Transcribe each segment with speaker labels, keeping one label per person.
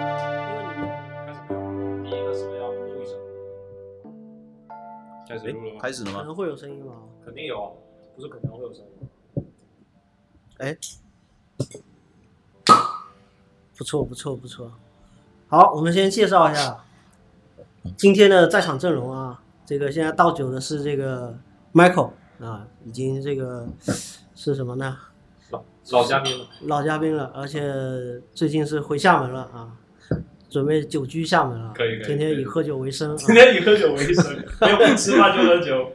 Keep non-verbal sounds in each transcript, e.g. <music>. Speaker 1: 开始录，第一个是不是要录一声？开始录了吗？
Speaker 2: 开始了
Speaker 3: 可
Speaker 2: 吗？
Speaker 3: 能会有声音吧。
Speaker 1: 肯定有，不是可能会有声音。
Speaker 2: 哎，
Speaker 3: 不错，不错，不错。好，我们先介绍一下今天的在场阵容啊。这个现在倒酒的是这个 Michael 啊，已经这个是什么呢？
Speaker 1: 老老嘉宾了，
Speaker 3: 老嘉宾了，而且最近是回厦门了啊，准备久居厦门了。
Speaker 1: 可以可以
Speaker 3: 天天
Speaker 1: 可以
Speaker 3: 以喝酒为生啊。
Speaker 1: 今天以喝酒为生，没有不吃饭就喝酒。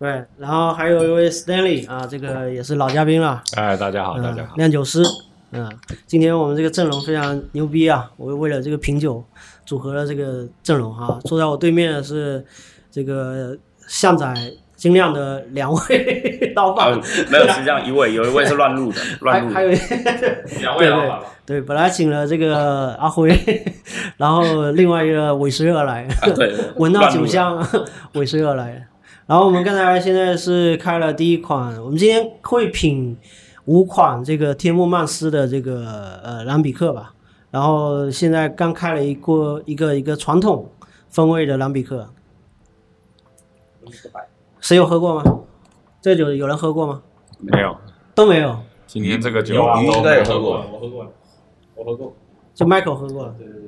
Speaker 3: 对，然后还有一位 Stanley 啊，这个也是老嘉宾了。
Speaker 4: 哎，大家好，大家
Speaker 3: 嗯
Speaker 4: 好。
Speaker 3: 酿酒师。嗯，今天我们这个阵容非常牛逼啊！我为了这个品酒组合了这个阵容哈、坐在我对面的是这个巷仔精酿的两位 <laughs> 老
Speaker 2: <laughs>
Speaker 4: 哎
Speaker 2: 啊
Speaker 3: 板，，
Speaker 2: 没有，是这样，一位有一位是乱录
Speaker 3: <laughs>
Speaker 2: 的，乱
Speaker 3: 还
Speaker 2: 录
Speaker 3: 还
Speaker 2: 的。
Speaker 3: 有一
Speaker 1: 两位老板了，
Speaker 3: 对，本来请了这个阿辉， <laughs> 然后另外一个尾随而来，
Speaker 2: <laughs> 啊对，
Speaker 3: 闻到
Speaker 2: 乱录
Speaker 3: 酒
Speaker 2: 的。
Speaker 3: 香， <laughs> 尾随而来。然后我们刚才现在是开了第一款，我们今天会品五款这个天幕曼斯的这个呃兰比克吧。然后现在刚开了一个一个一个传统风味的兰比克，谁有喝过吗？这酒有人喝过吗？
Speaker 4: 没有，
Speaker 3: 都没有，
Speaker 4: 今天这个酒
Speaker 1: 有啊，
Speaker 2: 你
Speaker 4: 都
Speaker 2: 应该有喝过
Speaker 1: 过，我喝过了，我喝过。
Speaker 3: 就 Michael 喝过了。
Speaker 1: 对对对，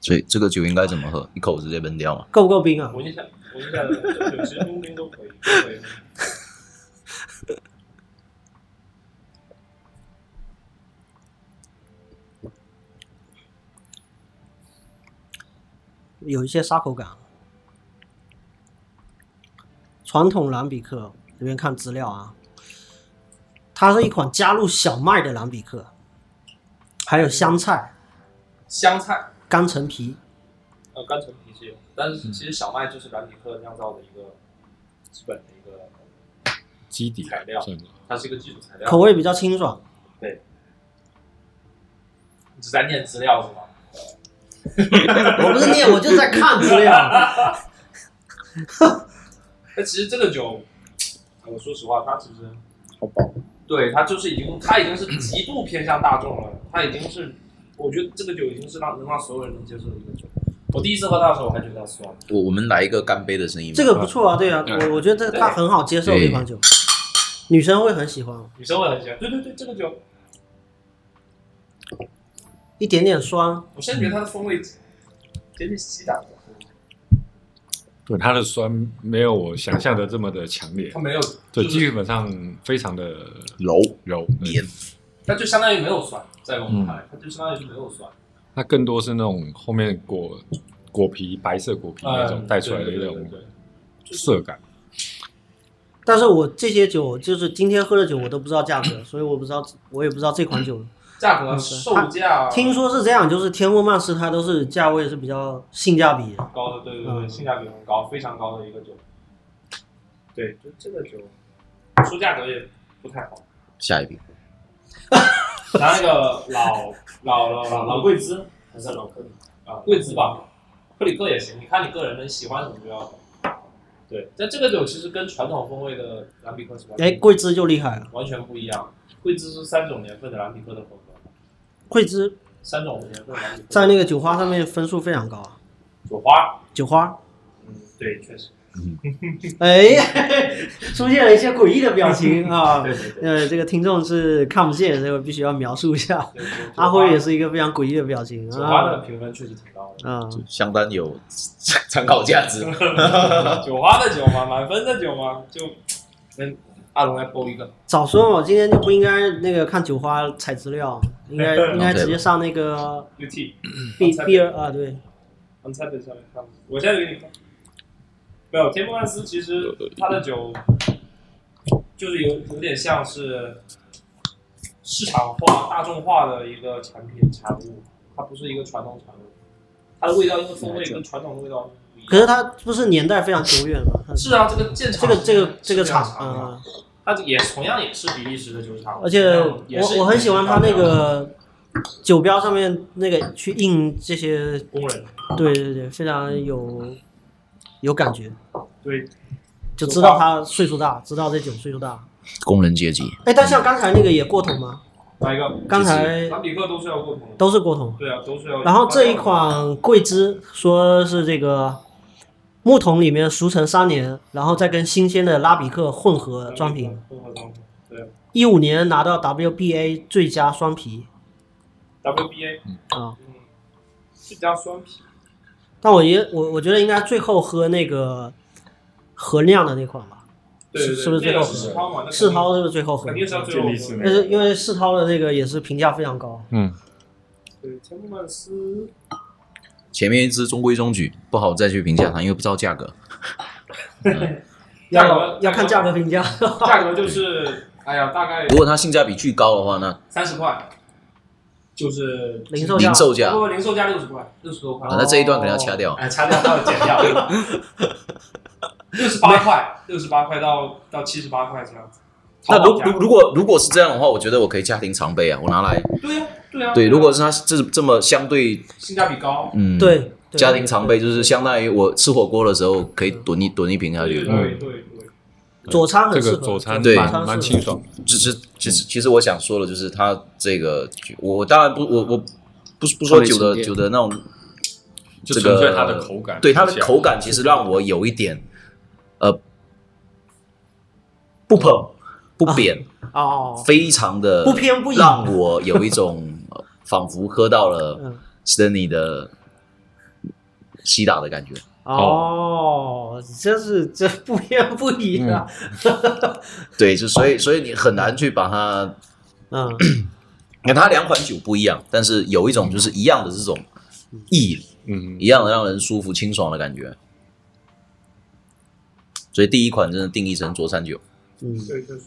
Speaker 2: 所以这个酒应该怎么喝？一口直接崩掉嘛？
Speaker 3: 够不够冰啊？
Speaker 1: 闻一下，闻一下，酒其实冬天都可以，都可以。
Speaker 3: 有一些沙口感。传统兰比克这边看资料啊，它是一款加入小麦的兰比克，还有香菜、
Speaker 1: 香菜，
Speaker 3: 干橙皮。
Speaker 1: 呃，甘醇皮是有，但
Speaker 4: 嗯
Speaker 1: 是其实小麦就是兰比克酿造的一个基本的一个，
Speaker 4: 基底
Speaker 1: 材料
Speaker 4: 是吗
Speaker 1: 它是一个基础材料。
Speaker 3: 口味比较清爽。
Speaker 1: 你是在念资料是吗？
Speaker 3: 我不是念，我就在看资料。
Speaker 1: 那其实这个酒，呃我说实话，它其实
Speaker 4: 好饱，
Speaker 1: 对它就是已经，它已经是极度偏向大众了，它已经是，我觉得这个酒已经是让能让所有人能接受的一个酒。我第一次喝它的时候，我还觉得它酸，
Speaker 2: 我我们来一个干杯的声音吧。
Speaker 3: <laughs> 这个不错啊，对啊，
Speaker 4: 对
Speaker 3: 我我觉得它很好接受
Speaker 2: 对
Speaker 3: 这款酒，女生会很喜欢，
Speaker 1: 女生会很喜欢。对对对，这个酒，
Speaker 3: 一点点酸，
Speaker 1: 我现在觉得它的风味接近西打的，
Speaker 4: 对它的酸没有我想象的这么的强烈
Speaker 1: 它，没有，
Speaker 4: 对，
Speaker 1: 就是
Speaker 4: 基本上非常的
Speaker 2: 柔
Speaker 4: 柔，
Speaker 2: 绵，
Speaker 1: 它就相当于没有酸，在
Speaker 4: 嗯
Speaker 1: 我们看来，它就相当于是没有酸。
Speaker 4: 它更多是那种后面果果皮白色果皮那种
Speaker 1: 嗯
Speaker 4: 带出来的
Speaker 1: 对
Speaker 4: 那
Speaker 1: 对对
Speaker 4: 种
Speaker 1: 对对
Speaker 4: 涩感，
Speaker 3: 但是我这些酒就是今天喝的酒，我都不知道价格，所以我不知道，我也不知道这款酒
Speaker 1: 价格、
Speaker 3: 嗯
Speaker 1: 售价
Speaker 3: 听说是这样，就是天沃曼斯它都是价位是比较性价比的。
Speaker 1: 高的，对对对，
Speaker 3: 嗯
Speaker 1: 性价比很高，非常高的一个酒。对，就这个酒，说价格也不太好。
Speaker 2: 下一瓶。
Speaker 1: 拿那个老老老老老贵兹还是老克里啊，贵兹吧，克里克也行，你看你个人能喜欢什么就要什么。对，但这个酒其实跟传统风味的蓝比克是完全
Speaker 3: 哎，桂枝就厉害了，
Speaker 1: 完全不一样。贵兹是三种年份的蓝比克的混合，
Speaker 3: 桂枝
Speaker 1: 三种年份的蓝比克
Speaker 3: 在那个酒花上面分数非常高啊。
Speaker 1: 酒花，
Speaker 3: 酒花，
Speaker 1: 嗯，对，确实，
Speaker 3: 哎， <laughs> 出现了一些诡异的表情啊。
Speaker 1: 对对对，
Speaker 3: <laughs> 呃，这个听众是看不见，所以我必须要描述一下。
Speaker 1: 对酒花
Speaker 3: 阿辉也是一个非常诡异的表情
Speaker 1: 酒花
Speaker 3: 啊
Speaker 1: 的评分确实挺高的。
Speaker 3: 啊！
Speaker 2: 相当有参考价
Speaker 3: <laughs>
Speaker 2: 值。
Speaker 1: 酒花的酒嘛，满分的酒嘛，就那阿龙来包一个，
Speaker 3: 早说我今天就不应该那个看酒花采资 <laughs> 料，应该应该直接上那个
Speaker 1: UT
Speaker 3: B B 二啊，对，
Speaker 1: 我们菜本上面看，我现在给你看。没有，天目曼斯其实它的酒就是有有点像是市场化、大众化的一个产品产物，它不是一个传统产物，它的味道跟风味跟传统的味道不一
Speaker 3: 可
Speaker 1: 样。
Speaker 3: 是它不是年代非常久远吗？它
Speaker 1: 是啊，这个建
Speaker 3: 这
Speaker 1: 厂
Speaker 3: 个这个这个
Speaker 1: 是
Speaker 3: 厂
Speaker 1: 非常长的
Speaker 3: 啊，
Speaker 1: 它也同样也是比利时的酒厂，
Speaker 3: 而且
Speaker 1: 然后也是
Speaker 3: 我我很喜欢它那个酒标上面那个去印这些，
Speaker 1: 工人，
Speaker 3: 对对对，非常有有感觉，
Speaker 1: 对，
Speaker 3: 就知道他岁数大，知道这酒岁数大。
Speaker 2: 工人阶级，
Speaker 3: 哎，但像刚才那个也过桶吗？
Speaker 1: 哪一个？
Speaker 3: 刚才
Speaker 1: 兰比克都是要过桶的，
Speaker 3: 都是过桶。
Speaker 1: 对啊，都是要。
Speaker 3: 然后这一款桂枝说是这个木桶里面熟成三年，然后再跟新鲜的拉比克混合装瓶。，
Speaker 1: 混合装瓶，对
Speaker 3: 一五年拿到 WBA 最佳双皮
Speaker 1: ，WBA，
Speaker 3: 啊，
Speaker 1: 嗯，这家双皮，
Speaker 3: 但我也我我觉得应该最后喝那个合酿的那款吧，
Speaker 1: 对对
Speaker 3: 是
Speaker 1: 对，
Speaker 3: 是不
Speaker 1: 那
Speaker 3: 是最
Speaker 1: 个
Speaker 3: 后
Speaker 1: 是世涛嘛？那肯定
Speaker 3: 世涛是不是最后喝
Speaker 1: 啊肯？定是要最
Speaker 4: 建
Speaker 1: 后
Speaker 4: 立性
Speaker 1: 喝
Speaker 4: 的
Speaker 3: 但是因为世涛的那个也是评价非常高，
Speaker 4: 嗯，
Speaker 1: 对，天幕曼
Speaker 3: <laughs>
Speaker 1: 斯，
Speaker 2: 前面一支中规中矩，不好再去评价它，因为不知道价格。
Speaker 1: 价格
Speaker 3: 要要看价格评价。
Speaker 2: 嗯
Speaker 1: 价格就是，哎呀，大概
Speaker 2: 如果它性价比巨高的话，那
Speaker 1: 三十块，就是
Speaker 3: 零售价哦
Speaker 2: 零售价
Speaker 1: 不过零售价六十块，六十多块
Speaker 2: 啊，，那这一段可能要掐掉。
Speaker 1: 哎，掐掉到减掉，六十八块，六十八块到到七十八块这样子。
Speaker 2: 那
Speaker 1: 淘宝
Speaker 2: 如
Speaker 1: 价
Speaker 2: 如如果如果是这样的话，我觉得我可以家庭常备啊，我拿来。
Speaker 1: 对呀、对呀、
Speaker 2: 对，如果是它这这么相对，
Speaker 1: 性价比高，
Speaker 2: 嗯，，
Speaker 3: 对，对嗯
Speaker 2: 家庭常备就是相当于我吃火锅的时候可以囤一囤一瓶下
Speaker 1: 对
Speaker 2: 去。
Speaker 1: 对对对，
Speaker 3: 佐餐
Speaker 4: 这
Speaker 3: 很适
Speaker 4: 个
Speaker 3: 合，
Speaker 4: 佐餐
Speaker 2: 对
Speaker 4: 蛮蛮
Speaker 3: 适合
Speaker 4: 清爽，
Speaker 2: 只是其实其实我想说的就是它这个，我当然不我我不不说酒
Speaker 5: 创
Speaker 2: 的
Speaker 5: 意沉淀
Speaker 2: 酒的那种
Speaker 4: 就
Speaker 2: 这
Speaker 4: 纯粹
Speaker 2: 个
Speaker 4: 它的口感，
Speaker 2: 对它的口感其实让我有一点呃不捧不扁，
Speaker 3: 哦，
Speaker 2: 非常的
Speaker 3: 啊不偏不倚
Speaker 2: 让我有一
Speaker 3: <laughs>
Speaker 2: 种呃仿佛喝到了
Speaker 3: 嗯，
Speaker 2: Stanley 的西打的感觉。
Speaker 3: 哦，这是这不偏不倚啊，
Speaker 1: <laughs>
Speaker 2: 对，就所以所以你很难去把它，
Speaker 3: 嗯，
Speaker 2: 你看它两款酒不一样，但是有一种就是一样的这种意，
Speaker 4: 嗯
Speaker 2: 一，样的让人舒服清爽的感觉。所以第一款真的定义成佐餐酒，
Speaker 3: 嗯，
Speaker 1: 对，就是，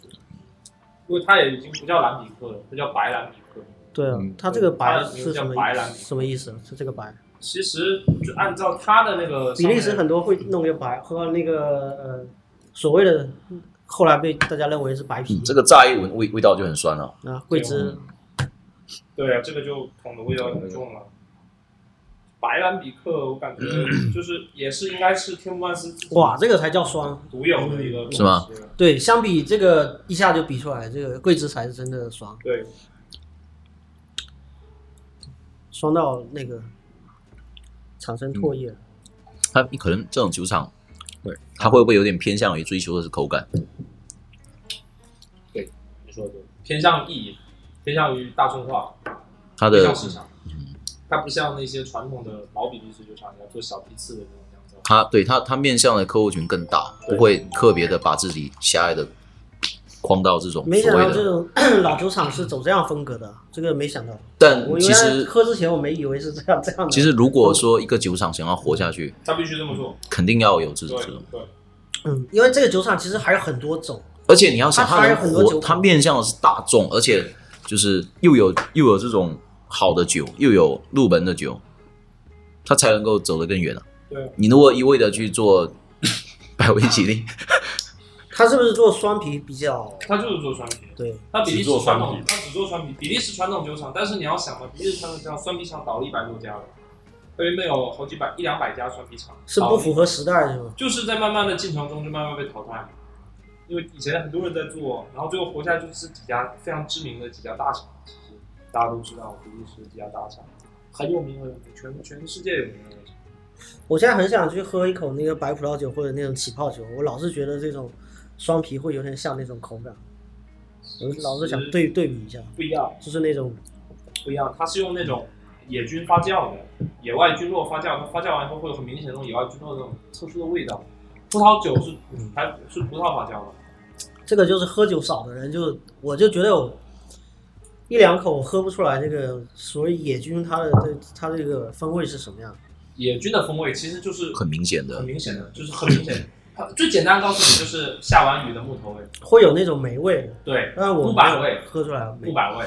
Speaker 1: 因为它也已经不叫蓝比克了，它叫白蓝比克。
Speaker 3: 对啊
Speaker 4: 嗯，
Speaker 3: 它这个白
Speaker 1: 它
Speaker 3: 是什
Speaker 1: 叫
Speaker 3: 么
Speaker 1: 白
Speaker 3: 意
Speaker 1: 兰
Speaker 3: 什么意思？是这个白，
Speaker 1: 其实就按照它的那个
Speaker 3: 比利时
Speaker 1: 上面
Speaker 3: 很多会弄个白和那个呃所谓的后来被大家认为是白啤
Speaker 2: 这个乍一闻味味道就很酸了。
Speaker 3: 啊，桂枝，
Speaker 1: 对啊，这个就桶的味道很重了。白兰比克，我感觉
Speaker 2: <clears throat>
Speaker 1: 就是也是应该是天幕曼斯自己
Speaker 3: 哇，这个才叫酸。
Speaker 1: 独有的一个东西
Speaker 2: 是吗？
Speaker 3: 对，相比这个一下就比出来，这个桂枝才是真的爽，
Speaker 1: 对，
Speaker 3: 爽到那个产生唾液。
Speaker 2: 嗯它可能这种酒厂，
Speaker 4: 对，
Speaker 2: 它会不会有点偏向于追求的是口感？
Speaker 1: 你说的对，偏向意义，偏向于大众化，
Speaker 2: 它
Speaker 1: 偏
Speaker 2: 的
Speaker 1: 向市场。
Speaker 4: 嗯
Speaker 1: 它不像那些传统的老比利时酒厂要做小批次的那种酿造。
Speaker 2: 它对它它面向的客户群更大，
Speaker 1: 对
Speaker 2: 不会特别的把自己狭隘的框到这种
Speaker 3: 没
Speaker 2: 所
Speaker 3: 想
Speaker 2: 谓
Speaker 3: 到这
Speaker 2: 的。
Speaker 3: 种 <clears throat> 老酒厂是走这样风格的，这个没想到。
Speaker 2: 但
Speaker 3: 我
Speaker 2: 其
Speaker 3: 原来
Speaker 2: 实
Speaker 3: 喝之前我没以为是这样这样的。
Speaker 2: 其实如果说一个酒厂想要活下去，
Speaker 1: 它必须这么做。
Speaker 2: 肯定要有这
Speaker 1: 对
Speaker 2: 种这种。
Speaker 1: 对，
Speaker 3: 嗯，因为这个酒厂其实还有很多种，
Speaker 2: 而且你要想，
Speaker 3: 它
Speaker 2: 它
Speaker 3: 还有
Speaker 2: 能
Speaker 3: 很多酒
Speaker 2: 活，它
Speaker 3: 款
Speaker 2: 面向的是大众，而且就是又有又有这种好的酒，又有入门的酒，它才能够走得更远啊。
Speaker 1: 对，
Speaker 2: 你如果一味的去做 <coughs> 百威吉利， <coughs>
Speaker 3: 它是不是做双啤比较？
Speaker 1: 它就是做酸啤。
Speaker 3: 对，
Speaker 1: 它比利时传统
Speaker 4: 只做酸啤，
Speaker 1: 它只做酸啤。比利时传统酒厂，但是你要想嘛，比利时传统酒厂酸啤厂倒了一百多家了，它原本有好几百、一两百家酸啤厂，
Speaker 3: 是
Speaker 1: 倒
Speaker 2: 啊
Speaker 3: 不
Speaker 1: 了
Speaker 3: 符合时代是吗？
Speaker 1: 就是在慢慢的进程中就慢慢被淘汰，因为以前很多人在做，然后最后活下来就是几家非常知名的几家大厂，其实大家都知道比利时几家大厂，很有名很有名，全全世界有名的那种。
Speaker 3: 我现在很想去喝一口那个白葡萄酒或者那种起泡酒，我老是觉得这种双啤会有点像那种口感，我老是想对对比一下，
Speaker 1: 不一样，
Speaker 3: 就是那种
Speaker 1: 不一样，它是用那种野菌发酵的，野外菌落发酵，它发酵完以后会有很明显的那种野外菌落的那种特殊的味道。葡萄酒是还是葡萄发酵的，
Speaker 3: 这个就是喝酒少的人就我就觉得我一两口喝不出来这个所谓野菌它的这它这个风味是什么样的。
Speaker 1: 野菌的风味其实就是
Speaker 2: 很明显的
Speaker 1: 很，明显的，就是很明显，它最简单告诉你就是下完雨的木头味，
Speaker 3: 会有那种霉味的，
Speaker 1: 对，
Speaker 3: 但我
Speaker 1: 木板味
Speaker 3: 喝出来了
Speaker 1: 木板味，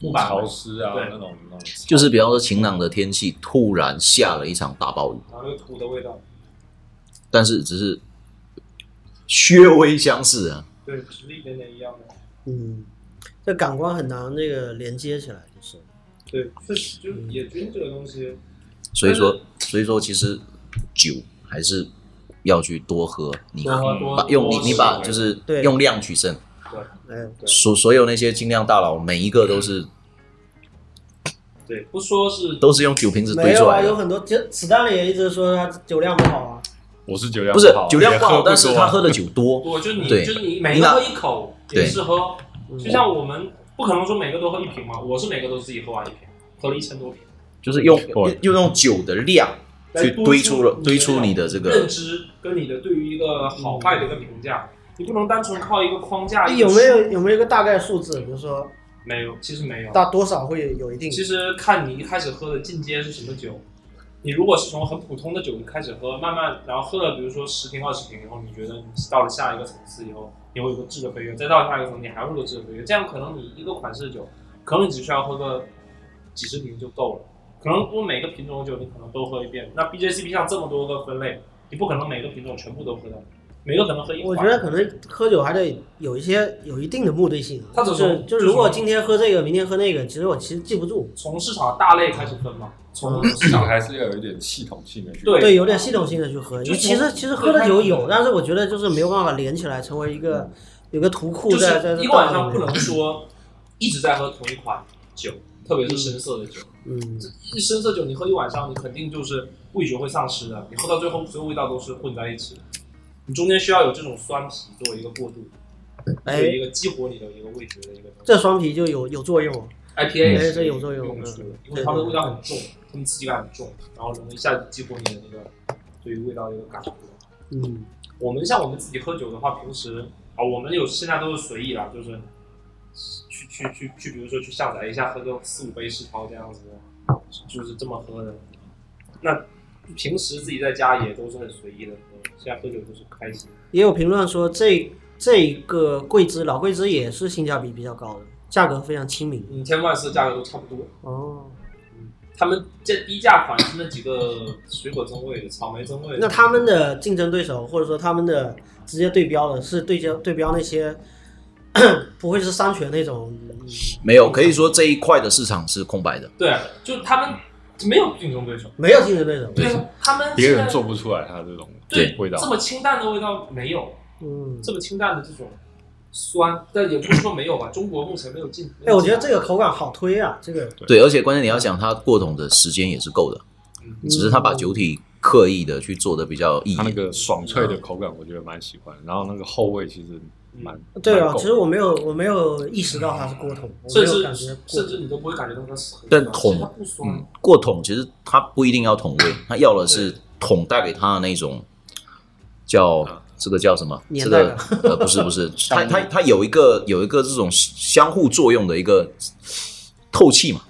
Speaker 1: 木板味
Speaker 4: 潮，湿啊
Speaker 1: 对
Speaker 4: 那种那种，
Speaker 2: 就是比方说晴朗的天气突然下了一场大暴雨，
Speaker 1: 然后那个土的味道，
Speaker 2: 但是只是略微相似啊。
Speaker 1: 对，只是一点点一样的，
Speaker 3: 嗯，这感官很难那个连接起来，就是哎
Speaker 1: 对，这是就是
Speaker 3: 嗯
Speaker 1: 野菌这个东西，
Speaker 2: 所以说，所以说其实酒还是要去多喝，你
Speaker 1: 多喝多
Speaker 2: 把用你
Speaker 1: 多
Speaker 2: 你把
Speaker 1: 喝
Speaker 2: 就是
Speaker 3: 啊对
Speaker 2: 用量取胜。
Speaker 3: 哎，
Speaker 1: 对
Speaker 2: 所所有那些精酿大佬，每一个都是
Speaker 1: 对，不说是
Speaker 2: 都是用酒瓶子
Speaker 3: 没
Speaker 2: 堆
Speaker 3: 有
Speaker 2: 出
Speaker 3: 啊，
Speaker 2: 来
Speaker 3: 有
Speaker 2: 的。
Speaker 3: 很多，其实子弹里也一直说他酒量不好啊，
Speaker 4: 我是酒量
Speaker 2: 不是
Speaker 4: 好
Speaker 2: 酒量不好，
Speaker 4: 也喝多啊
Speaker 2: 但是他喝的酒
Speaker 4: <laughs>
Speaker 2: 多，
Speaker 1: 多，就是你
Speaker 2: 对
Speaker 1: 就是你每个
Speaker 2: 那
Speaker 1: 喝一口也
Speaker 2: 对
Speaker 1: 是喝，
Speaker 3: 嗯
Speaker 1: 就像我们不可能说每个都喝一瓶嘛，我是每个都自己喝完一瓶，喝了一千多瓶，
Speaker 2: 就是用
Speaker 4: 我
Speaker 2: 用用酒的量去
Speaker 1: 来多
Speaker 2: 堆出了
Speaker 1: 你的
Speaker 2: 堆出你的这
Speaker 1: 认
Speaker 2: 个。
Speaker 1: 知跟你的对于一个好坏的一个评价，你不能单纯靠一个框架。
Speaker 3: 嗯哎
Speaker 1: 一个
Speaker 3: 有没
Speaker 1: 数
Speaker 3: 有有没有一个大概数字？比如说
Speaker 1: 没有，其实没有。
Speaker 3: 大多少会有一定
Speaker 1: 其实看你一开始喝的进阶是什么酒。你如果是从很普通的酒开始喝，慢慢然后喝了，比如说十瓶、二十瓶以后，你觉得你到了下一个层次以后，你会有个质的飞跃，再到下一个层，你还会有个质的飞跃。这样可能你一个款式的酒，可能你只需要喝个几十瓶就够了。可能我每个品种的酒你可能都喝一遍。那 BJCP 上这么多个分类，你不可能每个品种全部都喝到，每个可能喝一款。
Speaker 3: 我觉得可能喝酒还得有一些有一定的目的性啊，
Speaker 1: 他
Speaker 3: 就
Speaker 1: 怎么
Speaker 3: 是就是
Speaker 1: 就是
Speaker 3: 如果
Speaker 1: 说
Speaker 3: 今天喝这个，明天喝那个，其实我其实记不住，
Speaker 1: 从市场大类开始分嘛，从市
Speaker 4: 市场
Speaker 1: 场
Speaker 4: 还是要有一点系统性的去
Speaker 1: 对
Speaker 3: 对，有点系统性的去喝。
Speaker 1: 就
Speaker 3: 因为其实
Speaker 1: 从
Speaker 3: 其实喝的酒有，
Speaker 1: 对
Speaker 3: 但是我觉得就是没有办法连起来成为一个有个图库
Speaker 1: 就
Speaker 3: 在在
Speaker 1: 是
Speaker 3: 在
Speaker 1: 一个晚
Speaker 3: 倒
Speaker 1: 上
Speaker 3: 里
Speaker 1: 不
Speaker 3: 面。
Speaker 1: 能说一直在喝同一款酒，特别是深色的酒。
Speaker 3: 嗯，
Speaker 1: 一深色酒你喝一晚上，你肯定就是味觉会丧失的，你喝到最后所有味道都是混在一起的。你中间需要有这种酸皮作为一个过渡，作为
Speaker 3: 哎，
Speaker 1: 一个激活你的一个味觉的一个东西。
Speaker 3: 这双啤就有有作用哦。
Speaker 1: IPA 也
Speaker 3: 哎
Speaker 1: 是
Speaker 3: 这有作用
Speaker 1: 用的
Speaker 3: 嗯
Speaker 1: 出的，因为它们的味道很重，它们刺激感很重，然后能一下子激活你的那个对于味道的一个感觉。
Speaker 3: 嗯，
Speaker 1: 我们像我们自己喝酒的话，平时啊，我们有现在都是随意啦，就是去去去去，比如说去下载一下，喝个四五杯世涛这样子，就是这么喝的。那平时自己在家也都是很随意的喝，现在喝酒就是开心。
Speaker 3: 也有评论说这这个桂枝老桂枝也是性价比比较高的，价格非常亲民。
Speaker 1: 嗯，天万斯价格都差不多，
Speaker 3: 哦，
Speaker 1: 他们这低价款是那几个水果增味的，草莓增味的。
Speaker 3: 那他们的竞争对手或者说他们的直接对标的是对标对标那些 <coughs> 不会是商权那种。嗯
Speaker 2: 没有，可以说这一块的市场是空白的。
Speaker 1: 对，啊就他们没有竞争对手。
Speaker 3: 没有竞争对手。
Speaker 1: 对啊，他们
Speaker 4: 别
Speaker 1: 现
Speaker 4: 人
Speaker 1: 在
Speaker 4: 做不出来它这种
Speaker 1: 对
Speaker 4: 味道
Speaker 1: 这。么清淡的味道没有。
Speaker 3: 嗯，
Speaker 1: 这么清淡的这种酸，但也不是说没有吧。中国目前没有进。
Speaker 3: 哎，我觉得这个口感好推啊，这个
Speaker 2: 对，而且关键你要想，它过桶的时间也是够的，只是它把酒体刻意的去做的比较一
Speaker 4: 它那
Speaker 2: 眼。
Speaker 4: 个爽脆
Speaker 2: 嗯
Speaker 4: 的口感，我觉得蛮喜欢。然后那个后味其实蛮
Speaker 3: 对啊
Speaker 4: 蛮，够
Speaker 3: 其实我没有我没有意识到它是锅桶，我
Speaker 1: 甚
Speaker 3: 没有感
Speaker 1: 至
Speaker 3: 觉
Speaker 1: 甚
Speaker 3: 过。
Speaker 1: 至你都不会感觉到它是很酸，
Speaker 2: 但
Speaker 1: 其实
Speaker 2: 桶
Speaker 1: 它不酸，
Speaker 2: 嗯，过桶其实它不一定要桶味，它要的是桶带给它的那种叫
Speaker 1: 啊
Speaker 2: 这个叫什么？
Speaker 3: 年
Speaker 2: 这
Speaker 3: 代
Speaker 2: 个
Speaker 3: 感
Speaker 2: 呃不是不是，它它它有一个有一个这种相互作用的一个透气嘛，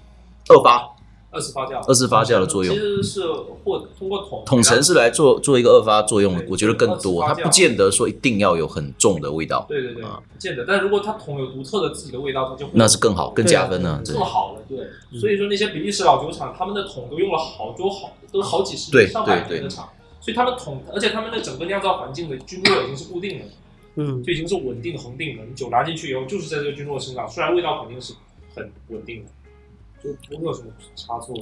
Speaker 2: 二
Speaker 1: 哦
Speaker 2: 八
Speaker 1: 二次发酵，
Speaker 2: 二次发酵的作用
Speaker 1: 其。实是或通过桶
Speaker 2: 桶神是来做做一个二发作用的，我觉得更多，
Speaker 1: 二次哦
Speaker 2: 它
Speaker 1: 发酵
Speaker 2: 不见得说一定要有很重的味道，
Speaker 1: 对对对，
Speaker 2: 啊
Speaker 1: 不见得。但如果它桶有独特的自己的味道，它就会
Speaker 2: 那是更好更加分呢。这
Speaker 3: 对
Speaker 1: 更好了。对，
Speaker 3: 嗯
Speaker 1: 所以说那些比利时老酒厂，他们的桶都用了好多好都好几十
Speaker 2: 对
Speaker 1: 年、上百
Speaker 2: 对
Speaker 1: 年的厂，所以他们桶，而且他们的整个酿造环境的菌落已经是固定的。
Speaker 3: 嗯，
Speaker 1: 就已经是稳定恒定的。你酒拿进去以后，就是在这个菌落身上，虽然味道肯定是很稳定的，就不会有什么差错。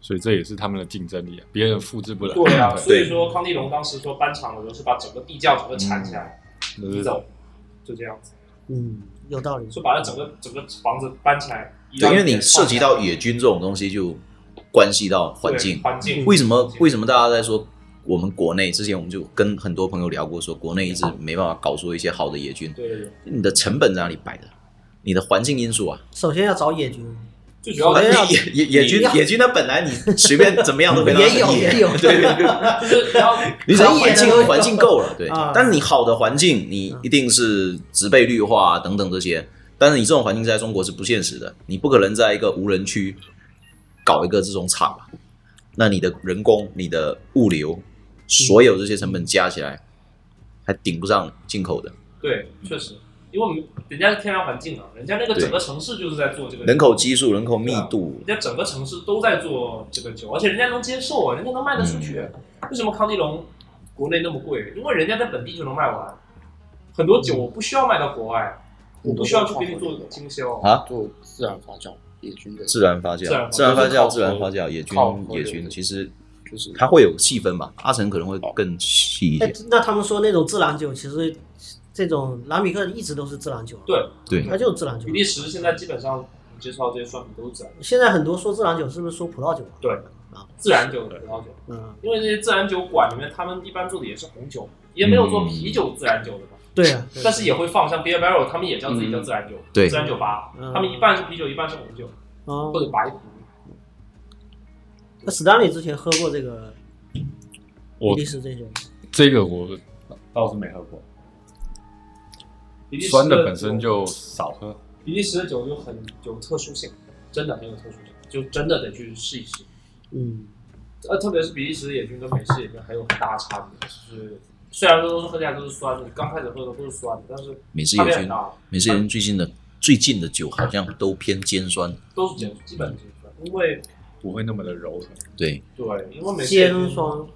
Speaker 4: 所以这也是他们的竞争力啊，别人复制不来。
Speaker 1: 对啊，所
Speaker 4: 对
Speaker 1: 以说康帝龙当时说搬厂的时候是把整个地窖整个铲起来
Speaker 4: 那
Speaker 1: 移
Speaker 4: 是
Speaker 1: 走，就这样子，
Speaker 3: 嗯，有道理。
Speaker 1: 说把它整个整个房子搬起来。移到
Speaker 2: 对，因为
Speaker 1: 里
Speaker 2: 你
Speaker 1: 面
Speaker 2: 涉及到野菌这种东西，就关系到
Speaker 1: 对
Speaker 2: 环境。
Speaker 1: 环境
Speaker 2: 为什么为
Speaker 1: 什
Speaker 2: 什么大家在说我们国内之前我们就跟很多朋友聊过说，国内一直没办法搞出一些好的野菌
Speaker 1: 么？，对对对，
Speaker 2: 你的成本在哪里摆的？你的环境因素啊，
Speaker 3: 首先要找野菌，
Speaker 1: 最主要
Speaker 3: 哎
Speaker 1: 的
Speaker 3: 呀
Speaker 2: 野野野菌
Speaker 3: 你要
Speaker 2: 野菌它本来你随便怎么样都可以让它
Speaker 3: 也有
Speaker 2: 野
Speaker 3: 也有
Speaker 2: 对对对，
Speaker 1: 就是你要
Speaker 2: 你只要
Speaker 3: 很野
Speaker 2: 环
Speaker 3: 的
Speaker 2: 境
Speaker 3: 那种
Speaker 2: 环境 <laughs> 够了，对
Speaker 3: 啊。
Speaker 2: 但是你好的环境，你一定是植被绿化啊等等这些。但是你这种环境在中国是不现实的，你不可能在一个无人区搞一个这种厂吧？那你的人工、你的物流，所有这些成本加起来，还顶不上进口的，
Speaker 1: 对，确实，因为我们人家是天然环境啊，人家那个
Speaker 2: 对
Speaker 1: 整个城市就是在做这个
Speaker 2: 人口基数、人口密度
Speaker 1: 人，家整个城市都在做这个酒，而且人家能接受啊，人家能卖得出去。
Speaker 4: 嗯
Speaker 1: 为什么康帝龙国内那么贵？因为人家在本地就能卖完。很多酒我不需要卖到国外，
Speaker 4: 嗯
Speaker 1: 我不需要去给你做经销。
Speaker 2: 啊
Speaker 5: 做自然发酵野菌的，
Speaker 2: 自然发
Speaker 1: 自然发
Speaker 2: 酵、
Speaker 1: 酵
Speaker 2: 啊自然发酵、
Speaker 5: 就是
Speaker 2: 自然发酵、野菌
Speaker 5: 靠喝、
Speaker 2: 野
Speaker 5: 的
Speaker 2: 菌，其实
Speaker 5: 就是
Speaker 2: 它会有细分吧。阿成可能会更细一
Speaker 3: 哎
Speaker 2: 点，，
Speaker 3: <laughs> 那他们说那种自然酒，其实这种兰比克一直都是自然酒，
Speaker 1: 对，
Speaker 2: 对
Speaker 3: 它就是自然酒
Speaker 1: 比。利时现在基本上你介绍这些酸品都是自然，
Speaker 3: 现在很多说自然酒，是不是说葡萄酒啊？
Speaker 1: 对
Speaker 3: 啊，
Speaker 1: 自然酒的葡萄酒，
Speaker 3: 嗯，
Speaker 1: 因为那些自然酒馆里面他们一般做的也是红酒，也没有做
Speaker 2: 嗯
Speaker 1: 啤酒自然酒的嘛。
Speaker 3: 对啊，
Speaker 4: 嗯
Speaker 3: 对啊
Speaker 1: 但是也会放像 Beer Barrel，他们也叫自己叫自然酒，
Speaker 2: 对
Speaker 1: 自然酒吧，
Speaker 3: 嗯
Speaker 1: 他们一半是啤酒，一半是红酒
Speaker 3: 哦
Speaker 1: 或，者白葡。
Speaker 3: 那史丹利之前喝过这个比
Speaker 4: 我
Speaker 3: 利时这酒，
Speaker 4: 这个我倒是没喝过，
Speaker 1: 比利时
Speaker 4: 酸的本身
Speaker 1: 酒
Speaker 4: 就少喝。
Speaker 1: 比利时的酒就很有特殊性，真的很有特殊性，就真的得去试一试。
Speaker 3: 嗯，
Speaker 1: 呃，特别是比利时的野菌跟美式野菌还有很大差别，就是虽然说都是喝起来都是酸的，刚开始喝的都是酸的，但是
Speaker 2: 美式
Speaker 1: 差
Speaker 2: 野
Speaker 1: 别很
Speaker 2: 菌，
Speaker 1: 大，
Speaker 2: 美式野菌最近的最近的酒好像都偏尖酸，
Speaker 1: 都是碱，基本就是酸，因为
Speaker 4: 不会那么的柔和，
Speaker 2: 对，
Speaker 1: 对，因为美式野菌
Speaker 3: 尖酸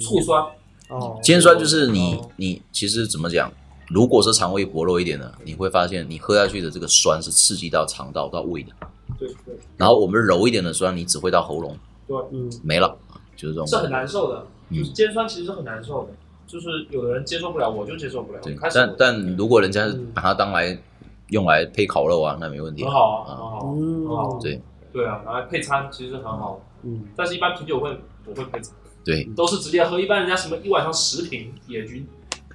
Speaker 1: 醋酸，
Speaker 3: 哦，
Speaker 2: 尖酸就是你
Speaker 1: 哦
Speaker 2: 你其实怎么讲？如果是肠胃薄弱一点的，你会发现你喝下去的这个酸是刺激到肠道到胃的，
Speaker 1: 对对
Speaker 2: 然后我们柔一点的酸，你只会到喉咙，
Speaker 1: 对，
Speaker 3: 嗯，
Speaker 2: 没了，就是这种
Speaker 1: 是很
Speaker 2: 感觉。
Speaker 1: 难受的，
Speaker 2: 嗯
Speaker 1: 就是尖酸其实是很难受的，就是有的人接受不了，我就接受不了，
Speaker 2: 对
Speaker 1: 开，始
Speaker 2: 但
Speaker 1: 我
Speaker 2: 但如果人家
Speaker 3: 嗯
Speaker 2: 把它当来用来配烤肉啊，那没问题
Speaker 1: 很。好啊，
Speaker 2: 啊
Speaker 1: 很好啊，
Speaker 3: 嗯
Speaker 1: 很好啊，
Speaker 2: 哦对
Speaker 1: 对啊，然后配餐其实很好，
Speaker 3: 嗯，
Speaker 1: 但是一般啤酒会不会配餐。
Speaker 2: 对，
Speaker 1: 都是直接喝，一般人家什么一晚上十瓶野菌，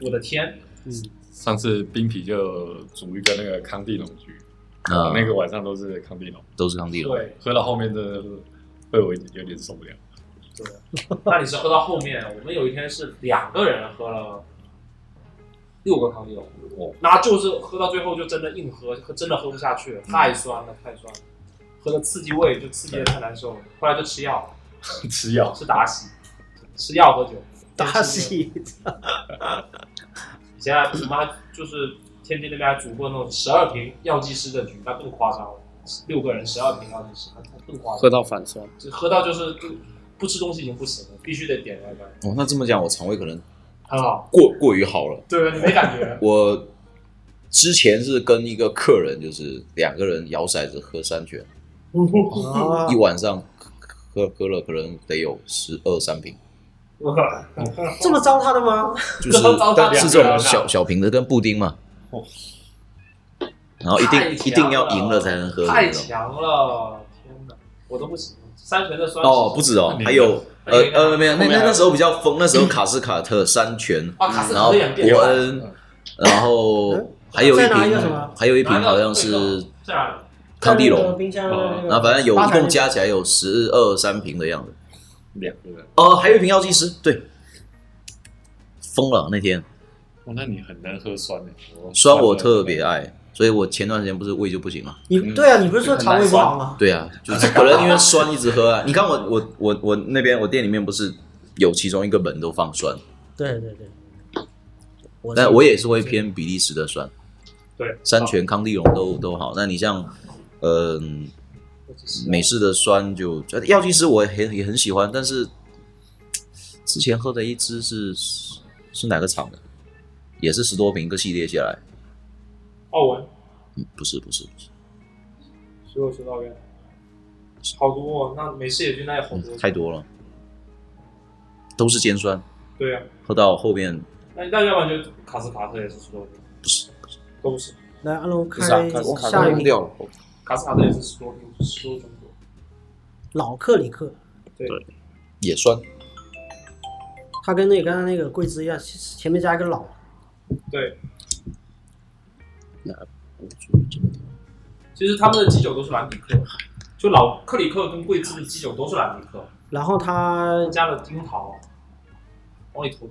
Speaker 1: 我的天，
Speaker 3: 嗯，
Speaker 4: 上次冰啤就煮一个那个康帝龙局，
Speaker 2: 那
Speaker 4: 那个晚上都是康帝龙，
Speaker 2: 都是康帝龙。
Speaker 1: 对
Speaker 4: 喝到后面真的是会我有点受不了。
Speaker 1: 对，那你是喝到后面，我们有一天是两个人喝了六个康帝龙，那就是喝到最后就真的硬喝，喝真的喝不下去了，太酸了，太酸了，喝的刺激胃就刺激的太难受了，后来就吃药，
Speaker 4: 吃药
Speaker 1: 是达喜，吃药喝酒，
Speaker 3: 大喜，
Speaker 1: 以前还我们还就是天津那边还煮过那种十二瓶药剂师的局，那更夸张了，六个人十二瓶药剂师，那更夸张
Speaker 5: 喝。到反酸，
Speaker 1: 就喝到就是就不吃东西已经不行了，必须得点外卖。
Speaker 2: 哦，那这么讲，我肠胃可能
Speaker 1: 很好，
Speaker 2: 过过于好了。
Speaker 1: 对，你没感 <laughs> 觉？
Speaker 2: 我之前是跟一个客人，就是两个人摇骰子喝三圈，
Speaker 3: 哦
Speaker 1: 啊
Speaker 2: 一晚上喝喝了可能得有十二三瓶，
Speaker 3: 这么糟蹋的吗？
Speaker 2: 就是
Speaker 1: 糟蹋
Speaker 2: 但是这
Speaker 1: 两个人啊
Speaker 2: 种小小瓶的跟布丁嘛。然后一定
Speaker 1: 太强
Speaker 2: 一定要赢了才能喝的
Speaker 1: 太
Speaker 2: 那种。
Speaker 1: 强了，天哪，我都不行。三全的酸
Speaker 2: 哦，不止哦，还有
Speaker 1: 还有
Speaker 2: 呃
Speaker 1: 一个
Speaker 2: 呃，没有，那
Speaker 5: 后面
Speaker 2: 那
Speaker 5: 还有
Speaker 2: 那时候比较疯，那时候卡斯卡特、山泉，
Speaker 1: 啊，卡斯
Speaker 2: 嗯然后
Speaker 1: 特演变
Speaker 2: 伯恩，然后还有一
Speaker 3: 再拿一个什
Speaker 2: 瓶
Speaker 3: 么，
Speaker 2: 还有一瓶好像是
Speaker 1: 这样，
Speaker 2: 康帝
Speaker 3: 在那个
Speaker 2: 龙，
Speaker 3: 冰箱的那个
Speaker 2: 然后反正有
Speaker 3: 吧
Speaker 2: 一
Speaker 3: 呃台那
Speaker 2: 共
Speaker 3: 边
Speaker 2: 加起来有十二三瓶的样子。
Speaker 4: 两个人，
Speaker 2: 哦，还有一瓶药剂师，对，疯了那天，
Speaker 4: 哇，哦那你很能喝酸的、
Speaker 2: 酸我特别啊爱，所以我前段时间不是胃就不行了。
Speaker 3: 你对啊，你不是说肠胃不好吗？
Speaker 2: 对啊， <laughs> 就是可能因为酸一直喝啊。你看我我我我那边我店里面不是有其中一个门都放酸，
Speaker 3: 对对对，我
Speaker 2: 但我也是会偏比利时的酸，
Speaker 1: 对，
Speaker 2: 山泉、康帝龙都都好。那你像，嗯、
Speaker 1: 哦
Speaker 2: 美式的酸就呃药剂师我也很也很喜欢，但是之前喝的一支是是哪个厂的？也是十多瓶一个系列下来，
Speaker 1: 奥文，
Speaker 2: 嗯，不是不是不是，
Speaker 1: 所有修道院，好多哦，那美式野菌那也好多
Speaker 3: 哦
Speaker 2: 嗯，，太多了，都是尖酸，
Speaker 1: 对呀。
Speaker 2: 喝到后面
Speaker 1: 那那要不然就卡斯卡特也是十多瓶，
Speaker 2: 不是
Speaker 1: 都不是，
Speaker 3: 来阿龙
Speaker 5: 不是啊
Speaker 3: 开
Speaker 5: 卡斯卡
Speaker 3: 下一
Speaker 5: 忘
Speaker 3: 瓶
Speaker 2: 了，
Speaker 1: 卡斯卡特也是十多瓶，十多种多。
Speaker 3: 老克里克，
Speaker 2: 也酸，
Speaker 3: 它跟那个刚才那个桂枝一样，其实前面加一个老，
Speaker 1: 对，
Speaker 5: 那我觉得这个
Speaker 1: 其实他们的基酒都是兰比克，就老克里克跟桂枝的基酒都是兰比克，
Speaker 3: 然后它
Speaker 1: 加了樱桃，往里投，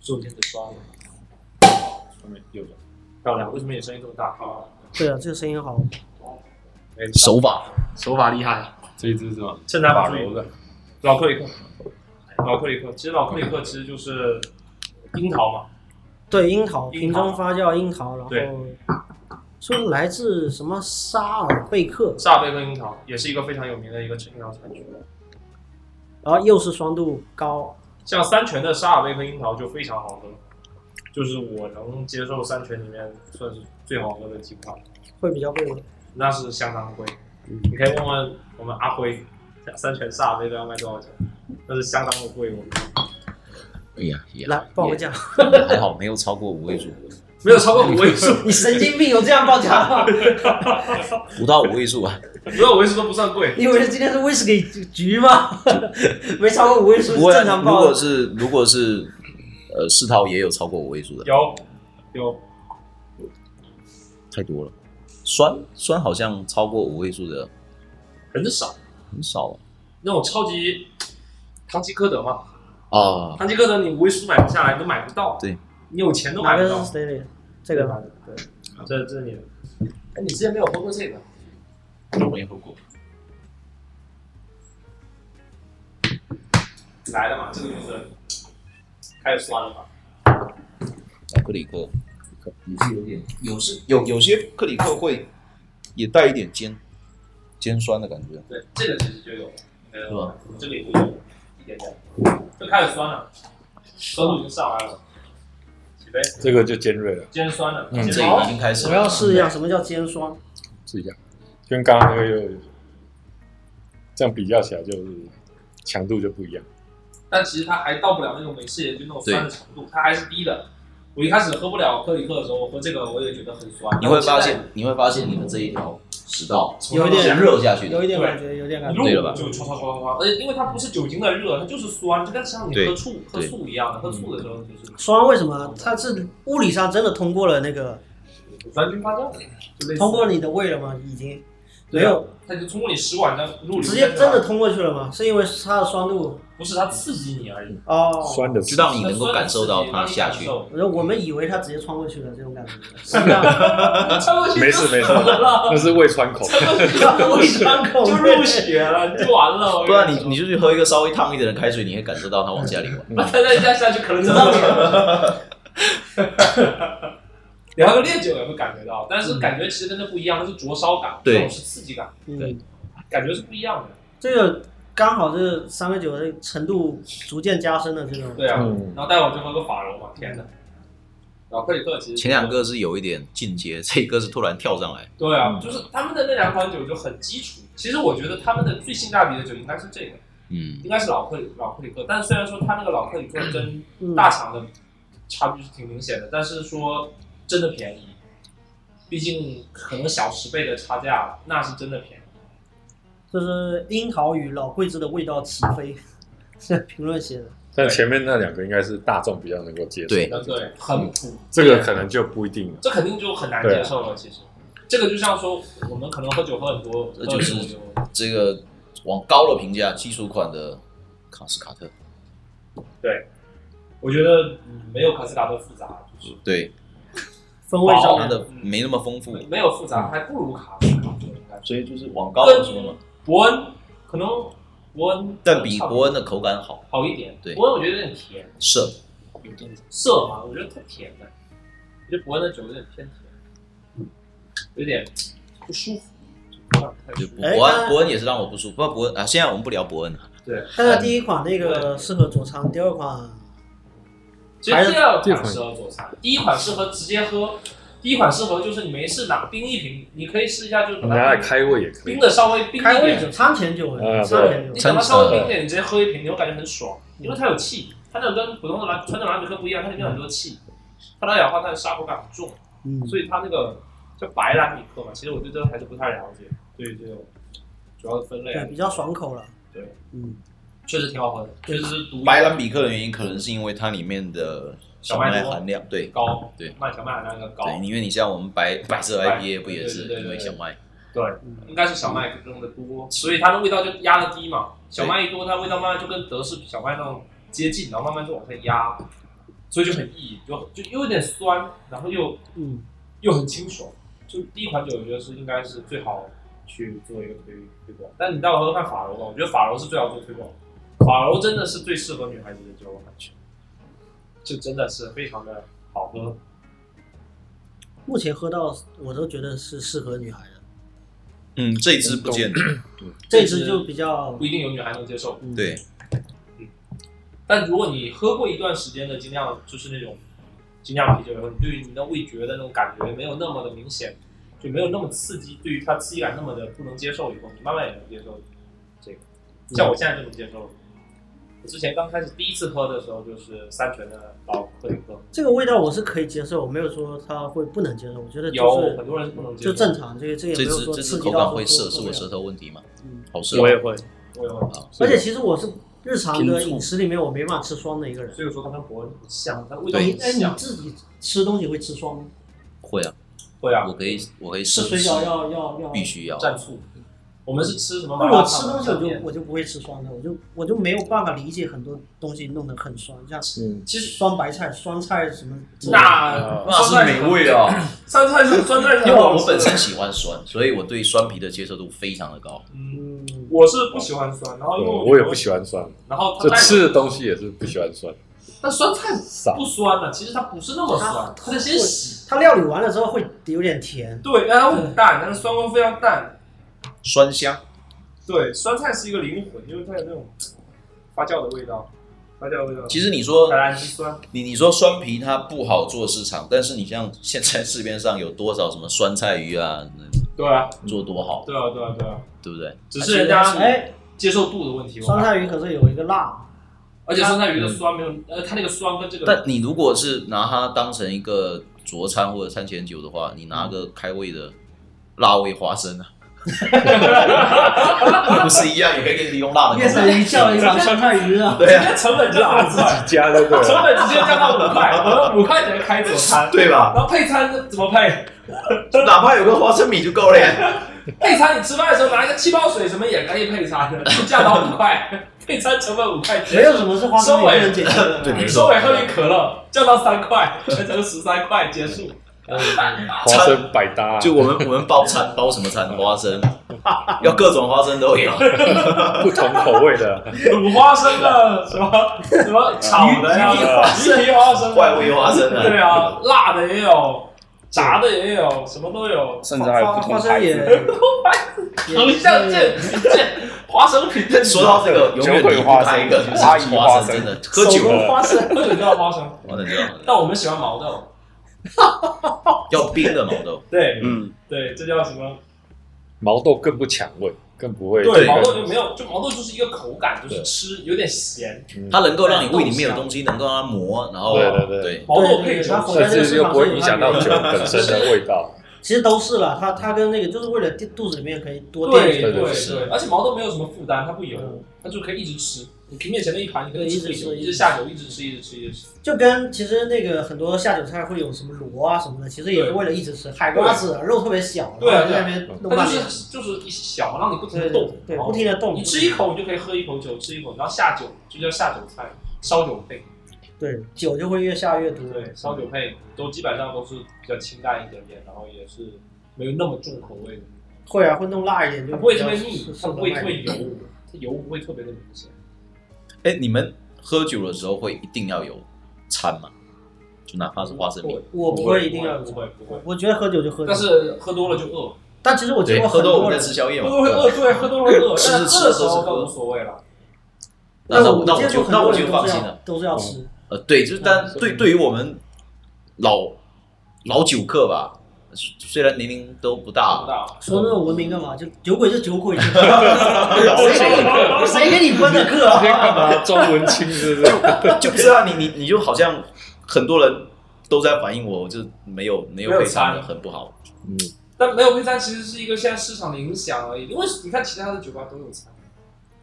Speaker 1: 瞬间就刷了，
Speaker 4: 酸的又软
Speaker 1: 漂亮！为什么你声音这么大？啊，
Speaker 3: 对啊，这个声音好，
Speaker 2: 手法
Speaker 1: 手法厉
Speaker 5: 啊
Speaker 1: 害，
Speaker 4: 这一支是吗？
Speaker 1: 趁他把
Speaker 4: 柔的，
Speaker 1: 老克里克，老克里克，其实老克里克其实就是樱桃嘛，
Speaker 3: 对，樱桃
Speaker 1: 樱
Speaker 3: 瓶
Speaker 1: 桃
Speaker 3: 中发酵樱桃，然
Speaker 1: 对
Speaker 3: 后说来自什么沙尔贝克，
Speaker 1: 萨贝克樱桃也是一个非常有名的一个樱桃产区。
Speaker 3: 然后又是酸度高，
Speaker 1: 像三全的沙尔贝克樱桃就非常好喝，就是我能接受三全里面算是最好喝的几款，
Speaker 3: 会比较贵吗？
Speaker 1: 那是相当贵。你可以问问我们阿辉，三全沙尔贝克要卖多少钱？那是相当的贵，我们
Speaker 2: 哎呀，
Speaker 3: <laughs>
Speaker 2: 也
Speaker 3: 来报个价，
Speaker 2: 也还好没有超过五位数，
Speaker 1: 没有超过五位数，
Speaker 3: 你神经病，有这样报价 <laughs> 吗？
Speaker 2: 不到五位数
Speaker 3: <laughs>
Speaker 2: 啊。
Speaker 1: 没有位数都不算贵。
Speaker 3: 因为今天是威士忌局吗？ <laughs> 没超过五位数
Speaker 2: 不
Speaker 3: 是
Speaker 2: 过
Speaker 3: 正常
Speaker 2: 如
Speaker 3: 报
Speaker 2: 果
Speaker 3: 的。
Speaker 2: 是如果是呃世涛也有超过五位数的，
Speaker 1: 有有，
Speaker 2: 太多了。酸酸好像超过五位数的
Speaker 1: 很少
Speaker 2: 很少
Speaker 1: 那种超级唐吉诃德嘛，
Speaker 3: 哦
Speaker 2: 啊。啊，
Speaker 1: 唐吉诃德你五位数买不下来，你都买不到，
Speaker 2: 对，
Speaker 1: 你有钱都买
Speaker 3: 哪
Speaker 1: 不
Speaker 3: 个是
Speaker 1: 到。
Speaker 3: Stanley？这个吧，
Speaker 1: 对，这这是你的。哎，你之前没有喝过这个？
Speaker 2: 我没喝过。
Speaker 1: 来了嘛，这个就是开始酸了嘛。
Speaker 2: 啊克里克，也是有点，有是有有些克里克会也带一点尖尖酸的感觉。
Speaker 1: 对，这个其实就有了，是
Speaker 2: 吧？
Speaker 1: 这里不有，一点点，就开始酸了，酸度已经上来了，起杯，
Speaker 4: 这个就尖锐了，
Speaker 1: 今天酸了，
Speaker 4: 嗯
Speaker 1: 今
Speaker 2: 这
Speaker 1: 天
Speaker 2: 个已经开始
Speaker 3: 我
Speaker 2: 了，
Speaker 3: 要试一下什么叫尖酸。
Speaker 4: 试一下，跟刚刚那个有这样比较起来，就是强度就不一样。
Speaker 1: 但其实它还到不了那种美式野菌那种酸的程度，它还是低的。我一开始喝不了克里克的时候，我喝这个我也觉得很酸。
Speaker 2: 你会发现，你会发现你的这一条食道
Speaker 3: 有一点
Speaker 2: 是热下去的
Speaker 3: 有一。点感觉，有点感
Speaker 1: 一
Speaker 3: 觉。
Speaker 1: 入
Speaker 2: 对了吧
Speaker 1: 就唰唰唰唰唰，而且因为它不是酒精的热，它就是酸，就跟像你喝
Speaker 2: 对
Speaker 1: 醋喝
Speaker 2: 对嗯
Speaker 1: 醋一样的，喝醋的时候就是
Speaker 3: 酸为什么？它是物理上真的通过了那个，
Speaker 1: 酸菌发酵，就类似
Speaker 3: 通过你的胃了吗？已经没
Speaker 1: 对啊
Speaker 3: 有，
Speaker 1: 它就通过你食管这样入里面
Speaker 3: 直接真的
Speaker 1: 吧
Speaker 3: 通过去了吗？是因为它的酸度
Speaker 1: 不是它刺激你而已，
Speaker 3: 哦。
Speaker 4: 酸的
Speaker 2: 知道你
Speaker 1: 它
Speaker 2: 能够
Speaker 1: 酸
Speaker 2: 感受到
Speaker 1: 刺激
Speaker 2: 它下去
Speaker 1: 让你 <laughs>
Speaker 3: 我说我们以为它直接穿过去了，这种感觉是啊这样 <laughs> 的。
Speaker 1: 感受
Speaker 4: 没事没事
Speaker 1: 了，
Speaker 4: 那是胃穿
Speaker 1: 嗯
Speaker 4: 孔，
Speaker 3: 胃伤口
Speaker 1: 就入血了，你就完了。我跟
Speaker 2: 不然
Speaker 1: 说 <laughs>
Speaker 2: 你你就去喝一个稍微烫一点的开水，你会感受到它往下流啊。
Speaker 1: 那他再这样下去，可能真的会。你喝个烈酒也会感觉到，但是感觉其实跟那不一样，那是灼烧感，
Speaker 2: 对
Speaker 1: 这种是刺激感，
Speaker 2: 对
Speaker 3: 嗯，
Speaker 1: 感觉是不一样的。
Speaker 3: 这个刚好是三个九的程度逐渐加深的这种。
Speaker 1: 对啊，
Speaker 4: 嗯
Speaker 1: 然后待会儿就喝个法柔嘛，甜的。然后嗯克里克其实
Speaker 2: 前两个是有一点进阶，这个是突然跳上来。
Speaker 1: 对啊，
Speaker 4: 嗯
Speaker 1: 就是他们的那两款酒就很基础。其实我觉得他们的最性价比的酒应该是这个，
Speaker 2: 嗯，
Speaker 1: 应该是老克里老克里克。但虽然说他那个老克里克跟
Speaker 3: 嗯，
Speaker 1: 大厂的差距是挺明显的，但是说真的便宜，毕竟可能小十倍的差价，那是真的便宜。
Speaker 3: 就是樱桃与老桂枝的味道齐飞， <laughs> 是评论写的。
Speaker 4: 但前面那两个应该是大众比较能够接受，
Speaker 2: 对
Speaker 1: 那对，很普，
Speaker 4: 这个可能就不一定了。
Speaker 1: 这肯定就很难接受了。其实，这个就像说我们可能喝酒喝很多，
Speaker 2: 这就是
Speaker 1: 喝酒
Speaker 2: 这个往高了评价，技术款的卡斯卡特，
Speaker 1: 我觉得嗯没有卡斯达的复杂，就是
Speaker 2: 对，
Speaker 3: 风味上
Speaker 2: 包
Speaker 3: 面
Speaker 2: 的没那么丰富
Speaker 1: 没，没有复杂，还不如卡斯达的应该。
Speaker 2: 所以就是往高了说嘛。
Speaker 1: 伯恩可能伯恩
Speaker 2: 但比
Speaker 1: 差不多
Speaker 2: 伯恩的口感好，
Speaker 1: 好一点，
Speaker 2: 对
Speaker 1: 伯恩我觉得有点甜。
Speaker 2: 涩。
Speaker 1: 有点涩嘛，我觉得太甜了，我觉得伯恩的酒有点偏甜，有点不舒服，口感不太
Speaker 2: 就
Speaker 1: 舒服
Speaker 2: 伯
Speaker 3: 哎
Speaker 2: 伯
Speaker 3: 刚
Speaker 2: 恩
Speaker 3: 才
Speaker 2: 伯恩也是让我不舒服。不过伯恩啊，现在我们不聊伯恩了，
Speaker 1: 对，
Speaker 3: 但是第一款那个适合佐餐，第二款
Speaker 1: 其实第二
Speaker 4: 这
Speaker 1: 款
Speaker 4: 款
Speaker 1: 适合佐餐，第一款适合直接喝，第一款适合就是你没事拿冰一瓶，你可以试一下，就是把
Speaker 4: 拿来
Speaker 1: 它
Speaker 4: 开胃也可以
Speaker 1: 冰，的稍微冰一
Speaker 3: 开胃酒、
Speaker 1: 点，
Speaker 3: 餐前酒、
Speaker 4: 啊
Speaker 3: 餐前酒
Speaker 1: 你。等它稍微冰一点，你直接喝一瓶，你会感觉很爽，
Speaker 3: 嗯
Speaker 1: 因为它有气，它那种跟普通的蓝传统蓝莓喝不一样，它里面有很多气，它的二氧化碳沙口感很重。
Speaker 3: 嗯，
Speaker 1: 所以它那个叫白兰米克嘛，其实我对这个还是不太了解，对于这种主要的分类啊
Speaker 3: 对，比较爽口了。
Speaker 1: 对，
Speaker 3: 嗯，
Speaker 1: 确实挺好喝的，确实是独一
Speaker 2: 白兰比克的原因可能是因为它里面的小麦含量，对
Speaker 1: 高，
Speaker 2: 对
Speaker 1: 麦小麦含量要高，
Speaker 2: 对，因为你像我们白白色
Speaker 1: 白
Speaker 2: IPA 不也是
Speaker 1: 对对对
Speaker 2: 因为小麦？
Speaker 1: 应该是小麦用的多，所以它的味道就压的低嘛，小麦一多，它味道慢慢就跟德式小麦那种接近，然后慢慢就往下压，所以就很易，就就又有点酸，然后又
Speaker 3: 嗯，
Speaker 1: 又很清爽，就第一款酒我觉得是应该是最好去做一个推推广。但你待会儿喝看法柔吧，我觉得法柔是最好做推广的，法柔真的是最适合女孩子的酒，我感觉。就真的是非常的好喝。
Speaker 3: 目前喝到我都觉得是适合女孩的，
Speaker 2: 嗯，这一支不见得，
Speaker 3: 这支就比较
Speaker 1: 不一定有女孩能接受。
Speaker 3: 嗯
Speaker 2: 对，
Speaker 1: 但如果你喝过一段时间的精酿，就是那种精酿啤酒以后，你对于你的味觉的那种感觉没有那么的明显，就没有那么刺激，对于它刺激感那么的不能接受以后，你慢慢也能接受这个。
Speaker 3: 嗯
Speaker 1: 像我现在就能接受了。我之前刚开始第一次喝的时候，就是三全的老克里克，
Speaker 3: 这个味道我是可以接受，我没有说它会不能接受，我觉得就
Speaker 1: 有
Speaker 3: 是
Speaker 1: 很多人是不能接受。
Speaker 3: 就正常，这个这也没
Speaker 2: 这
Speaker 3: 有
Speaker 2: 支
Speaker 3: 说
Speaker 2: 这支
Speaker 3: 刺激
Speaker 2: 口
Speaker 3: 到
Speaker 2: 感
Speaker 3: 说
Speaker 2: 会涩，是
Speaker 3: 受
Speaker 2: 我
Speaker 3: 不了
Speaker 2: 舌头问题吗？
Speaker 3: 嗯
Speaker 2: 好啊涩，
Speaker 5: 我也会，
Speaker 1: 我有问题。
Speaker 2: 好
Speaker 3: 啊而且其实我是日常的饮食里面我没办法吃酸的一个人。
Speaker 1: 所以我说它跟国内很像，它味道
Speaker 2: 对
Speaker 3: 你
Speaker 1: 很
Speaker 3: 哎，你
Speaker 1: 像。
Speaker 3: 自己吃东西会吃酸吗？
Speaker 2: 会啊，
Speaker 1: 对啊
Speaker 2: 我，可以我可以
Speaker 3: 吃
Speaker 2: 试
Speaker 3: 水饺要要要。
Speaker 2: 必须要，
Speaker 1: 蘸醋。我们是吃什么麻
Speaker 3: 那
Speaker 1: 辣
Speaker 3: 我吃
Speaker 1: 烫啊？
Speaker 3: 东西我
Speaker 1: 蘸面
Speaker 3: 就我就不会吃酸的，我就我就没有办法理解很多东西弄得很酸，像
Speaker 4: 嗯，
Speaker 1: 其实
Speaker 3: 酸白菜、酸菜什么。
Speaker 1: 那
Speaker 3: 呃
Speaker 2: 那是美味
Speaker 1: 啊！
Speaker 2: 啊。
Speaker 1: 酸菜是酸菜是
Speaker 2: 因
Speaker 1: 很
Speaker 2: 为
Speaker 1: 好
Speaker 2: 我
Speaker 1: 吃的，
Speaker 2: 我本身喜欢酸，所以我对酸皮的接受度非常的高。
Speaker 1: 嗯，
Speaker 3: 嗯，
Speaker 1: 我是不喜欢酸，然后因为
Speaker 4: 我我也不喜，欢酸，
Speaker 1: 然后它
Speaker 4: 就
Speaker 1: 带
Speaker 4: 吃的东西也是不喜欢酸，
Speaker 1: 但酸菜
Speaker 4: 少
Speaker 1: 不酸啊了，其实它不是那么酸，它
Speaker 3: 它
Speaker 1: 得先洗，
Speaker 3: 它料理完了之后会有点甜，
Speaker 1: 对，然后很淡，但是酸味非常淡，
Speaker 2: 酸香，
Speaker 1: 对，酸菜是一个灵魂，因为它有那种发酵的味道，发酵的味道，
Speaker 2: 其实你说
Speaker 1: 橄榄基酸，
Speaker 2: 你你说酸皮它不好做市场，但是你像现在市面上有多少什么酸菜鱼啊，那
Speaker 1: 对啊，
Speaker 2: 做多好，
Speaker 1: 对啊，对啊，对啊，
Speaker 2: 对不对？
Speaker 1: 只啊是人家
Speaker 3: 哎，
Speaker 1: 接受度的问题，我
Speaker 3: 酸
Speaker 1: 感觉
Speaker 3: 菜鱼可是有一个辣，
Speaker 1: 而且酸菜鱼的酸没有，呃，它那个酸跟这个
Speaker 2: 但你如果是拿它当成一个佐餐或者餐前酒的话，你拿个开胃的辣味花生啊， <laughs> 不是一样？也可以给你利用辣的口
Speaker 3: 夜
Speaker 2: 感。
Speaker 3: 神鱼叫一场酸菜鱼啊，
Speaker 2: 对
Speaker 1: 人
Speaker 2: 啊，
Speaker 1: 家成本就五块，
Speaker 4: 加对不对？
Speaker 1: 成本直接降到五块，我们五块钱开佐餐，
Speaker 2: 对
Speaker 1: <laughs>
Speaker 2: 吧？
Speaker 1: 然后配餐怎么配？
Speaker 2: 哪怕有个花生米就够了呀。
Speaker 1: 配餐你吃饭的时候拿一个气泡水什么也可以配餐的，就价到五块， <laughs> 配餐成本五块钱。
Speaker 3: <laughs> 没有什么是花
Speaker 1: 收
Speaker 3: 生米不
Speaker 1: 尾
Speaker 3: 能解决的。
Speaker 2: 对没错
Speaker 1: 收尾喝瓶可乐，降到三块， <laughs> 全程十三块结束。
Speaker 4: 花生百搭啊，
Speaker 2: 就我们我们包餐包什么餐？花生，要各种花生都有。
Speaker 4: 不同口味的，
Speaker 1: 卤花生的什么什么炒的呀，
Speaker 2: 鱼
Speaker 1: 鱼
Speaker 2: 皮花
Speaker 1: 皮花生，
Speaker 2: 外味花生啊
Speaker 1: 对啊，辣的也有，炸的也有，什么都有。
Speaker 5: 甚至还有
Speaker 3: 哎花
Speaker 5: 不
Speaker 3: 花
Speaker 5: 同
Speaker 3: 生
Speaker 5: 牌
Speaker 3: 也
Speaker 5: 子。，
Speaker 1: 等一下，这这花生品这
Speaker 2: <laughs> 说到这
Speaker 4: <laughs>
Speaker 2: 个，永远离不开一个就是
Speaker 4: 酒鬼
Speaker 2: 花
Speaker 4: 花生
Speaker 2: 生，真的喝酒
Speaker 3: 手
Speaker 4: <laughs>
Speaker 3: 工
Speaker 4: 呃
Speaker 3: 花生，
Speaker 1: 喝酒叫花生，
Speaker 2: 我等知道，
Speaker 1: 但我们喜欢毛豆。
Speaker 2: 要冰的毛豆，
Speaker 1: 对
Speaker 5: 嗯，
Speaker 1: 对，这叫什么？
Speaker 4: 毛豆更不抢味，更不会
Speaker 1: 对，
Speaker 2: 对
Speaker 1: 毛豆就没有，就毛豆就是一个口感，就是
Speaker 4: 对
Speaker 1: 吃有点咸，
Speaker 2: 它能够让你胃里面有东西能够让它磨，然后
Speaker 4: 对对对
Speaker 1: 毛豆
Speaker 3: 对
Speaker 1: 配
Speaker 3: 对
Speaker 1: 酒
Speaker 3: 它混
Speaker 1: 水
Speaker 4: 甚至又不会影响到酒本身的味道。
Speaker 3: 其实都是了，它它跟那个就是为了垫肚子里面可以多垫
Speaker 1: 对
Speaker 3: 一
Speaker 1: 对
Speaker 3: 点，
Speaker 1: 对
Speaker 4: 是
Speaker 1: 对，而且毛豆没有什么负担，它不油
Speaker 3: 嗯，
Speaker 1: 它就可以一直吃。你平面前的一盘，你可以
Speaker 3: 对
Speaker 1: 吃
Speaker 3: 一直吃
Speaker 1: 一直下酒，一直吃，一直吃，一直吃。
Speaker 3: 就跟其实那个很多下酒菜会有什么螺啊什么的，其实也是为了一直吃海瓜子，肉特别小，
Speaker 1: 对啊
Speaker 3: 然后
Speaker 1: 对
Speaker 3: 在那边弄
Speaker 1: 它
Speaker 3: 半
Speaker 1: 就
Speaker 3: 天，
Speaker 1: 是就是一小嘛，让你不停
Speaker 3: 对
Speaker 1: 的
Speaker 3: 对
Speaker 1: 动，
Speaker 3: 对，
Speaker 1: 然后
Speaker 3: 不停的动。
Speaker 1: 你吃一口，你就可以喝一口酒，吃一口，然后下酒就叫下酒菜，烧酒配，
Speaker 3: 对酒就会越下越多。
Speaker 1: 对，烧酒配都基本上都是比较清淡一点点，然后也是没有那么重口味的，
Speaker 3: 会啊，会弄辣一点，就
Speaker 1: 它不会
Speaker 3: 比
Speaker 1: 特
Speaker 3: 较
Speaker 1: 别腻
Speaker 3: 适，
Speaker 1: 它
Speaker 3: 合
Speaker 1: 不会
Speaker 3: 卖
Speaker 1: 特别油，它油不会特别的明显。
Speaker 2: 哎，你们喝酒的时候会一定要有餐吗？就哪怕是花生米，
Speaker 3: 我不会一定要
Speaker 1: 不
Speaker 3: 有，
Speaker 1: 会不会，
Speaker 3: 我觉得喝酒就喝酒，
Speaker 1: 但是喝多了就饿，
Speaker 3: 但其实我见
Speaker 2: 对，
Speaker 3: 过
Speaker 2: 喝
Speaker 3: 很
Speaker 2: 多我
Speaker 3: 多
Speaker 2: 们在
Speaker 3: 人，
Speaker 2: 吃宵夜
Speaker 1: 喝
Speaker 2: 嘛。
Speaker 1: 多会饿，对，喝多了会饿，
Speaker 2: 吃
Speaker 1: 但
Speaker 2: 是吃
Speaker 1: 饿的时候
Speaker 2: 喝是喝
Speaker 1: 倒无所谓了。
Speaker 2: 那那
Speaker 3: 我
Speaker 2: 哎那我
Speaker 3: 见过
Speaker 2: 就
Speaker 3: 很
Speaker 2: 那
Speaker 3: 多
Speaker 2: 我就
Speaker 3: 人都
Speaker 2: 放
Speaker 3: 是
Speaker 2: 心
Speaker 3: 要
Speaker 2: 了。
Speaker 3: 都是要吃，
Speaker 2: 呃，对，就是但
Speaker 1: 嗯
Speaker 2: 对对于我们老老酒客吧，虽然年龄都不大
Speaker 1: 不，大，
Speaker 3: 说那种文明干嘛？就酒鬼就 <laughs> 酒鬼，
Speaker 2: <laughs>
Speaker 3: 谁
Speaker 1: 老
Speaker 3: 给你 <laughs> 谁给你分的课
Speaker 4: 今天
Speaker 3: 啊？
Speaker 4: 干嘛装文青是不是？
Speaker 2: 就不是啊，你你你就好像很多人都在反映我，就没有没有
Speaker 1: 没有
Speaker 2: 配餐
Speaker 1: 餐
Speaker 2: 很不好。
Speaker 4: 嗯，
Speaker 1: 但没有配餐其实是一个现在市场的影响而已，因为你看其他的酒吧都有餐，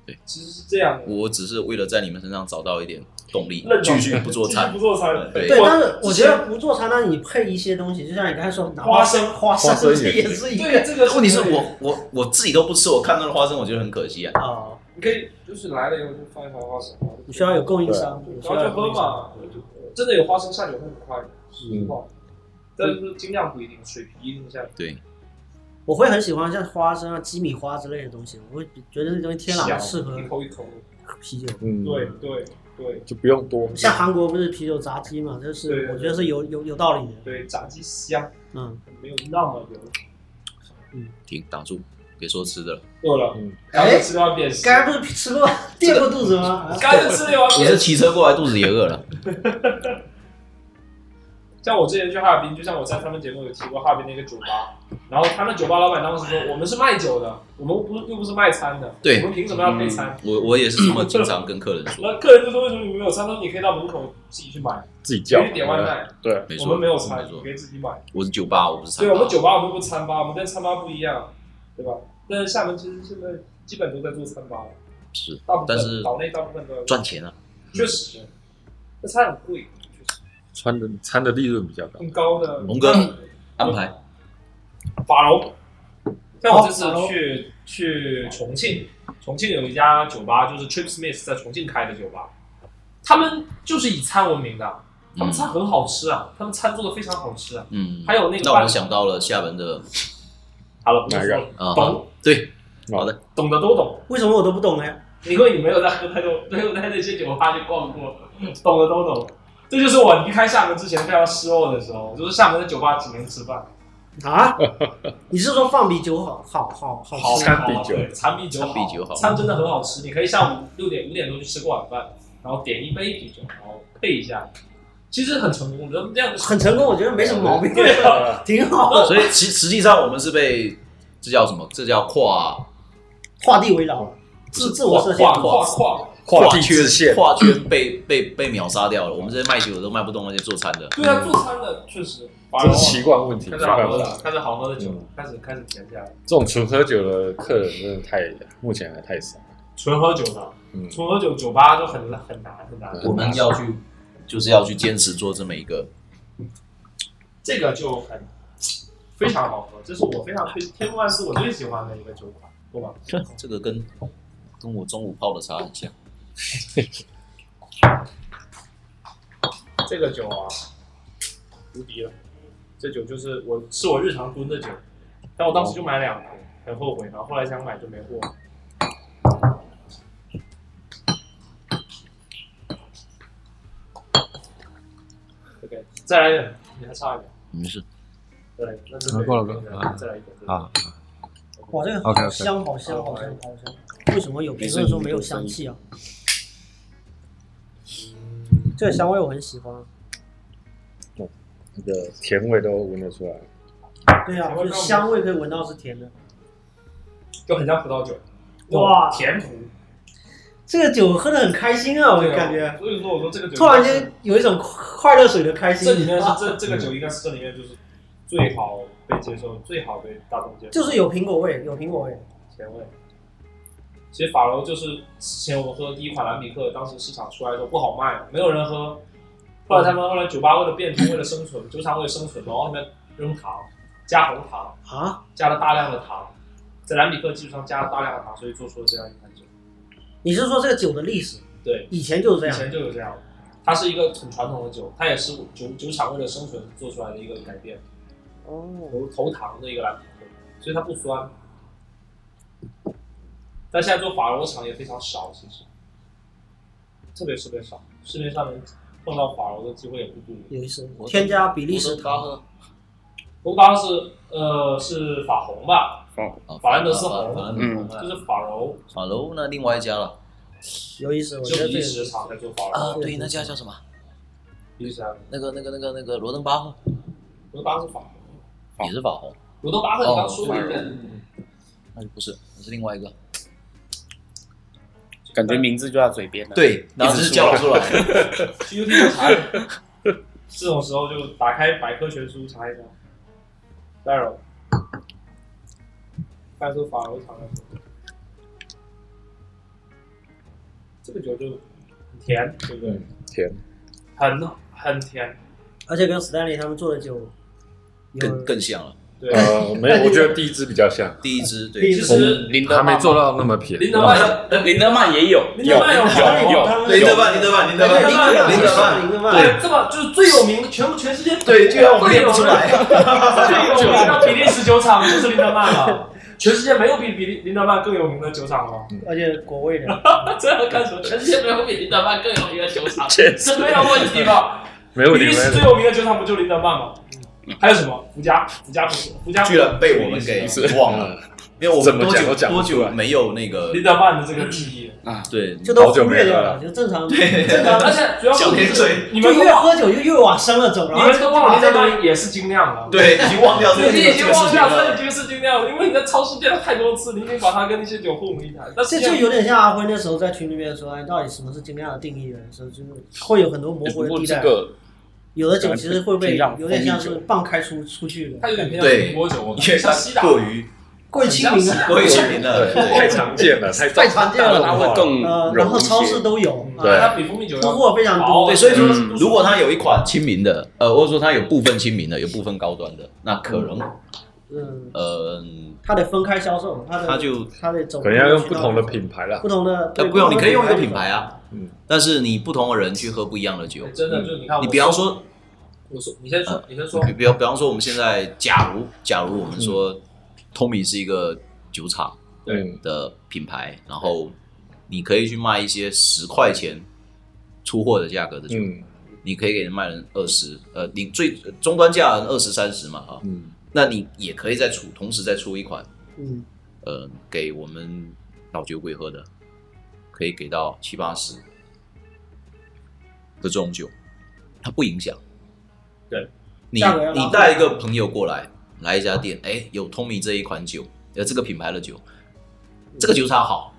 Speaker 2: 对，
Speaker 1: 其实是这样的。
Speaker 2: 我只是为了在你们身上找到一点动力
Speaker 1: 认，同
Speaker 2: 继续不做
Speaker 1: 继续
Speaker 2: 餐。
Speaker 1: 不做餐，
Speaker 2: 对
Speaker 3: 对，
Speaker 1: 我
Speaker 3: 但是我
Speaker 1: 之
Speaker 3: 觉
Speaker 1: 前
Speaker 3: 得不做餐单，你配一些东西，就像你刚才说，哪怕
Speaker 1: 花生
Speaker 3: 花
Speaker 4: 花生
Speaker 3: 生这
Speaker 4: 也
Speaker 3: 也是一
Speaker 1: 对
Speaker 3: 个
Speaker 1: 这个
Speaker 2: 问题是我我我自己都不吃，我看到的花生我觉得很可惜啊。
Speaker 3: 啊，
Speaker 1: 你可以就是来了以后就放一盘花生，
Speaker 3: 你需要有供应商，你需
Speaker 1: 然后
Speaker 3: 要有
Speaker 1: 就
Speaker 3: 供
Speaker 1: 喝
Speaker 3: 应商。
Speaker 1: 嘛，真的有花生下酒会很快，实话，但是精酿不一定，水皮一定下酒。
Speaker 2: 对，
Speaker 3: 我会很喜欢像花生啊、鸡米花之类的东西，我会觉得这东西天然
Speaker 2: 嗯
Speaker 1: 香
Speaker 3: 的适合
Speaker 1: 一口一口，
Speaker 3: 啤酒。
Speaker 4: 嗯
Speaker 1: 对对，对
Speaker 4: 就不用多。
Speaker 3: 像韩国不是啤酒炸鸡嘛，就
Speaker 1: 对对
Speaker 3: 是
Speaker 1: 对
Speaker 3: 我觉得是有有有道理的。
Speaker 1: 对，炸鸡香，
Speaker 3: 嗯，
Speaker 1: 没有那么油。
Speaker 2: 停，打住，别说吃的了。
Speaker 1: 饿了，
Speaker 4: 嗯，
Speaker 1: 然后吃到变
Speaker 3: 刚
Speaker 1: 干，
Speaker 3: 才不是吃
Speaker 2: <laughs>
Speaker 3: 过垫过肚子吗？啊
Speaker 1: 刚才吃了碗
Speaker 2: 你
Speaker 1: 面
Speaker 2: 是。骑车过来，肚子也饿了。
Speaker 1: 像我之前去哈尔滨，就像我在他们节目有提过哈尔滨那个酒吧，然后他们酒吧老板当时说，我们是卖酒的，我们不又不是卖餐的，
Speaker 2: 对
Speaker 1: 我们凭什么要配餐？
Speaker 2: 我我也是这么经常跟客人 <coughs> 说，
Speaker 1: 那客人就说为什么你们没有餐？他说你可以到门口自己去买，
Speaker 4: 自己
Speaker 1: 你
Speaker 4: 叫
Speaker 1: 可以点外卖，
Speaker 4: 对，
Speaker 2: 没
Speaker 1: 我
Speaker 2: 错，
Speaker 1: 们没有
Speaker 2: 没
Speaker 1: 餐，你
Speaker 2: 错
Speaker 1: 可，以自己买。
Speaker 2: 我是酒吧，我不是餐
Speaker 1: 对，
Speaker 2: 吧。
Speaker 1: 我们酒吧我们不餐吧，我们跟餐吧不一样，对吧？但是厦门其实现在基本都在做餐吧了，
Speaker 2: 是
Speaker 1: 大部
Speaker 2: 但是
Speaker 1: 分岛内大部分都在做
Speaker 2: 赚钱啊，
Speaker 1: 确实，那餐很贵，确实
Speaker 4: 穿的餐的利润比较高。
Speaker 1: 很高的。
Speaker 2: 龙哥安排
Speaker 1: 法龙，像我这次
Speaker 3: 哦法龙
Speaker 1: 去去重庆，重庆有一家酒吧，就是 Trip Smith 在重庆开的酒吧，他们就是以餐闻名的，他们餐很好吃啊，他们餐做的非常好吃啊。
Speaker 2: 嗯，
Speaker 1: 还有那个
Speaker 2: 让
Speaker 1: 饭
Speaker 2: 我想到了厦门的
Speaker 1: 好了，不
Speaker 4: 哪
Speaker 1: 是
Speaker 4: 个
Speaker 2: 啊，
Speaker 1: 懂
Speaker 2: 对，好的，
Speaker 1: 懂的都懂，
Speaker 3: 为什么我都不懂呢？
Speaker 1: 因为你没有在喝太多，没有在那些酒吧去逛过，懂的都懂。这就是我离开厦门之前非常失落的时候，就是厦门的酒吧只能吃饭，
Speaker 3: 啊？ <laughs> 你是说放比酒好好好好吃？
Speaker 4: 餐比
Speaker 1: 好
Speaker 4: 酒
Speaker 1: 对餐比酒好，
Speaker 2: 餐比酒好
Speaker 1: 餐真的很好吃。你可以下午六点五点多去吃个晚饭，然后点一杯啤酒，然后配一下，其实很成功的。这样
Speaker 3: 很成功，我觉得没什么毛病，
Speaker 1: 对啊，
Speaker 3: <laughs> 挺好的，
Speaker 2: 所以其实际上我们是被这叫什么？这叫跨
Speaker 3: 画地为牢，自自我设限
Speaker 1: 跨。跨跨，
Speaker 4: 跨地
Speaker 2: 圈
Speaker 4: 自限
Speaker 2: 跨圈被被被秒杀掉了。我们这些卖酒的都卖不动那些做餐的，
Speaker 1: 对啊，做餐的确实。
Speaker 4: 这是习惯问题，
Speaker 1: 开
Speaker 4: 没
Speaker 1: 始好
Speaker 4: 办
Speaker 1: 喝
Speaker 4: 法。
Speaker 1: 了，开始好喝的酒
Speaker 4: 嗯，
Speaker 1: 开始开始甜起来了。
Speaker 4: 这种纯喝酒的客人真的太，目前还太少。
Speaker 1: 纯喝酒的，
Speaker 4: 嗯，
Speaker 1: 纯喝酒酒吧就很很难很难。
Speaker 4: 嗯
Speaker 2: 我们要去就是要去坚持做这么一个，
Speaker 1: 这个就很非常好喝，这是我非常推天幕万是我最喜欢的一个酒款，对吧？
Speaker 2: 这个跟跟我中午泡的茶很像。
Speaker 1: 这个酒啊，无敌了！这酒就是我是我日常蹲的酒，但我当时就买两瓶，很后悔，然后后来想买就没货。OK，再来一点，你还差一点，
Speaker 2: 没事，
Speaker 1: 再来一点，那真的
Speaker 6: 啊够了够了
Speaker 1: 再来一点，
Speaker 6: 啊，
Speaker 3: 哇，这个
Speaker 6: OK，OK
Speaker 3: 好香，好香，好香，好香！为什么有评论说没有香气啊？这个香味我很喜欢。
Speaker 4: 那个甜味都闻得出来。
Speaker 3: 对啊，就是香味可以闻到是甜的。
Speaker 1: 就很像葡萄酒，
Speaker 3: 哇
Speaker 1: 甜葡，
Speaker 3: 这个酒喝的很开心啊，我
Speaker 1: 对啊
Speaker 3: 感觉
Speaker 1: 所以说我说这个酒
Speaker 3: 突然间有一种快乐水的开心。
Speaker 1: 这里面是这这个酒应该是这里面就是最好被接受、最好被大众接受，
Speaker 3: 就是有苹果味，有苹果味。
Speaker 1: 前卫。其实法楼就是之前我喝第一款蓝比克，当时市场出来的时候不好卖，没有人喝。后来他们后来酒吧为了变通，为了生存，酒厂为了生存，然后他们扔糖，加红糖，
Speaker 3: 啊，
Speaker 1: 加了大量的糖，在蓝比克基础上加了大量的糖，所以做出了这样一款酒。
Speaker 3: 你是说这个酒的历史？
Speaker 1: 对，
Speaker 3: 以前就是这
Speaker 1: 以
Speaker 3: 样。
Speaker 1: 前就有这样，它是一个很传统的酒，它也是酒酒厂为了生存做出来的一个改变。
Speaker 3: 哦，
Speaker 1: 投投糖的一个蓝皮克，所以它不酸。但现在做法罗厂也非常少，其实特别特别少，市面上能碰到法罗的机会也不多。
Speaker 3: 有意思。
Speaker 1: 哦
Speaker 2: 我
Speaker 3: 添加比利时
Speaker 2: 高
Speaker 3: 糖，
Speaker 2: 喝
Speaker 1: 红刚是呃是法红吧，
Speaker 2: 啊
Speaker 1: 法兰德斯
Speaker 2: 法
Speaker 1: 红
Speaker 2: 法兰德
Speaker 1: 就
Speaker 2: 斯红，
Speaker 1: 是法柔，
Speaker 2: 法楼那另外一家了
Speaker 3: 有意思。我
Speaker 1: 就
Speaker 3: 觉得
Speaker 1: 比
Speaker 3: 这
Speaker 1: 利
Speaker 3: 个
Speaker 1: 时厂在做法
Speaker 2: 啊，
Speaker 1: 柔，
Speaker 2: 对，那家叫什么？
Speaker 1: 比利时厂。
Speaker 2: 那个那个那个那个罗登巴赫
Speaker 1: 罗德巴是法红，
Speaker 2: 也是法红，
Speaker 1: 罗德巴赫你刚说过一
Speaker 5: 哦
Speaker 1: 遍，
Speaker 2: 那就不是，那是另外一个。
Speaker 5: 感觉名字就在嘴边了。，啊
Speaker 2: 对，然后就是叫不出来。
Speaker 1: 去 YouTube 查一下。这种时候就打开百科全书查一下。Barrel，半说法楼厂的酒，这个酒就很甜，对不对？
Speaker 4: 嗯，甜。
Speaker 1: 很很甜，
Speaker 3: 而且跟 Stanley 他们做的酒有
Speaker 2: 更更像了，
Speaker 1: 对，
Speaker 4: 呃，没有，我觉得第一支比较像，嗯
Speaker 2: 第一支对，
Speaker 3: 第一
Speaker 1: 其
Speaker 3: 支
Speaker 1: 实
Speaker 5: 林德
Speaker 4: 还
Speaker 5: 曼
Speaker 4: 没做到那么嗯便宜。
Speaker 1: 林德曼有
Speaker 5: 林德曼也有，
Speaker 1: 林德曼有跑
Speaker 4: 有
Speaker 1: 过
Speaker 4: 有
Speaker 2: 林德曼，林德曼，林德曼，
Speaker 1: 林德曼
Speaker 2: 林德曼，
Speaker 3: 林德曼，
Speaker 1: 对，哎这么就是最有名的，全部全世界
Speaker 2: 对，居
Speaker 1: <laughs>
Speaker 2: 然我们练不出来。
Speaker 1: 最有名的比利时酒厂就是林德曼了，全世界没有比比林德曼更有名的酒厂了。
Speaker 3: 而且国卫的，
Speaker 1: <laughs> 这要干什么？全世界没有比林德曼更有名的球场，这没有问题吧？
Speaker 4: 没有
Speaker 1: 比利
Speaker 4: 你
Speaker 1: 时
Speaker 4: 们
Speaker 1: 最有名的球场不就林德曼吗？还有什么？福加，福加不是，福加不是
Speaker 2: 居然被我们给忘了，因为我
Speaker 4: 怎
Speaker 2: 们
Speaker 4: 么
Speaker 2: 多
Speaker 4: 讲都
Speaker 2: 久
Speaker 4: 讲不
Speaker 2: 多
Speaker 4: 出来
Speaker 2: 久没有那个
Speaker 1: 林德曼的这个记忆。
Speaker 2: 对，
Speaker 3: 就都
Speaker 4: 好久
Speaker 3: 忽
Speaker 4: 没
Speaker 3: 略掉
Speaker 4: 喝
Speaker 3: 了，
Speaker 4: 了
Speaker 3: 就正常，
Speaker 2: 对
Speaker 3: 正
Speaker 1: <laughs>
Speaker 3: 常
Speaker 1: 而。且主要
Speaker 2: 小
Speaker 1: 问题
Speaker 2: 甜
Speaker 1: 是，
Speaker 2: 水
Speaker 1: 你
Speaker 3: 你
Speaker 1: 们都
Speaker 3: 越
Speaker 1: 忘，
Speaker 3: 喝酒就越往深了走，然
Speaker 1: 你
Speaker 3: 后
Speaker 1: 们都忘了林
Speaker 3: 这
Speaker 1: 德
Speaker 3: 东西
Speaker 1: 曼也是精酿了。
Speaker 2: 对，已经忘掉这个
Speaker 1: <laughs> 你已
Speaker 2: 这
Speaker 1: 经
Speaker 2: 个事
Speaker 1: 忘
Speaker 2: 情
Speaker 1: 掉这
Speaker 2: 了。
Speaker 1: 已经是精酿了，因为你在超市见了太多次，你已经把它跟那些酒混为一谈。但
Speaker 3: 这
Speaker 1: 是
Speaker 3: 就有点像阿辉那时候在群里面说，哎，到底什么是精酿的定义的时候，就是会有很多模糊
Speaker 5: 不
Speaker 3: 的
Speaker 5: 过
Speaker 3: 地
Speaker 5: 这
Speaker 3: 带。
Speaker 5: 个
Speaker 3: 有的酒其实会被
Speaker 5: 这样
Speaker 3: 有点像是半开出出去的，
Speaker 1: 它有点偏向
Speaker 2: 对
Speaker 1: 苹果酒，
Speaker 2: 因为
Speaker 1: 像西
Speaker 2: 它
Speaker 1: 打，
Speaker 2: 过于
Speaker 3: 过于亲民啊。
Speaker 2: 过于亲民了，
Speaker 4: 太
Speaker 2: 对，
Speaker 4: 常见了，太
Speaker 5: 再
Speaker 3: 常
Speaker 5: 长
Speaker 3: 见
Speaker 5: 大
Speaker 3: 了
Speaker 5: 了，它会
Speaker 2: 嗯
Speaker 5: 更
Speaker 3: 呃，然后
Speaker 5: 柔一
Speaker 3: 超市
Speaker 5: 些。
Speaker 3: 都有，
Speaker 4: 对
Speaker 3: 啊
Speaker 1: 它比蜂蜜酒
Speaker 3: 铺
Speaker 1: 要
Speaker 3: 货非常
Speaker 1: 薄
Speaker 3: 多。
Speaker 2: 对，所以说
Speaker 5: 嗯
Speaker 2: 如果它有一款亲民的，呃，或者说它有部分亲民的，有部分高端的，那可能
Speaker 3: 嗯，
Speaker 2: 呃，
Speaker 3: 它得分开销售，它的
Speaker 2: 它呃就
Speaker 3: 它得走，
Speaker 4: 可能要用不同的品牌啦。
Speaker 3: 不同的，
Speaker 2: 呃，
Speaker 3: 对
Speaker 2: 不用，你可以用一个品牌啊，
Speaker 4: 嗯，
Speaker 2: 但是你不同的人去喝不一样的酒
Speaker 1: 哎，真的就是你看我，
Speaker 2: 你比方说，
Speaker 1: 我说你先说
Speaker 2: 嗯，
Speaker 1: 你先说，
Speaker 2: 比比方比方说我们现在，假如假如我们说，Tommy 是一个酒厂。
Speaker 4: 嗯，
Speaker 2: 的品牌，然后你可以去卖一些十块钱出货的价格的酒，
Speaker 4: 嗯
Speaker 2: 你可以给人卖人二十，呃，你最终端价二十三十嘛啊，
Speaker 4: 嗯，
Speaker 2: 那你也可以再出，同时再出一款，
Speaker 3: 嗯，
Speaker 2: 呃，给我们老酒鬼喝的，可以给到七八十的这种酒，它不影响。
Speaker 1: 对，
Speaker 2: 你
Speaker 3: 价格要拉啊
Speaker 2: 你
Speaker 3: 回
Speaker 2: 带一个朋友过来，来一家店，哎，有 Tommy 这一款酒，呃，这个品牌的酒，这个酒厂好，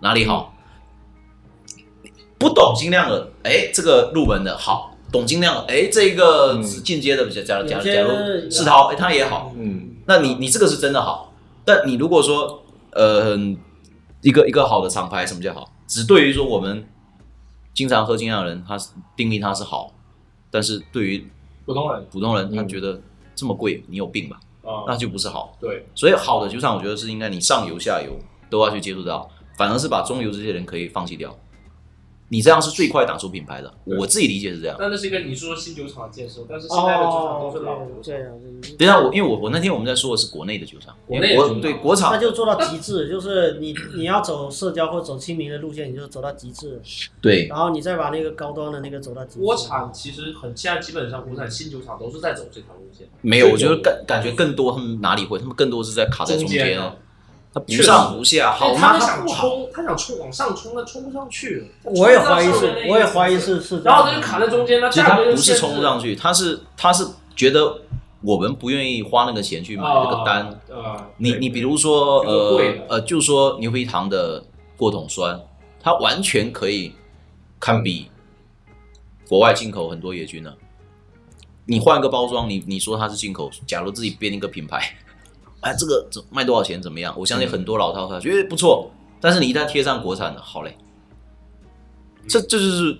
Speaker 2: 哪里好？
Speaker 3: 嗯
Speaker 2: 不懂精酿的，哎，这个入门的好；懂精酿的，哎，这个
Speaker 4: 嗯
Speaker 2: 进阶的，假假假
Speaker 3: 有些
Speaker 2: 假如世涛，哎，他也好。
Speaker 4: 嗯，
Speaker 2: 那你你这个是真的好，但你如果说呃一个一个好的厂牌，什么叫好？只对于说我们经常喝精酿的人，他是定义它是好，但是对于
Speaker 1: 普通人
Speaker 2: 普通人，他
Speaker 4: 嗯
Speaker 2: 觉得这么贵，你有病吧？
Speaker 1: 啊
Speaker 2: 那，就不是好。
Speaker 1: 对，
Speaker 2: 所以好的酒厂，我觉得是应该你上游下游都要去接触到，反而是把中游这些人可以放弃掉。你这样是最快打出品牌的，我自己理解是这样。
Speaker 1: 但那是一个你说新酒厂的建设，但是现在的酒厂
Speaker 3: 哦
Speaker 1: 都是老酒，
Speaker 3: 对啊，对
Speaker 2: 等一下我，因为我我那天我们在说的是国内的酒厂，
Speaker 1: 国内的酒
Speaker 2: 国
Speaker 1: 厂
Speaker 2: 对国
Speaker 3: 那
Speaker 2: 产
Speaker 3: 就做到极致，就是你你要走社交或走亲民的路线，你就走到极致，
Speaker 2: 对
Speaker 3: 然后你再把那个高端的那个走到极致。
Speaker 1: 国产其实很现在基本上国产新酒厂都是在走这条路线，
Speaker 2: 没有，我觉得感感觉更多他们哪里会，他们更多是在卡在中
Speaker 1: 中
Speaker 2: 间
Speaker 1: 间啊，
Speaker 2: 他不上不下，好
Speaker 1: 哎他
Speaker 2: 吗？
Speaker 1: 们
Speaker 2: 他
Speaker 1: 想
Speaker 2: 不好，
Speaker 1: 冲，他想冲往上冲，但冲不上去。
Speaker 3: 我也怀疑
Speaker 1: 冲不
Speaker 3: 是
Speaker 1: 上上面那，一
Speaker 3: 我也
Speaker 1: 层
Speaker 3: 怀疑，是是这
Speaker 1: 然
Speaker 3: 样
Speaker 1: 后
Speaker 3: 的。
Speaker 1: 他就卡在中间，那
Speaker 2: 其实他
Speaker 1: 价格又
Speaker 2: 不是
Speaker 1: 限制
Speaker 2: 冲不上去，他是他是觉得我们不愿意花那个钱去买这个单。
Speaker 1: 啊啊，
Speaker 2: 你你比如说
Speaker 1: 这个贵
Speaker 2: 呃
Speaker 1: 了
Speaker 2: 呃，就说牛皮糖的过桶酸，它完全可以堪比
Speaker 1: 嗯
Speaker 2: 国外进口很多野菌了。你换一个包装，你你说它是进口，假如自己编一个品牌，哎，这个怎卖多少钱怎么样？我相信很多老饕他觉得不错，但是你一旦贴上国产的，好嘞，这这就是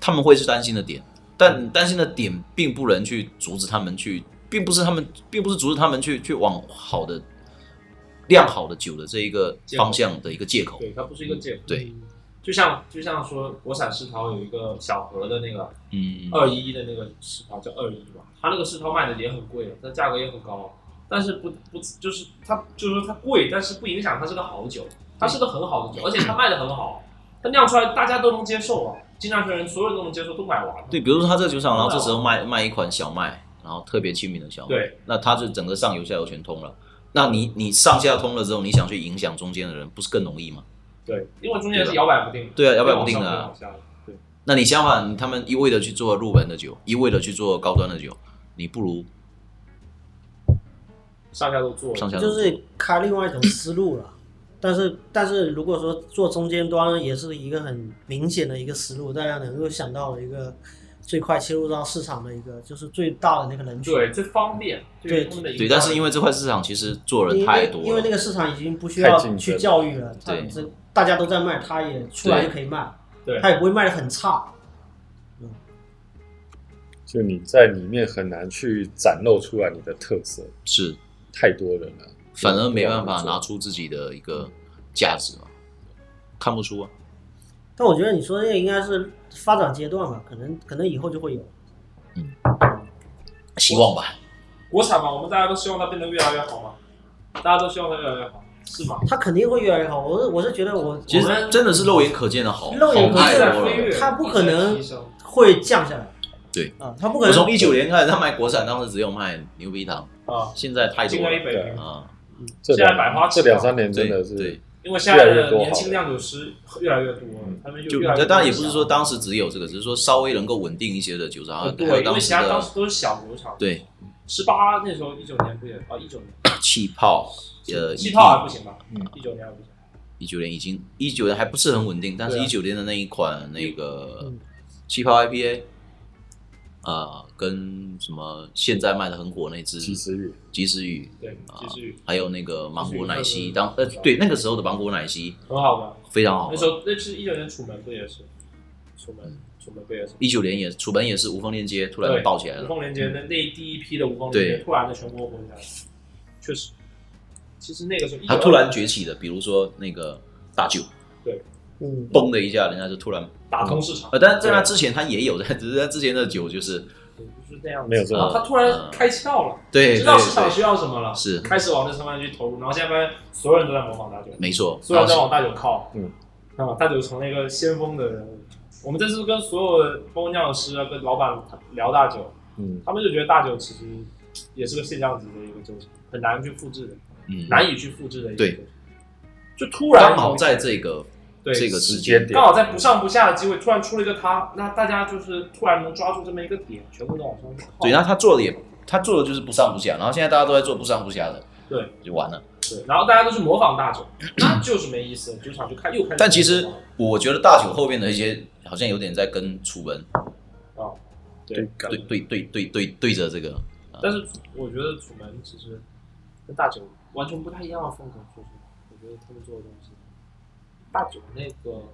Speaker 2: 他们会是担心的点。但你担心的点并不能去阻止他们去，并不是他们，并不是阻止他们去去往好的量好的酒的这一个方向的一个借口。
Speaker 1: 对，它不是一个借口。
Speaker 2: 对，
Speaker 1: 就像就像说国产世涛有一个小盒的那个
Speaker 2: 嗯，
Speaker 1: 二一的那个世涛叫二一吧，它那个世涛卖的也很贵，但价格也很高，哦但是不不就是它就是说它贵，但是不影响它是个好酒，它是个很好的酒，而且它卖的很好，它酿出来大家都能接受啊，经常人所有人都能接受，都买完了。
Speaker 2: 对，比如说他这个酒厂，然后这时候卖卖一款小麦，然后特别亲民的小麦，
Speaker 1: 对，
Speaker 2: 那他就整个上游下游全通了。那你你上下通了之后，你想去影响中间的人，不是更容易吗？
Speaker 1: 对，因为中间是摇摆不定的，
Speaker 2: 对啊，摇摆不定的、
Speaker 1: 往
Speaker 2: 啊
Speaker 1: 上。会往下的。
Speaker 2: 那你相反，他们一味的去做入门的酒，一味的去做高端的酒，你不如
Speaker 1: 上下都做了
Speaker 2: 上下都
Speaker 3: 就
Speaker 2: 做
Speaker 3: 是开另外一种思路了。但是，但是如果说做中间端，也是一个很明显的一个思路，大家能够想到的一个最快切入到市场的一个，就是最大的那个人群。
Speaker 1: 对，最方便，
Speaker 3: 对
Speaker 1: 他们的
Speaker 2: 对，但是因
Speaker 1: 为
Speaker 2: 为这块市场其实做
Speaker 3: 因
Speaker 2: 人
Speaker 3: 为
Speaker 2: 太多了，
Speaker 3: 因为那个市场已经不需
Speaker 4: 太
Speaker 3: 要
Speaker 4: 竞争
Speaker 3: 去
Speaker 4: 了
Speaker 3: 教育了，它
Speaker 2: 对
Speaker 3: 这大家都在卖，它也出来
Speaker 2: 对
Speaker 3: 就可以卖，
Speaker 1: 对
Speaker 3: 它也不会卖的很差。
Speaker 4: 就你在里面很难去展露出来你的特色，
Speaker 2: 是
Speaker 4: 太多人了，
Speaker 2: 反而没办法拿出自己的一个价值嘛，看不出啊。
Speaker 3: 但我觉得你说这个应该是发展阶段吧，可能可能以后就会有。
Speaker 2: 希望吧，
Speaker 1: 国产嘛，我们大家都希望它变得越来越好嘛，大家都希望它越来越好，是吗？
Speaker 3: 它肯定会越来越好。我是我是觉得我
Speaker 2: 其实
Speaker 1: 我们
Speaker 2: 真的是肉眼可见的好，
Speaker 3: 肉眼
Speaker 2: 好
Speaker 3: 可
Speaker 2: 太
Speaker 3: 见的
Speaker 2: 多
Speaker 1: 飞跃
Speaker 2: 了。
Speaker 3: 它不可能
Speaker 1: 一直在提升
Speaker 3: 会降下来。
Speaker 2: 对
Speaker 3: 啊，它不可
Speaker 2: 我
Speaker 3: 能
Speaker 2: 从一九年开始，他卖国产，当时只有卖牛皮糖，
Speaker 1: 啊，
Speaker 2: 现在太
Speaker 1: 金
Speaker 2: 多
Speaker 1: 刚一
Speaker 2: 了
Speaker 1: 百
Speaker 4: 对
Speaker 1: 平，
Speaker 2: 啊！
Speaker 4: 这两
Speaker 1: 现在百花齐放
Speaker 4: 这两三年
Speaker 2: 对
Speaker 4: 真的是
Speaker 2: 对，
Speaker 1: 因为现在
Speaker 4: 越来越
Speaker 1: 的
Speaker 4: 多好了
Speaker 1: 年轻酿酒师越来越多了，他们
Speaker 4: 就
Speaker 1: 越来越多
Speaker 2: 那嗯当然也不是说当时只有这个，只是说稍微能够稳定一些的酒厂，还有还
Speaker 1: 哦
Speaker 2: 有
Speaker 1: 对，因为
Speaker 2: 当时
Speaker 1: 其他当
Speaker 2: 的
Speaker 1: 时都是小酒厂，
Speaker 2: 对
Speaker 1: 十八那时候一九年不也啊一九年，
Speaker 2: 气泡，呃，
Speaker 1: 气泡还不
Speaker 2: 一
Speaker 1: 行吧
Speaker 4: 嗯？
Speaker 1: 一九年还不行，
Speaker 2: 一九年已经一九年还不是很稳定，但是
Speaker 1: 对啊
Speaker 2: 一九年的那一款那个
Speaker 3: 嗯
Speaker 2: 气泡 IPA，啊，跟什么现在卖的很火那只
Speaker 4: 及时雨，
Speaker 2: 及时雨，
Speaker 1: 对，其实
Speaker 2: 还有那个芒果奶
Speaker 1: 就是
Speaker 2: 昔，
Speaker 1: 那个
Speaker 2: 当呃对那个时候的芒果奶昔
Speaker 1: 很好玩。
Speaker 2: 非常好
Speaker 1: 那
Speaker 2: 喝
Speaker 1: 时。候那是一九年楚门不也是？楚门楚门不也是？
Speaker 2: 一九年也楚门也是无缝链接突然
Speaker 1: 对
Speaker 2: 爆起来
Speaker 1: 无
Speaker 2: 了，嗯
Speaker 1: 缝连接那那第一批的无缝连接
Speaker 2: 对
Speaker 1: 突然在全国火起来了，确实，其实那个时候
Speaker 2: 它
Speaker 1: 19
Speaker 2: 突然崛起的，比如说那个大酒，
Speaker 3: 嗯，
Speaker 2: 嘣的一下，人家就突然
Speaker 1: 打通市场，
Speaker 2: 呃，但是在那之前他也有在，只是在之前的酒就是
Speaker 1: 就是那样子
Speaker 4: 没有这
Speaker 1: 啊
Speaker 4: 种
Speaker 1: 他突
Speaker 2: 嗯
Speaker 1: 然开窍了，
Speaker 2: 对
Speaker 1: 知
Speaker 2: 对
Speaker 1: 道市场需
Speaker 2: 哎对，
Speaker 1: 要什么了，
Speaker 2: 是
Speaker 1: 开始往这上面去投入，然后现在发现所有人都在模仿大酒，
Speaker 2: 没错，
Speaker 1: 所有
Speaker 2: 然
Speaker 1: 人都
Speaker 2: 后
Speaker 1: 往大酒靠，
Speaker 4: 嗯，
Speaker 1: 啊，大酒成了一个先锋的人物。我们这次跟所有的包酿师啊，跟老板聊大酒，
Speaker 4: 嗯，
Speaker 1: 他们就觉得大酒其实也是个现象级的一个酒厂，很难去复制的，
Speaker 2: 嗯，
Speaker 1: 难以去复制的一个
Speaker 2: 对
Speaker 1: 酒厂，就突然
Speaker 2: 刚好在这个
Speaker 1: 对
Speaker 2: 这个
Speaker 4: 时
Speaker 2: 时
Speaker 4: 间
Speaker 2: 间
Speaker 4: 点
Speaker 1: 刚好在不上不下的机会，突然出了一个他，那大家就是突然能抓住这么一个点，全部都往上靠。
Speaker 2: 对，然后他做的也他做的就是不上不下，然后现在大家都在做不上不下的，
Speaker 1: 对，
Speaker 2: 就完了。
Speaker 1: 对然后大家都是模仿
Speaker 2: <clears throat>
Speaker 1: 大酒，那就是没意思，酒厂就开又开始模仿。
Speaker 2: 但其实我觉得大酒后面的一些好像有点在跟楚门
Speaker 1: 对，
Speaker 2: 对对对对对对着这个，
Speaker 1: 但是我觉得楚门其实跟大酒完全不太一样的风格，说实话，我觉得他们做的东西，大酒那个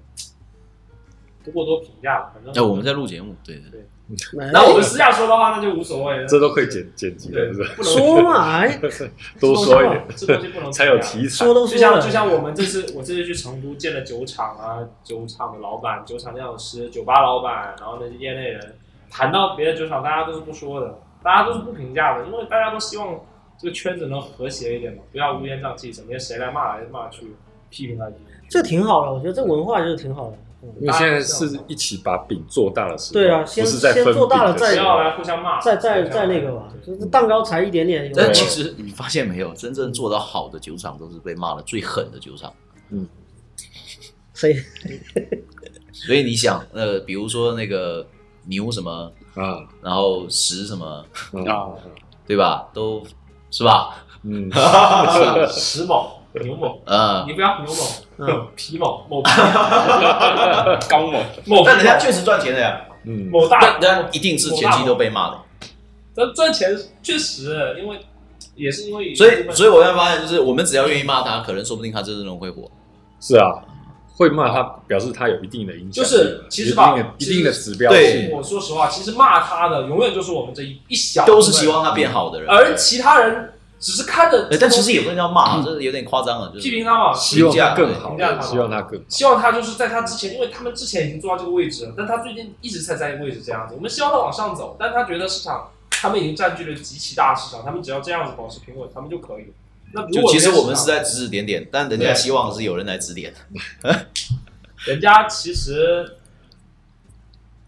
Speaker 1: 不过多评价了，反正
Speaker 2: 那我们在录节目，对对对，
Speaker 1: 那
Speaker 3: 哎
Speaker 1: 我们私下说的话，那就无所谓了。
Speaker 4: 这都可以剪剪辑
Speaker 1: 对
Speaker 4: 的，是不是？
Speaker 1: 不能
Speaker 3: 说嘛，哎，
Speaker 4: <laughs> 多说一点
Speaker 1: 这东
Speaker 4: <laughs>
Speaker 1: 西不能
Speaker 4: 才有
Speaker 1: 评价
Speaker 4: 题材
Speaker 3: 说，都
Speaker 1: 就
Speaker 3: 说
Speaker 1: 像
Speaker 3: 了，
Speaker 1: 就像我们这次我这次去成都见了酒厂啊，酒厂的老板、酒厂酿酒师、酒吧老板，然后那些业内人，谈到别的酒厂，大家都是不说的，大家都是不评价的，因为大家都希望这个圈子能和谐一点嘛，不要乌烟瘴气，整天谁来骂来骂去，批评来批评去。
Speaker 3: 这挺好的，我觉得这文化就是挺好的。嗯
Speaker 4: 因为现在是一起把饼做大的时候，
Speaker 3: 对啊
Speaker 4: 不
Speaker 3: 先
Speaker 4: 是在分
Speaker 3: 先做大了
Speaker 4: 饼
Speaker 1: 不
Speaker 4: 的
Speaker 3: 再
Speaker 4: 时候啊
Speaker 1: 要来互相骂，
Speaker 3: 再再
Speaker 1: 不要
Speaker 3: 再那个吧，
Speaker 1: 对
Speaker 3: 就是蛋糕才一点点，有
Speaker 2: 但
Speaker 3: 没
Speaker 2: 其
Speaker 3: 有
Speaker 2: 实你发现没有，真正做到好的酒厂都是被骂的最狠的酒厂。
Speaker 3: 谁
Speaker 2: 所以你想，呃，比如说那个牛什么，
Speaker 4: 啊
Speaker 2: 然后石什么，
Speaker 4: 啊，
Speaker 2: 对吧？都是吧？<laughs>
Speaker 4: 嗯，
Speaker 1: <laughs>
Speaker 2: 啊
Speaker 1: 石某、牛某，
Speaker 2: 呃
Speaker 1: 你，不要牛某
Speaker 3: 嗯，
Speaker 1: 皮某、
Speaker 2: <laughs>
Speaker 1: 某皮、高某、某皮
Speaker 2: 但人家确实赚钱的呀，
Speaker 4: 嗯，
Speaker 1: 某 <laughs> 大
Speaker 2: 但人家一定是前期都被骂的。
Speaker 1: 但赚钱确实，因为也是因为
Speaker 2: 所以，所以我才发现，就是我们只要愿意骂他，可能说不定他真正会火。
Speaker 4: 是啊，会骂他，表示他有一定的影响力，
Speaker 1: 就是其实
Speaker 4: 有
Speaker 1: 吧
Speaker 4: 一定的
Speaker 1: 其
Speaker 4: 一
Speaker 1: 实
Speaker 4: 定的指标
Speaker 2: 对
Speaker 4: 性，
Speaker 1: 我说实话，其实骂他的永远就是我们这一一小部分
Speaker 2: 都是希，望他变好的人，
Speaker 1: 而其他人只是看着
Speaker 2: 呃，，但其实也不能叫骂，这有点夸张了，就
Speaker 1: 批
Speaker 2: 是
Speaker 1: 评他嘛。
Speaker 4: 希望他更好
Speaker 1: 评价他，嘛
Speaker 4: 希望他更好，
Speaker 1: 希望他就是在他之前，因为他们之前已经做到这个位置了，但他最近一直在在位置这样子。我们希望他往上走，但他觉得市场他们已经占据了极其大的市场，他们只要这样子保持平稳，他们就可以了。那如
Speaker 2: 就
Speaker 1: 果
Speaker 2: 其实
Speaker 1: 这个
Speaker 2: 我们
Speaker 1: 市
Speaker 2: 是
Speaker 1: 场
Speaker 2: 在指指点点，但人家
Speaker 1: 对
Speaker 2: 希望是有人来指点。
Speaker 1: 人家其实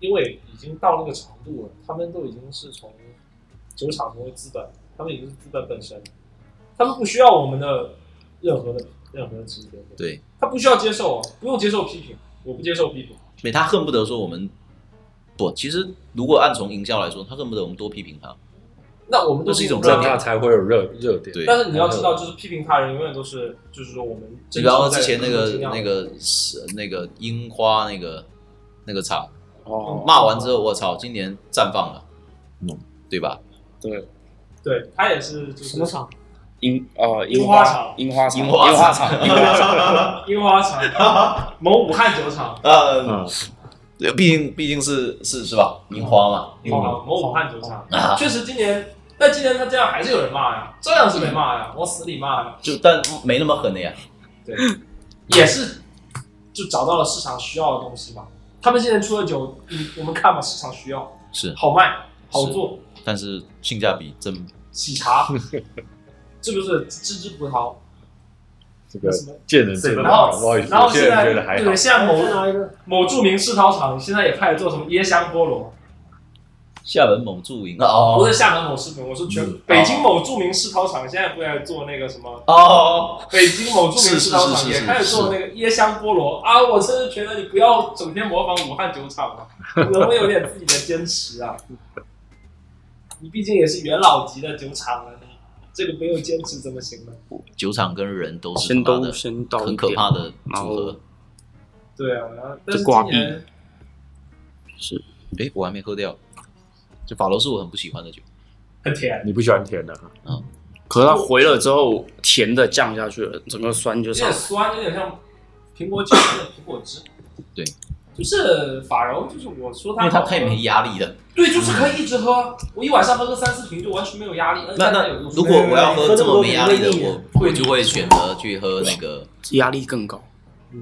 Speaker 1: 因为已经到那个程度了，他们都已经是从酒厂成为资本，他们已经是资本本身，他们不需要我们的任何的任何的指点，
Speaker 2: 对，
Speaker 1: 他不需要接受啊，不用接受批评，我不接受批评，
Speaker 2: 对他恨不得说我们不，其实如果按从营销来说，他恨不得我们多批评他。
Speaker 1: 那我们都
Speaker 2: 那是一种
Speaker 1: 这
Speaker 4: 让
Speaker 1: 样
Speaker 4: 他才会有热热点。
Speaker 2: 对，
Speaker 1: 但是你要知道，就是批评他人永远都是，就是说我们
Speaker 2: 你
Speaker 1: 真
Speaker 2: 比
Speaker 1: 正
Speaker 2: 方说
Speaker 1: 在
Speaker 2: 之前那个
Speaker 1: 尽量
Speaker 2: 那个是那个樱花那个那个厂
Speaker 5: 哦，
Speaker 2: 骂完之后，我操，今年绽放了，
Speaker 4: 嗯，
Speaker 2: 对吧？
Speaker 5: 对，
Speaker 1: 对他也是就是
Speaker 3: 什么厂？
Speaker 5: 樱呃
Speaker 1: 樱
Speaker 5: 樱
Speaker 1: 花
Speaker 5: 花
Speaker 1: 厂
Speaker 5: 樱花厂
Speaker 2: 樱花
Speaker 5: 樱花厂，樱花厂，
Speaker 1: 樱花厂，某武汉酒厂，
Speaker 2: 呃，
Speaker 4: 嗯，
Speaker 2: 毕竟毕竟是是是吧？樱花嘛，啊
Speaker 1: 某某武汉酒厂，确实今年但今天他这样还是有人骂呀，照样是被骂
Speaker 2: 嗯
Speaker 1: 呀，往死里骂呀，
Speaker 2: 就但没那么狠的呀。
Speaker 1: 对，也是就找到了市场需要的东西嘛。他们现在出了酒，嗯，我们看吧，市场需要，
Speaker 2: 是，
Speaker 1: 好卖，好做，
Speaker 2: 但是性价比真
Speaker 1: 喜
Speaker 2: <laughs>
Speaker 1: 茶，是不是芝芝葡萄？
Speaker 4: 这个见仁见智，
Speaker 1: 然
Speaker 4: 好不好
Speaker 1: 后
Speaker 4: 意，思，
Speaker 1: 然后
Speaker 4: 有
Speaker 1: 现
Speaker 4: 些人
Speaker 1: 在
Speaker 4: 觉得还好
Speaker 1: 对，。现在
Speaker 3: 再
Speaker 1: 某
Speaker 2: 啊
Speaker 3: 拿一个，
Speaker 1: 某著名试陶厂现在也开始做什么椰香菠萝，
Speaker 2: 厦门某驻营
Speaker 1: 不
Speaker 2: 哦
Speaker 1: 是厦门某市民，我说全
Speaker 2: 嗯
Speaker 1: 北京某著名试陶厂现在不在做那个什么，
Speaker 2: 哦，
Speaker 1: 北京某著名
Speaker 2: 是
Speaker 1: 制造
Speaker 2: 是
Speaker 1: 厂
Speaker 2: 是
Speaker 1: 也
Speaker 2: 是
Speaker 1: 开始做那个椰香菠萝啊！我真是觉得你不要整天模仿武汉酒厂了，能不能有点自己的坚持啊？你毕竟也是元老级的酒厂了，你这个没有坚持怎么行呢？
Speaker 2: 酒厂跟人都是
Speaker 5: 先
Speaker 2: 他妈
Speaker 5: 都
Speaker 2: 的
Speaker 5: 先到
Speaker 2: 很可怕的
Speaker 5: 然
Speaker 2: 组
Speaker 5: 后
Speaker 2: 合。
Speaker 1: 对啊，然后但是
Speaker 5: 这挂
Speaker 1: 今年
Speaker 5: 是
Speaker 2: 诶，我还没喝掉，就法罗是我很不喜欢的酒。
Speaker 1: 很甜，
Speaker 4: 你不喜欢甜的啊，
Speaker 5: 可是它回了之后，甜的降下去了，整个酸就
Speaker 1: 有
Speaker 5: 上
Speaker 1: 点
Speaker 5: 来。
Speaker 1: 酸，有点像苹果酒，有点苹果汁。
Speaker 2: 对，
Speaker 1: <laughs> 就是法柔，就是我说
Speaker 2: 因
Speaker 1: 它
Speaker 2: 为它
Speaker 1: 好喝，
Speaker 2: 太没嗯压力了。
Speaker 1: 对，就是可以一直喝，我一晚上喝个三四瓶就完全没有压力。而且
Speaker 2: 那
Speaker 1: 它
Speaker 2: 那
Speaker 1: 有一种
Speaker 2: 如果我要喝
Speaker 3: 喝这
Speaker 2: 这
Speaker 3: 么
Speaker 2: 么
Speaker 3: 多
Speaker 2: 没压力的
Speaker 3: 不会腻，啊
Speaker 2: 我我就会选择去喝那个
Speaker 5: 压力更高。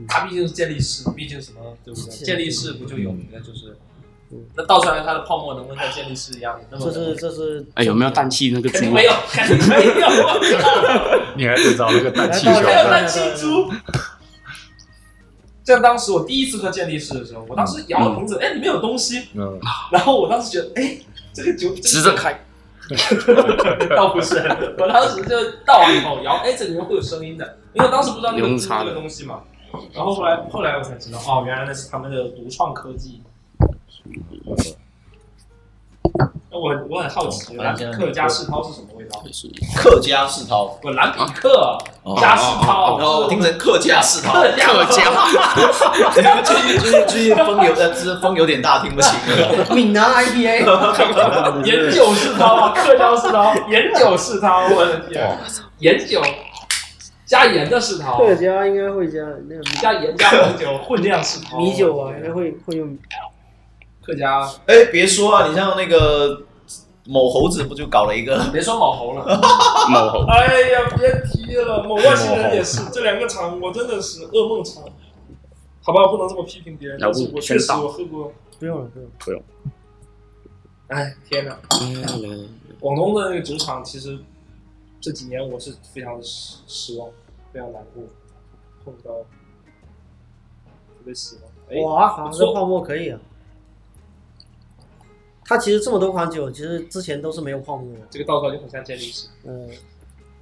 Speaker 1: 他毕竟是健力士，毕竟什么对不对？
Speaker 3: 是
Speaker 1: 健力士不就有名的就是，那倒出来它的泡沫能不能像健力士一样那么
Speaker 3: 这是
Speaker 1: <laughs> 浓？
Speaker 3: 这是
Speaker 5: 哎，有没有氮气那个
Speaker 1: 肯
Speaker 5: 猪
Speaker 1: 定没有，肯定没有，
Speaker 4: 你还得找那个氮气
Speaker 3: 来
Speaker 4: <laughs> 球
Speaker 3: 到
Speaker 1: 还有
Speaker 4: 的。
Speaker 1: 那气猪。像当时我第一次喝健力士的时候，我当时摇了瓶子，哎，里面有东西，
Speaker 4: 嗯，
Speaker 1: 然后我当时觉得，哎，这个酒
Speaker 5: 直着开，
Speaker 1: 倒不是，我当时就倒完以后摇，哎，这里面会有声音的，因为我当时不知道那个
Speaker 5: 柠
Speaker 1: 这
Speaker 5: 檬茶
Speaker 1: 个
Speaker 5: 的
Speaker 1: 东西嘛。然后后来后来我才知道，哦，原来那是他们的独创科技。那我我很好奇，蓝比克加世涛是什么味道？
Speaker 5: 是
Speaker 2: 客家世涛。
Speaker 1: 我蓝比克
Speaker 2: 哦
Speaker 1: 加世涛，啊
Speaker 2: 然后我听成客家世涛。
Speaker 1: 客家
Speaker 5: 客
Speaker 1: <laughs>
Speaker 5: 家，
Speaker 2: <laughs> 最近最近最近风有呃，这风有点大，听不清了。
Speaker 3: 闽南 IPA，
Speaker 4: 哦
Speaker 1: 盐酒世涛啊，客家世涛，盐酒世涛，我的天，盐酒加盐的世涛，
Speaker 3: <laughs> 客家应该会加那个
Speaker 1: 加盐加红酒混酿世涛，
Speaker 3: 米米酒啊，应该会会用
Speaker 1: 客家
Speaker 2: 哎，别说啊，你像那个某猴子不就搞了一个？
Speaker 1: 别说卯猴了。
Speaker 5: 某 <laughs> 猴
Speaker 1: 哎呀，别提了，某外星人也是， <laughs> 这两个厂我真的是噩梦厂。好吧，不能这么批评别人，
Speaker 5: 了
Speaker 1: 但
Speaker 5: 不
Speaker 1: 是我
Speaker 5: 全
Speaker 1: 确实
Speaker 5: 倒
Speaker 1: 我喝过。
Speaker 3: 不用了不用了，
Speaker 1: 哎，天哪！广东的那个酒厂，其实这几年我是非常失失望，非常难过，碰到特别喜欢。哎，
Speaker 3: 哇，好像
Speaker 1: 不
Speaker 3: 这
Speaker 1: 错
Speaker 3: 泡沫可以啊。它其实这么多款酒，其实之前都是没有泡沫的，
Speaker 1: 这个倒出来就很像健力士。
Speaker 3: 嗯，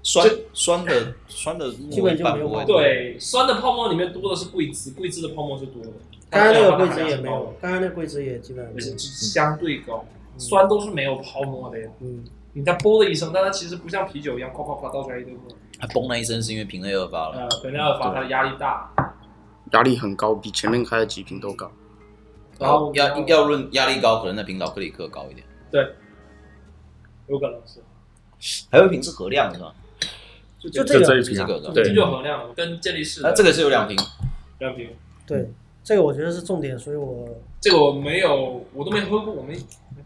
Speaker 2: 酸酸的酸的入
Speaker 3: 基本
Speaker 2: 味
Speaker 3: 就
Speaker 2: 半
Speaker 3: 没有
Speaker 2: 不会
Speaker 3: 泡沫
Speaker 1: 对，酸的泡沫里面多的是桂枝，桂枝的泡沫是多的。
Speaker 3: 刚才那个
Speaker 1: 它
Speaker 3: 桂
Speaker 1: 含
Speaker 3: 枝
Speaker 1: 量
Speaker 3: 也
Speaker 1: 是
Speaker 3: 没
Speaker 1: 高的
Speaker 3: 有，刚才那桂枝也基本上
Speaker 1: 而
Speaker 3: 没
Speaker 1: 且
Speaker 3: 有，
Speaker 1: 只是相对高，
Speaker 4: 嗯
Speaker 1: 酸都是没有泡沫的呀。
Speaker 3: 嗯，
Speaker 1: 你在啵的一声，但它其实不像啤酒一样咵咵咵倒出来一堆沫。
Speaker 2: 它嘣那一声是因为瓶内二发了。
Speaker 3: 嗯
Speaker 1: 呃，本来要发它的压力大，
Speaker 5: 压力很高，比前面开的几瓶都高。
Speaker 1: 然后
Speaker 2: 要要论压力高，可能那瓶老克里克高一点。
Speaker 1: 有可能是
Speaker 2: 还有一瓶是合量的是吧？
Speaker 1: 就
Speaker 3: 就
Speaker 4: 就
Speaker 3: 这
Speaker 4: 这
Speaker 3: 个，
Speaker 4: 一
Speaker 2: 是
Speaker 4: 瓶
Speaker 2: 这
Speaker 4: 啊，
Speaker 2: 个的。
Speaker 5: 对
Speaker 1: 啤酒衡量跟健力士
Speaker 2: 那
Speaker 1: 的
Speaker 2: 这个是有两瓶，
Speaker 1: 两瓶，
Speaker 3: 对，这个我觉得是重点，所以我
Speaker 1: 这个我没有，我都没喝过，我没没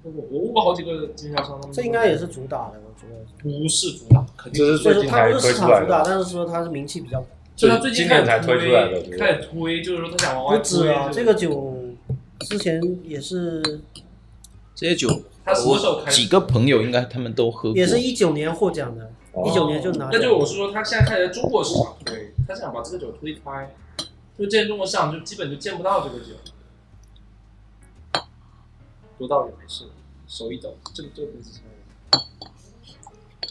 Speaker 1: 喝过，我问过好几个经销商，他们
Speaker 3: 这应该也是主打的，我觉得。
Speaker 1: 不是主打，肯定
Speaker 4: 这是
Speaker 1: 不
Speaker 3: 就
Speaker 4: 最
Speaker 3: 是
Speaker 4: 近
Speaker 3: 它
Speaker 4: 才
Speaker 3: 不是
Speaker 4: 推
Speaker 3: 市
Speaker 4: 出
Speaker 3: 场
Speaker 4: 来
Speaker 3: 主打，
Speaker 4: 的，
Speaker 3: 但是说它是名气比较，
Speaker 1: 就他最近
Speaker 4: 今
Speaker 1: 开始
Speaker 4: 年才推出来的
Speaker 1: 推，开始推，就是说他想往
Speaker 3: 不
Speaker 1: 外
Speaker 3: 止
Speaker 1: 哦推
Speaker 3: 啊，
Speaker 1: 就是
Speaker 3: 这个酒之前也是
Speaker 2: 这些酒
Speaker 1: 他什么时候
Speaker 2: 我
Speaker 1: 开
Speaker 2: 几
Speaker 1: 始？
Speaker 2: 个朋友应该他们都喝过。
Speaker 3: 也是一九年获奖的，
Speaker 4: 哦
Speaker 3: 一九年就拿
Speaker 1: 哦那就是我是说，他现在开始在中国市场推，他想把这个酒推开，就之前中国市场就基本就见不到这个酒，读到也没事，手一抖，这个这个杯子是什么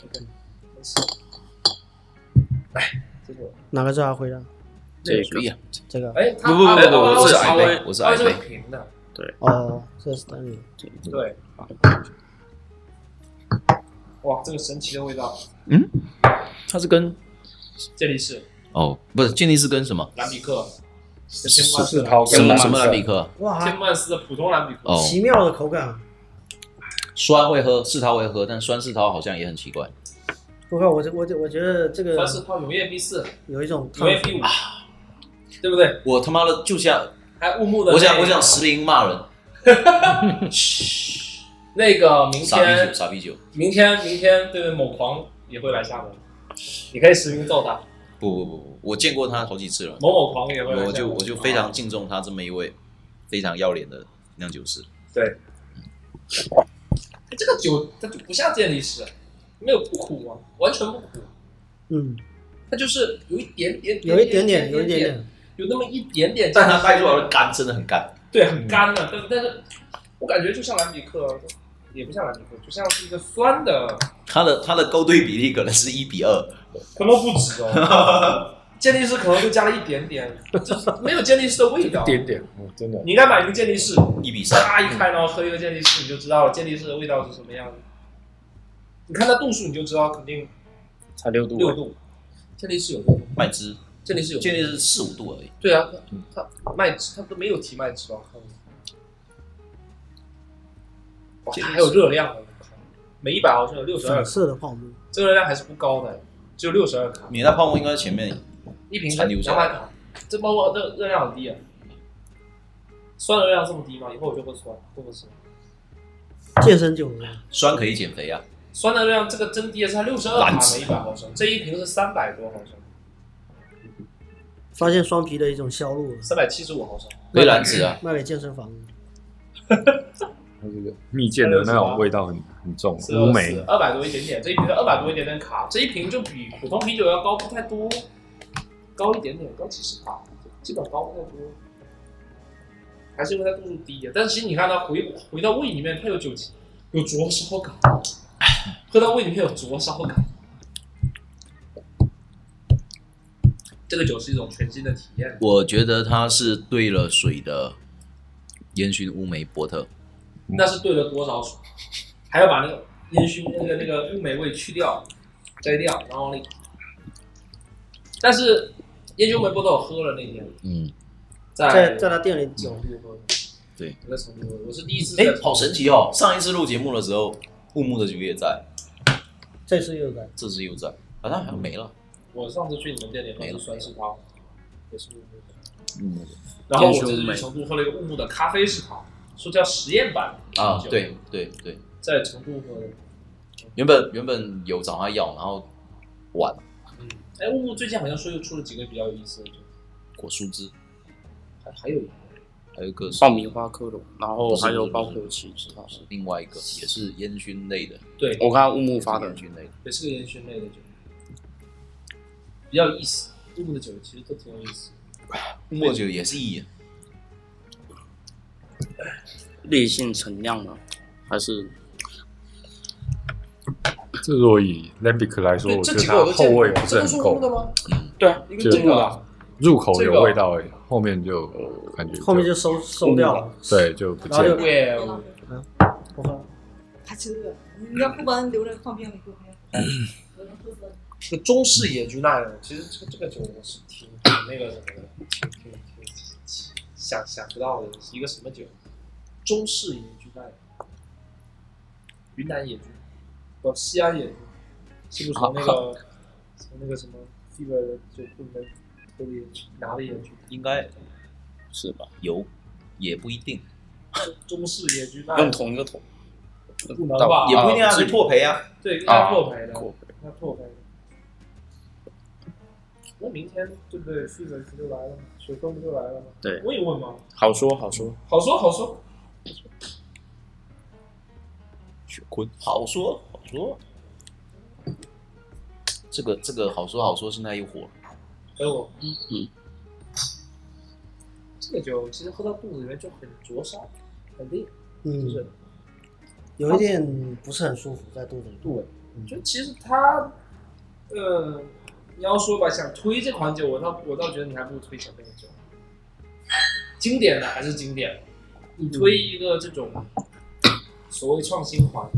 Speaker 1: ？OK，没事。哎，这个，
Speaker 3: 哪个是阿辉的？
Speaker 5: 这
Speaker 2: 所以
Speaker 5: 个
Speaker 2: 啊，
Speaker 3: 这个
Speaker 1: 哎，他
Speaker 5: 不不不
Speaker 1: 哎
Speaker 5: 不
Speaker 1: 哦
Speaker 5: 我是
Speaker 1: 阿
Speaker 5: 矮
Speaker 1: 威
Speaker 2: 杯我是
Speaker 1: 阿威
Speaker 2: 矮杯
Speaker 1: 是平的，
Speaker 3: 哦，这是 Stanley，
Speaker 1: 对。
Speaker 5: 啊
Speaker 1: 哇，这个神奇的味道，
Speaker 2: 它是跟
Speaker 1: 这里是
Speaker 2: 哦不是健力士跟什么
Speaker 1: 蓝比克，这天幕万斯
Speaker 4: 世
Speaker 1: 的
Speaker 4: 涛
Speaker 2: 什
Speaker 4: 跟
Speaker 2: 么
Speaker 4: 曼
Speaker 2: 什么
Speaker 4: 彻
Speaker 2: 蓝比克
Speaker 1: 天
Speaker 3: 哇，
Speaker 1: 幕万斯的普通蓝比克，
Speaker 2: 哦，
Speaker 3: 奇妙的口感，啊
Speaker 2: 酸会喝，世涛会喝，但酸世涛好像也很奇怪。
Speaker 3: 不过我这我这我觉得这个
Speaker 1: 凡是靠永业 B 四、
Speaker 3: 有一种
Speaker 1: 永业 B 五，啊对不对？
Speaker 2: 我他妈的就像
Speaker 1: 还有乌木的那
Speaker 2: 我
Speaker 1: 个，
Speaker 2: 想我想石林骂人，
Speaker 1: 那个明
Speaker 2: 傻啤酒，
Speaker 1: 天，
Speaker 2: 傻啤酒，
Speaker 1: 明天，明天，对对，某狂也会来厦门，你可以实名揍他。
Speaker 2: 不不不不，我见过他好几次了，
Speaker 1: 某某狂也会来厦门。啊
Speaker 2: 我就我就非常敬重他这么一位非常要脸的酿酒师。
Speaker 1: 哎这个酒它就不像健力士，没有不苦啊，完全不苦，
Speaker 3: 嗯，
Speaker 1: 它就是有一点点，
Speaker 3: 有一点
Speaker 1: 点，
Speaker 3: 点，有一
Speaker 1: 点
Speaker 3: 点，点，
Speaker 1: 有那么一点点，
Speaker 2: 但他带出来的干真的很干，
Speaker 1: 对，很干的，但但是我感觉就像蓝比克，也不像蓝比克，就像是一个酸的，
Speaker 2: 他的他的勾兑比例可能是一比二，
Speaker 1: 可能不止哦。 <laughs> 健力士可能就加了一点点，就是没有健力士的味道 <laughs>
Speaker 4: 一。点点，嗯，真的
Speaker 1: 你应该买一瓶健力士，
Speaker 2: 一比三。
Speaker 1: 咔一开，然后喝一个健力士，你就知道了健力士的味道是什么样的。你看它度数，你就知道肯定
Speaker 5: 才六度，
Speaker 1: 六度，健力士有六度，
Speaker 2: 麦汁
Speaker 1: 健力士有
Speaker 2: 建议是四五度而已，
Speaker 1: 对啊，他他麦汁他都没有提麦汁吧？我看过哇，它还有热量啊！我靠每一百毫升有六十二
Speaker 3: 粉，色的泡沫，
Speaker 1: 这个热量还是不高的，只有六十二卡，
Speaker 2: 米那泡沫应该是前面
Speaker 1: 一瓶才
Speaker 2: 残留下
Speaker 1: 两百卡，这包括热热量很低啊。酸的热量这么低吗？以后我就不酸，不不吃。
Speaker 3: 健身酒了
Speaker 2: 酸可以减肥啊，
Speaker 1: 酸的热量这个真低啊，是它六十二
Speaker 2: 蓝
Speaker 1: 卡
Speaker 2: 汁
Speaker 1: 每一百毫升，这一瓶是三百多毫升，
Speaker 3: 发现双皮的一种销路了，
Speaker 1: 三百七十五毫升。
Speaker 2: 微蓝子啊，
Speaker 3: 卖给健身房。
Speaker 4: 它这个蜜饯的那种味道很很重，
Speaker 1: 啊
Speaker 4: 乌梅，
Speaker 1: 二百多一点点，这一瓶的二百多一点点卡，这一瓶就比普通啤酒要高不太多，高一点点，高几十卡，基本高不太多。还是因为它度数低啊，但是其实你看它回回到胃里面，它有酒精，有灼烧感， <laughs> 喝到胃里面有灼烧感。 <laughs> 这个酒是一种全新的体验，
Speaker 2: 我觉得它是兑了水的烟熏乌梅波特，
Speaker 1: 那是兑了多少水？还要把那个烟熏那个那个乌梅味去掉，摘掉，然后那个。但是烟熏梅波特我喝了那天，
Speaker 2: 嗯，
Speaker 1: 在
Speaker 3: 在在他店里酒
Speaker 1: 成，都喝的。
Speaker 2: 对，
Speaker 1: 我在成都喝的，我是第一次在
Speaker 2: 哎，好神奇哦！上一次录节目的时候，木木的酒也在，
Speaker 3: 这次又在，
Speaker 2: 这次又在，好像好像没了，
Speaker 1: 我上次去你们店里喝的酸柿汤，也是乌木的。
Speaker 2: 嗯
Speaker 1: 然后我这
Speaker 5: 烟
Speaker 1: 次
Speaker 5: 熏梅
Speaker 1: 去成都喝了一个乌木的咖啡食堂，说叫实验版
Speaker 2: 啊，
Speaker 1: 酒
Speaker 2: 对对对，
Speaker 1: 在成都喝的。
Speaker 2: 原本原本有找他要，然后晚
Speaker 1: 嗯，哎，乌木最近好像说又出了几个比较有意思的酒，
Speaker 2: 果蔬汁，
Speaker 1: 还还有一个
Speaker 2: 还有一个是
Speaker 5: 爆米花科隆，然后
Speaker 2: 不是
Speaker 5: 还有
Speaker 2: 不是
Speaker 5: 包
Speaker 2: 不
Speaker 5: 括
Speaker 2: 是
Speaker 5: 起司好像。
Speaker 2: 另外一个也是烟熏类的，
Speaker 1: 对，
Speaker 5: 我看乌木发的
Speaker 2: 烟，熏类的，
Speaker 1: 也是个烟熏类的酒，比较有意思。乌木的酒其实都挺有意思。
Speaker 2: 木木的酒也是一眼，
Speaker 5: 烈性陈酿的，还是
Speaker 4: 这如果以 Lambic 来说，
Speaker 1: 对，
Speaker 4: 我觉
Speaker 1: 这
Speaker 4: 得
Speaker 1: 几
Speaker 4: 它
Speaker 1: 个我都
Speaker 4: 后
Speaker 1: 见过
Speaker 4: 味，不
Speaker 1: 这都
Speaker 4: 很
Speaker 1: 是乌木的
Speaker 4: 够，
Speaker 1: 吗？
Speaker 5: 对啊，
Speaker 1: 一个
Speaker 4: 就
Speaker 1: 这个啊，
Speaker 4: 入口
Speaker 1: 这
Speaker 4: 有
Speaker 1: 个
Speaker 4: 味道哎，后面就感觉
Speaker 3: 后面就收收掉了。
Speaker 4: 对就不
Speaker 3: 然后
Speaker 4: 见
Speaker 3: 就
Speaker 4: 了。
Speaker 1: 对，
Speaker 3: 我靠，
Speaker 6: 还真的，你要不然留着放冰箱里过天。留着喝喝
Speaker 1: 这个中式野菊那种，其实这个这个酒我是挺挺那个什么的，挺挺挺想想不到的，是一个什么酒？中式野菊那种，云南野菊，不，西安野菊，是不是从那个从那个什么地方的酒库里面偷的野菊拿的野菊？
Speaker 2: 应该
Speaker 5: 是吧？
Speaker 2: 有，也不一定。
Speaker 1: 中式野菊
Speaker 2: 哎
Speaker 1: 那种
Speaker 5: 用同一个桶，
Speaker 1: 不能吧？
Speaker 2: 也不一定啊，
Speaker 5: 啊
Speaker 2: 是拓培啊。
Speaker 1: 对，应该
Speaker 5: 啊
Speaker 1: 破牌的，
Speaker 5: 拓
Speaker 1: 应该破牌的。那明天对不对？记者不就来了吗？雪峰不就来了吗？
Speaker 5: 对
Speaker 1: 问一问嘛，
Speaker 5: 好说好说，
Speaker 1: 好说好说。
Speaker 2: 雪坤，好说好说。这个这个好说好说，现在又火了。
Speaker 1: 哎我，嗯
Speaker 5: 嗯，
Speaker 1: 这个酒其实喝到肚子里面就很灼烧，很烈，就
Speaker 3: 嗯
Speaker 1: 是，
Speaker 3: 有一点不是很舒服在肚子里。
Speaker 1: 对，就其实它，呃，你要说吧，想推这款酒，我倒我倒觉得你还不如推前面的酒，经典的还是经典的。你推一个这种所谓创新款，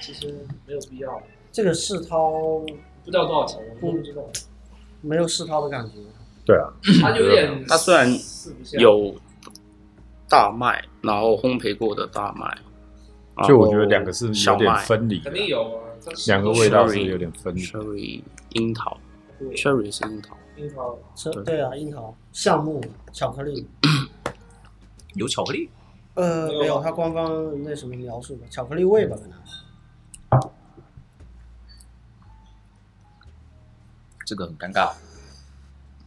Speaker 1: 其实没有必要，
Speaker 3: 这个世涛
Speaker 1: 不知道多少钱，我们都不知道。
Speaker 3: 没有世涛的感觉，
Speaker 4: 对啊，
Speaker 1: 它有点，
Speaker 5: 嗯它虽然
Speaker 1: 四不像，
Speaker 5: 有大麦，然后烘焙过的大麦，然
Speaker 4: 就
Speaker 5: 后
Speaker 4: 我觉得两个是有
Speaker 5: 小
Speaker 4: 点
Speaker 5: 麦
Speaker 4: 分离的
Speaker 1: 肯，定有啊，但是
Speaker 4: 两个味道是有点分离的。
Speaker 5: ，cherry 樱桃
Speaker 1: 对
Speaker 5: ，cherry 是樱桃，
Speaker 1: 樱桃
Speaker 3: 是
Speaker 5: 对
Speaker 3: 对啊，樱桃、橡木、巧克力，
Speaker 2: 有巧克力，
Speaker 3: 呃，
Speaker 1: 没
Speaker 3: 没
Speaker 1: 有
Speaker 3: 有，
Speaker 1: 吧
Speaker 3: 它官方那什么描述吧，巧克力味吧，可能。
Speaker 2: 这个很尴尬。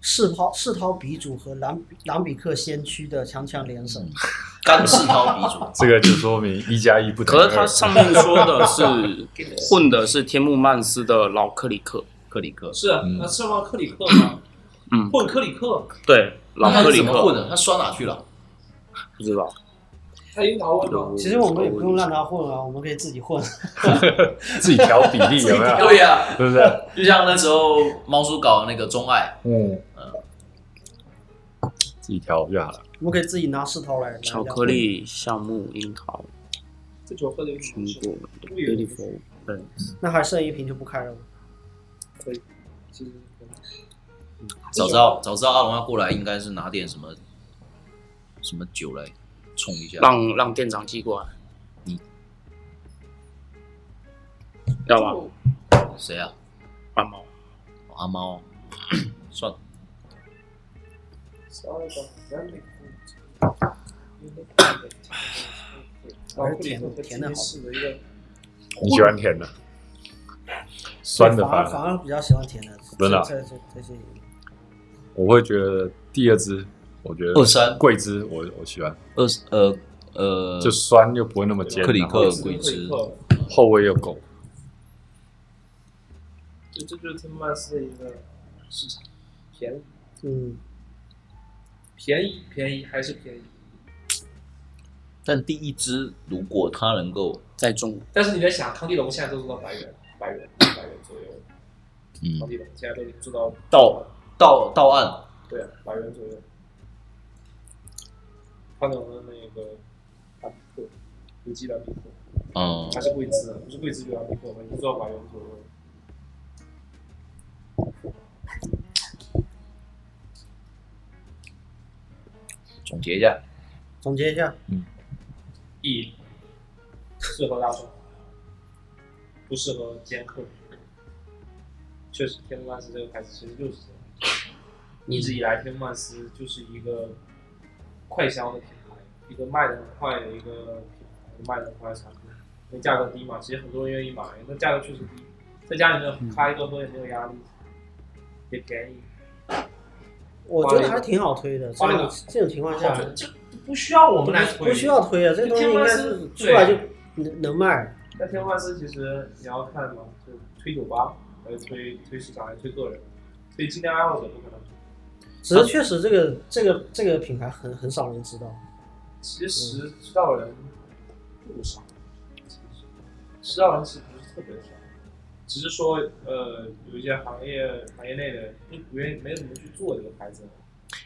Speaker 3: 世涛世涛鼻祖和兰兰比克先驱的强强联手，
Speaker 2: 干 <laughs> 式掏鼻祖，
Speaker 4: 这个就说明一加一不等于
Speaker 5: 可
Speaker 4: 二。
Speaker 5: 是它上面说的是混的是天幕曼斯的老克里克，
Speaker 2: 克里克，
Speaker 1: 是啊那是吗？克里克吗？
Speaker 5: 嗯，
Speaker 1: 混克里克，
Speaker 5: 对，老克里
Speaker 2: 怎么混
Speaker 5: 克，
Speaker 2: 的？他刷哪去了？
Speaker 5: 不知道。
Speaker 1: 他樱桃味吗？
Speaker 3: 其实我们也不用让他混啊，我们可以自己混。 <laughs>
Speaker 4: 自己调比例有没有？
Speaker 2: 对呀、
Speaker 4: 是不是？
Speaker 2: 就像那时候猫叔搞那个钟爱，
Speaker 4: 嗯，自己调就好了。
Speaker 3: 我们可以自己拿石头来。来
Speaker 5: 巧克力、橡木、樱桃、
Speaker 1: 这酒喝的有点
Speaker 5: 苹
Speaker 1: 苦
Speaker 5: 果、beautiful，对，
Speaker 3: 聊，那还剩一瓶就不开了吗？
Speaker 1: 其实
Speaker 2: 早知道早知道阿龙要过来，应该是拿点什么什么酒来冲一下。
Speaker 5: 让让店长寄过来，
Speaker 2: 嗯
Speaker 5: 要吗？
Speaker 2: 谁啊？
Speaker 5: 阿毛，
Speaker 2: 哦阿猫，算了，
Speaker 3: 还是甜的，甜的好。
Speaker 4: 你喜欢甜的，酸的
Speaker 3: 反而
Speaker 4: 吧？
Speaker 3: 反而比较喜欢甜的。
Speaker 4: 真的啊
Speaker 3: 在在在这里。
Speaker 4: 我会觉得第二支，我觉
Speaker 2: 二
Speaker 4: 得
Speaker 2: 三
Speaker 4: 桂枝我我喜欢，
Speaker 2: 二十呃呃，
Speaker 4: 就酸又不会那么尖，
Speaker 2: 克里克
Speaker 4: 然后
Speaker 1: 桂枝，
Speaker 4: 后味又够。
Speaker 1: 就这就是天曼斯的一个市场，便宜
Speaker 3: 嗯，
Speaker 1: 便宜便宜还是便宜，
Speaker 2: 但第一支如果它能够，
Speaker 5: 在中
Speaker 1: 但是你在想康帝龙现在都做到百元百元百元左右，
Speaker 2: 嗯
Speaker 1: 康，帝龙现在都已经做到
Speaker 2: 到到到岸，
Speaker 1: 对啊百元左右，康帝龙的那个兰比克，无机兰比克。
Speaker 2: 嗯
Speaker 1: 还，是桂枝啊，不是桂枝就要苹果吗？你知道吧？有左右。
Speaker 2: 总结一下，
Speaker 3: 总结一下，
Speaker 1: E 适合大众，不适合尖客。确实，天幕万斯这个牌子其实就是这样，一直以来天幕万斯就是一个快销的品牌，一个卖的很快的一个品牌，卖的很快的产品，因为价格低嘛，其实很多人愿意买，那价格确实低，在家里面开一个喝也没有压力，也便宜。
Speaker 3: 我觉得还是挺好推的。这
Speaker 1: 花那
Speaker 3: 种
Speaker 1: 个
Speaker 3: 这种情况
Speaker 1: 我
Speaker 3: 下
Speaker 1: 觉，得这不需要我
Speaker 3: 嗯不
Speaker 1: 们来推，
Speaker 3: 不需要推啊，这东西应该是出来就能能卖。
Speaker 1: 那天万斯其实你要看嘛，就推酒吧，还有推推市场，还有推个人，推精酿爱好者不可能。
Speaker 3: 只
Speaker 1: 啊
Speaker 3: 是确实这个这个这个品牌很很少人知道。
Speaker 1: 其
Speaker 3: 嗯
Speaker 1: 实知道人不少，其实知道人其实不是特别少，只是说呃有一些行业行业内的就不愿意没怎么去做这个牌子。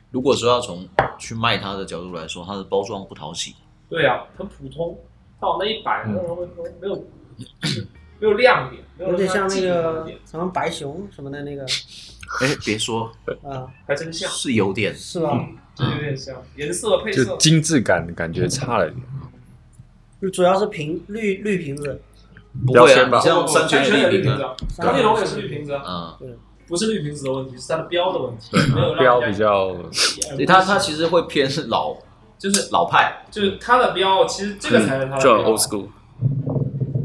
Speaker 2: 如果说要从去卖它的角度来说，它的包装不讨喜，
Speaker 1: 对啊，很普通，到那一百
Speaker 3: 嗯
Speaker 1: 没有人会喝，没有没有亮点，没
Speaker 3: 有
Speaker 1: 人
Speaker 3: 点像那
Speaker 1: 记住它的
Speaker 3: 个
Speaker 1: 点
Speaker 3: 什么白熊什么的那个
Speaker 2: 哎，别说，
Speaker 3: 啊，
Speaker 1: 还真像，
Speaker 2: 是有点
Speaker 3: 是吧？
Speaker 1: 真有点像颜色配
Speaker 4: 就
Speaker 1: 色。
Speaker 4: 精致感感觉差了一点，
Speaker 1: 嗯
Speaker 3: 主要是瓶绿绿瓶子，
Speaker 2: 不会
Speaker 4: 标
Speaker 2: 啊，
Speaker 4: 签吧
Speaker 2: 你像山泉
Speaker 1: 也
Speaker 2: 绿
Speaker 1: 绿
Speaker 2: 瓶
Speaker 1: 瓶子
Speaker 2: 啊，
Speaker 1: 啊，长颈龙也是绿瓶子啊，
Speaker 2: 嗯，
Speaker 1: 不是绿瓶子的问题，是它的标的问题，没有让
Speaker 4: 标
Speaker 1: 人
Speaker 4: 比
Speaker 1: 家啊
Speaker 4: 较
Speaker 2: 对它它其实会偏是老，就是老派，
Speaker 1: 就是它的标，其实这
Speaker 2: 嗯
Speaker 1: 个才是它的
Speaker 5: 就
Speaker 1: 标，
Speaker 5: old school，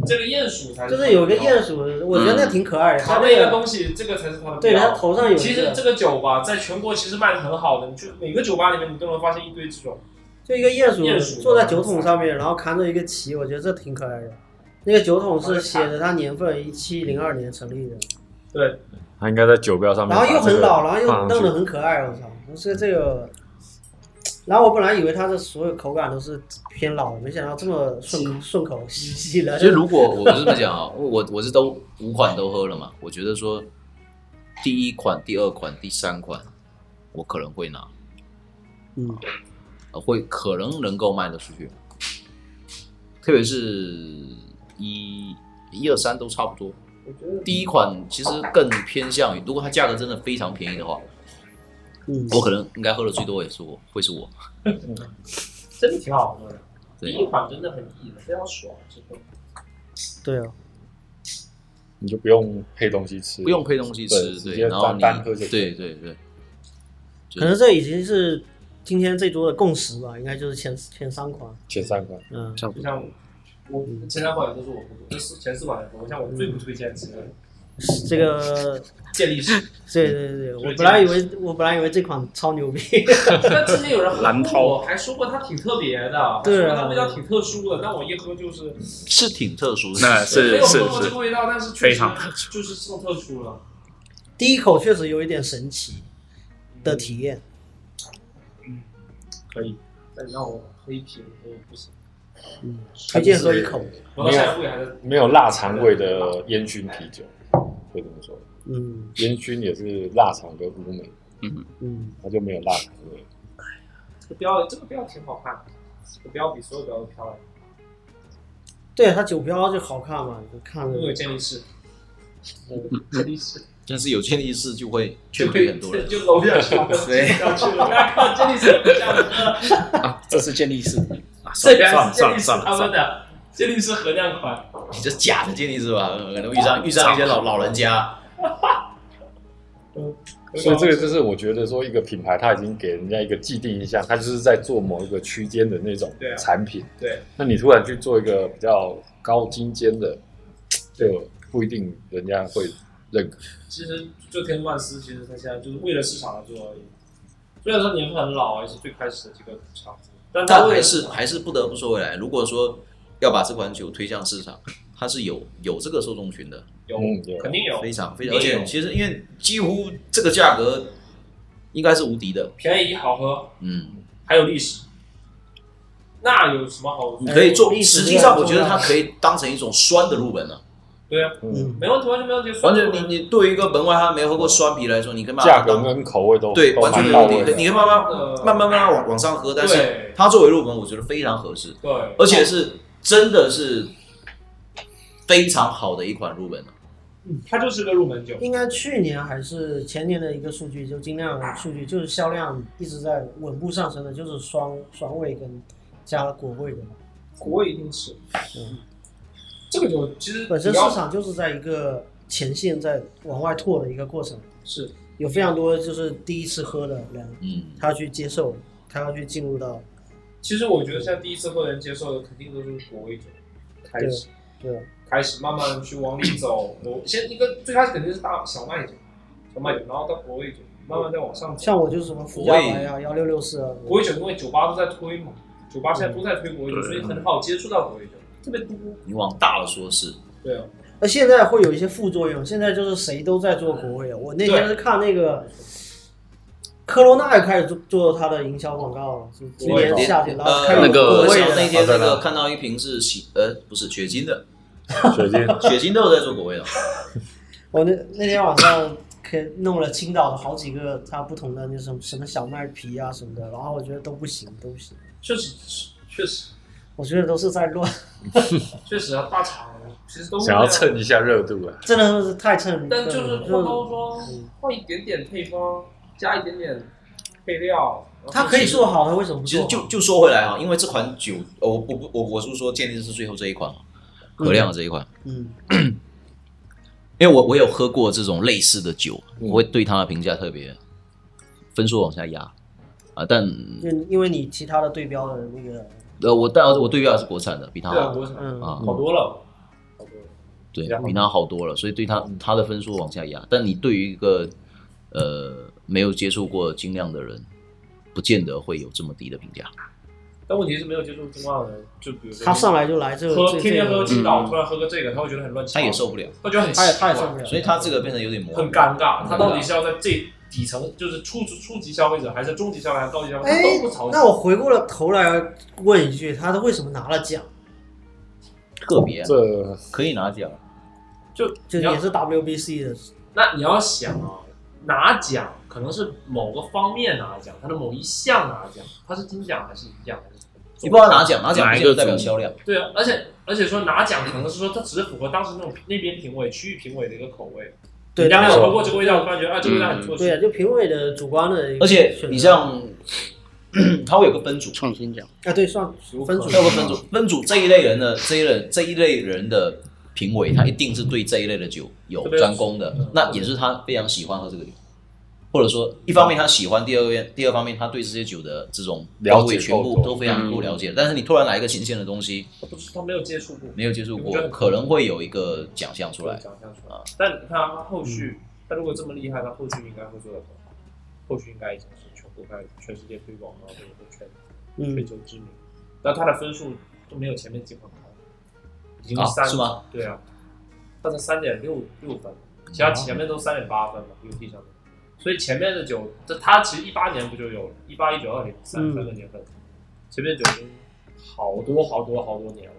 Speaker 1: 这个鼹鼠才是
Speaker 3: 就是有一个鼹
Speaker 1: 鼠，
Speaker 3: 鼠，我觉得那挺可爱的。
Speaker 1: 嗯
Speaker 3: 它
Speaker 1: 它
Speaker 3: 那
Speaker 1: 那个
Speaker 3: 个
Speaker 1: 东西，这个才是它的标。
Speaker 3: 对它头上有
Speaker 1: 其
Speaker 3: 一
Speaker 1: 实这
Speaker 3: 个，
Speaker 1: 个酒吧在全国其实卖的很好的，你去每个酒吧里面你都能发现一堆这种。
Speaker 3: 就一个鼹
Speaker 1: 鼹鼠啊
Speaker 3: 鼠坐在酒桶上面，然后扛着一个旗，我觉得这挺可爱的。那个酒桶是写着它年份一七零二年成立的，
Speaker 1: 对，
Speaker 4: 它应该在酒标上面
Speaker 3: 然
Speaker 4: 把
Speaker 3: 后
Speaker 4: 这
Speaker 3: 又很
Speaker 4: 个放上去，
Speaker 3: 老，然后又弄得很可爱，我操！这这个，然后我本来以为它的所有口感都是偏老的，没想到这么顺口顺口稀稀的。
Speaker 2: 其实如果我是这么讲啊，我 <laughs> 我是都五款都喝了嘛，我觉得说第一款、第二款、第三款，我可能会拿，
Speaker 3: 嗯，
Speaker 2: 呃会可能能够卖得出去，特别是一一二三都差不多。
Speaker 1: 我觉得
Speaker 2: 第一款其实更偏向于，如果它价格真的非常便宜的话，
Speaker 3: 嗯
Speaker 2: 我可能应该喝的最多也是我，会是我。
Speaker 1: 真的挺好喝的，第
Speaker 2: 对，
Speaker 1: 一款真的很易的，非常爽，这个
Speaker 3: <laughs> 对哦，
Speaker 4: 你就不用配东西吃，
Speaker 2: 不用配东西
Speaker 4: 对
Speaker 2: 吃，
Speaker 4: 直
Speaker 2: 对，
Speaker 4: 接
Speaker 2: 然后
Speaker 4: 单单喝
Speaker 2: 你
Speaker 4: 就可以
Speaker 2: 对对对，
Speaker 3: 可能这已经是今天这桌的共识吧，应该就是前前三款。
Speaker 4: 前三款，
Speaker 3: 嗯，
Speaker 5: 差不
Speaker 1: 就
Speaker 5: 多。
Speaker 1: 像我前三款也都是我喝过，这是前四款也喝过。像我最不推荐吃的
Speaker 3: 这个，
Speaker 1: 健力士，
Speaker 3: 对对对，我本来以为我本来以为这款超牛逼，
Speaker 1: <laughs> 但之前有人
Speaker 5: 蓝
Speaker 1: 喝
Speaker 5: 涛
Speaker 1: 过，还说过它挺特别的，
Speaker 3: 对
Speaker 1: 说
Speaker 3: 啊
Speaker 1: 它味道挺特殊的。但我一喝就是
Speaker 2: 是挺特殊的。
Speaker 5: 那
Speaker 1: 没
Speaker 5: 是
Speaker 1: 有
Speaker 5: 是
Speaker 1: 喝过这
Speaker 5: 是
Speaker 1: 个，味道，但是确
Speaker 5: 非
Speaker 1: 实
Speaker 5: 常特殊
Speaker 1: 就是这种特殊了。
Speaker 3: 第一口确实有一点神奇的体验。
Speaker 1: 可以，但你让我喝一瓶，我不行。
Speaker 3: 嗯，推荐喝一口。
Speaker 1: 我到下一步也还在
Speaker 4: 没有腊肠味的烟熏啤酒，可以这么说。
Speaker 3: 嗯
Speaker 4: 烟熏也是腊肠跟乌梅，
Speaker 5: 嗯，
Speaker 3: 嗯，
Speaker 4: 它就没有腊肠味。
Speaker 1: 这个标，这个标挺好看，这个标比所有标都漂亮。
Speaker 3: 对，它酒标就好看嘛，就看
Speaker 1: 因为有
Speaker 3: 着
Speaker 1: 健力士，嗯健力
Speaker 5: <laughs>
Speaker 1: 士
Speaker 2: 但是有建议是就会
Speaker 1: 就
Speaker 2: 劝
Speaker 1: 可以
Speaker 2: 退很多人。
Speaker 1: 就楼下去了，
Speaker 2: 对
Speaker 1: 要去了，大家看健力士不想喝，
Speaker 5: 啊，这是健力士啊，
Speaker 1: 这
Speaker 5: 算
Speaker 1: 原来
Speaker 5: 了
Speaker 1: 是 <laughs> 健
Speaker 5: 算
Speaker 1: 力
Speaker 5: 了
Speaker 1: 士
Speaker 5: 算了
Speaker 1: 他
Speaker 5: 算
Speaker 1: 们
Speaker 5: 了，
Speaker 1: 的健力士合量款，
Speaker 2: 你这假的建议是吧？可能遇上遇上一些老老人家，
Speaker 4: 所以这个就是我觉得说，一个品牌它已经给人家一个既定印象，它就是在做某一个区间的那种
Speaker 1: 对啊
Speaker 4: 产品。
Speaker 1: 对，
Speaker 4: 那你突然去做一个比较高精尖的，就不一定人家会认可。
Speaker 1: 其实就天曼斯，其实它现在就是为了市场而做而已。虽然说年份很老，啊也是最开始的这个厂子，但它
Speaker 2: 但
Speaker 1: 为
Speaker 2: 还
Speaker 1: 了
Speaker 2: 是还是不得不说回来，如果说要把这款酒推向市场，它是有有这个受众群的，
Speaker 1: 有
Speaker 4: 嗯有
Speaker 1: 肯定有
Speaker 2: 非常非
Speaker 1: 一
Speaker 2: 常，
Speaker 1: 定
Speaker 2: 而且
Speaker 1: 有
Speaker 2: 其实因为几乎这个价格应该是无敌的，
Speaker 1: 便宜好喝，
Speaker 2: 嗯，
Speaker 1: 还有历史，那有什么好？哎
Speaker 2: 你可以做，
Speaker 3: 历史
Speaker 2: 实际上
Speaker 3: 这个
Speaker 2: 我觉得
Speaker 3: 重
Speaker 2: 它
Speaker 3: 要
Speaker 2: 可以当成一种酸的入门了。
Speaker 1: 对啊，
Speaker 4: 嗯，
Speaker 3: 嗯
Speaker 1: 没问题，完全没问题。
Speaker 2: 完全，你你对于一个门外汉没喝过酸啤来说，你可以把它
Speaker 4: 价格
Speaker 2: 当
Speaker 4: 跟口味都
Speaker 2: 对
Speaker 4: 都
Speaker 2: 完全
Speaker 4: 蛮
Speaker 2: 没
Speaker 4: 到
Speaker 2: 问题，
Speaker 4: 位
Speaker 2: 你可
Speaker 4: 的。
Speaker 2: 以慢慢
Speaker 1: 呃
Speaker 2: 慢慢慢慢往往上喝，但是
Speaker 1: 对
Speaker 2: 它作为入门，我觉得非常合适。
Speaker 1: 对，
Speaker 2: 而且是真的是非常好的一款入门了。啊
Speaker 1: 嗯它就是个入门酒，
Speaker 3: 应该去年还是前年的一个数据，就精酿数据，就是销量一直在稳步上升的，就是双双味跟加了果味的嘛。
Speaker 1: 国味一定是。这个酒其实
Speaker 3: 本身
Speaker 1: 你
Speaker 3: 市
Speaker 1: 要
Speaker 3: 场就是在一个前线在往外拓的一个过程，
Speaker 1: 是
Speaker 3: 有非常多就是第一次喝的人，
Speaker 2: 嗯，
Speaker 3: 他要去接受，他要去进入到
Speaker 1: 其实我觉得现在第一次喝的人接受的肯定都是国味酒，开始
Speaker 3: 对吧
Speaker 1: 开始慢慢去往里走。我先一个最开始肯定是大小麦酒，小麦酒，然后到国味酒，慢慢再往上走。
Speaker 3: 像我就是什么福加白啊、幺六六四啊，
Speaker 1: 国味酒因为酒吧都在推嘛，酒吧现在都在推国味酒，
Speaker 5: 对
Speaker 1: 所以很好接触到国味酒，特别多。
Speaker 2: 你往大了说是，
Speaker 1: 对啊，
Speaker 3: 那现在会有一些副作用，现在就是谁都在做国味了。我那天是看那个科罗娜也开始做做它的营销广告了，就今年夏天，然后开
Speaker 2: 呃
Speaker 3: 始
Speaker 5: 那个
Speaker 3: 有
Speaker 2: 我
Speaker 3: 国味
Speaker 2: 想
Speaker 3: 的
Speaker 2: 那天那
Speaker 4: 好的
Speaker 2: 个
Speaker 4: 啦
Speaker 2: 看到一瓶是喜呃不是雪晶的，
Speaker 4: 水晶
Speaker 2: 雪晶都有在做果味的，
Speaker 3: 我那那天晚上可弄了青岛的好几个它不同的那什么什么小麦皮啊什么的，然后我觉得都不行，都不行，
Speaker 1: 确实确实
Speaker 3: 我觉得都是在乱，
Speaker 1: 确实啊，大厂其实都会
Speaker 4: 想要
Speaker 1: 这样
Speaker 4: 蹭一下热度啊，
Speaker 3: 真的是太衬人了。
Speaker 1: 但就是换包装
Speaker 3: 嗯，
Speaker 1: 换一点点配方，加一点点配料，
Speaker 3: 它可以做好，它为什么不
Speaker 2: 其
Speaker 3: 做
Speaker 2: 实
Speaker 3: 好？
Speaker 2: 就就说回来啊，因为这款酒，呃我不不我我是说鉴定是最后这一款
Speaker 4: 嗯
Speaker 2: 啊，可亮的这一款，
Speaker 3: 嗯
Speaker 2: 因为我我有喝过这种类似的酒，我会对它的评价特别分数往下压啊，但
Speaker 3: 就因为你其他的对标的那个，
Speaker 2: 呃我但我对标还是国产的，比它
Speaker 1: 对啊，
Speaker 2: 好
Speaker 1: 国产
Speaker 3: 嗯，
Speaker 2: 啊。
Speaker 1: 好多了，好多了。
Speaker 2: 对
Speaker 1: 然后
Speaker 2: 比他好多了，所以对他嗯他的分数往下压。但你对于一个呃没有接触过精酿的人，不见得会有这么低的评价。
Speaker 1: 但问题是没有接触中药的人，就比如说
Speaker 3: 他上来就来这个，
Speaker 1: 喝
Speaker 3: 这
Speaker 1: 天天喝
Speaker 3: 这个
Speaker 1: 青岛，
Speaker 5: 嗯
Speaker 1: 突然喝个这个，他会觉得很乱七八
Speaker 2: 他
Speaker 1: 糟，
Speaker 2: 也受不了，哦
Speaker 1: 他觉得很
Speaker 3: 他也
Speaker 1: 奇
Speaker 3: 他
Speaker 1: 怪
Speaker 3: 也，受不了，
Speaker 2: 所以他这个变成有点
Speaker 1: 很
Speaker 2: 磨。
Speaker 1: 尴尬。他到底是要在这底层，就是初初级消费者，还是中级消费者，还是高级消费者，
Speaker 3: 哎
Speaker 1: 都不操
Speaker 3: 那我
Speaker 1: 心。
Speaker 3: 回过了头来问一句，他为什么拿了奖？
Speaker 2: 特别啊
Speaker 4: 这
Speaker 2: 可以拿奖，
Speaker 1: 就
Speaker 3: 就
Speaker 1: 你要
Speaker 3: 也是 WBC 的，
Speaker 1: 那你要想啊，拿奖可能是某个方面拿奖，他的某一项拿奖，他是金奖还是银奖还是什么？
Speaker 2: 你不知道拿奖，拿奖
Speaker 5: 哪
Speaker 2: 不
Speaker 5: 一
Speaker 2: 见
Speaker 5: 个
Speaker 2: 得代表
Speaker 5: 组
Speaker 2: 销量。
Speaker 1: 对啊，而且而且说拿奖可能是说它只是符合当时那种那边评委、区域评委的一个口味。
Speaker 3: 对
Speaker 1: 你刚刚
Speaker 4: 没
Speaker 1: 有
Speaker 4: 错
Speaker 1: 喝过这个味道，突然觉得啊，这个味道很特殊。
Speaker 3: 对啊，就评委的主观的一个
Speaker 2: 而
Speaker 3: 选择，
Speaker 2: 且你像 <clears throat> 他会有个分组，
Speaker 5: 创新奖，
Speaker 3: 啊，对，算分组
Speaker 2: 他有个分组，分组这一类人的这一类这一类人的评委，他一定是对这一类的酒有专攻的
Speaker 1: 嗯，
Speaker 2: 那也是他非常喜欢喝这个酒，或者说一方面他喜欢，第二面第二方面他对这些酒的这种风味
Speaker 4: 了解
Speaker 2: 全
Speaker 4: 够
Speaker 2: 部
Speaker 4: 多
Speaker 2: 都非常
Speaker 5: 嗯
Speaker 2: 够了解。但是你突然来一个新鲜的东西，
Speaker 1: 不知道没有接触过，
Speaker 2: 没有接触
Speaker 1: 我
Speaker 2: 过
Speaker 5: 嗯
Speaker 1: 觉得，很
Speaker 2: 可能会有一个奖项出来。
Speaker 1: 想象出
Speaker 2: 啊
Speaker 1: 来。但你看啊他后
Speaker 3: 嗯
Speaker 1: 续，他如果这么厉害，他后续应该会做得很好，后续应该已经是全国开全世界推广到这个圈全
Speaker 3: 嗯，
Speaker 1: 球知名。但他的分数都没有前面几款高，已经
Speaker 2: 啊
Speaker 1: 三、
Speaker 2: 是吗？哦
Speaker 1: 对啊，他才三点六六分，其他前面都三点八分了，UT 上面。所以前面的酒，这他其实一八年不就有了，一八一九二零三
Speaker 3: 嗯
Speaker 1: 三个年份，前面酒已经好多好多好多年了，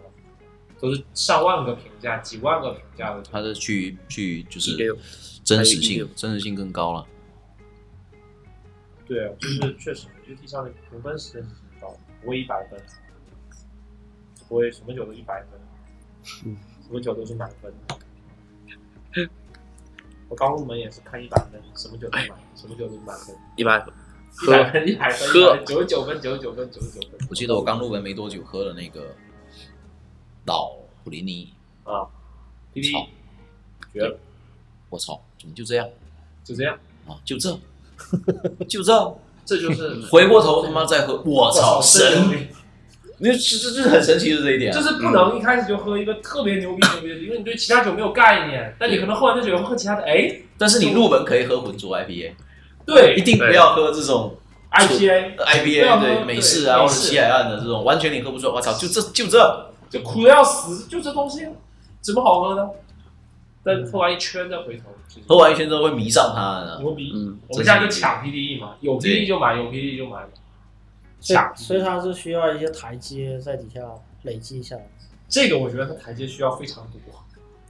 Speaker 1: 都是上万个评价、几万个评价的酒。
Speaker 2: 它的去去就
Speaker 5: 一流
Speaker 2: 是真实
Speaker 5: 还有一流
Speaker 2: 性，真实性更高了。
Speaker 1: 对啊，就是确实，UT 上的评分是真是很高，不会一百分，不会什么酒都一百分，
Speaker 2: 嗯
Speaker 1: 什么酒都是满分。我刚入门也是看一百分，什么酒都
Speaker 2: 哎
Speaker 1: 满，什么酒都满分，
Speaker 5: 一般
Speaker 1: 一
Speaker 5: 喝
Speaker 1: 百分，一百分，九十九分，九十九分，九十九分。
Speaker 2: 我记得我刚入门没多久喝的那个老普林尼，
Speaker 1: 啊，P P
Speaker 2: 操
Speaker 1: 绝了，
Speaker 2: 我操，怎么就这样
Speaker 1: 就这样，
Speaker 2: 啊？就这， <laughs> 就这。
Speaker 1: 这就是
Speaker 2: 回过头他妈再喝， <laughs> 我
Speaker 1: 真
Speaker 2: 操，嗯神嗯
Speaker 1: 牛！逼
Speaker 2: 这这这很神奇的这一点啊
Speaker 1: 就，是不能一开始就喝一个特别牛逼牛逼的，因为你对其他酒没有概念，但你可能喝完这酒喝其他的，哎，
Speaker 2: 但是你入门可以喝浑浊 IPA，一
Speaker 1: 对
Speaker 2: 定不要喝这种
Speaker 1: IPA。不要
Speaker 2: IPA
Speaker 1: 喝
Speaker 2: 对
Speaker 1: 对
Speaker 2: 美式啊
Speaker 1: 美
Speaker 2: 或
Speaker 1: 式
Speaker 2: 者西海岸的这种，完全你喝不出来。我操，就这就这，
Speaker 1: 就苦的要死，就这东西，怎么好喝呢？但喝完一圈再回头，其实
Speaker 2: 喝完一圈之后会迷上它的。
Speaker 1: 牛逼！
Speaker 5: 嗯，
Speaker 1: 我们现在就抢 PDE 嘛，有 PDE 就买，有 PDE 就买，
Speaker 3: 所以
Speaker 1: 抢。
Speaker 3: 所以它是需要一些台阶在底下累积一下。
Speaker 1: 这个我觉得它台阶需要非常多，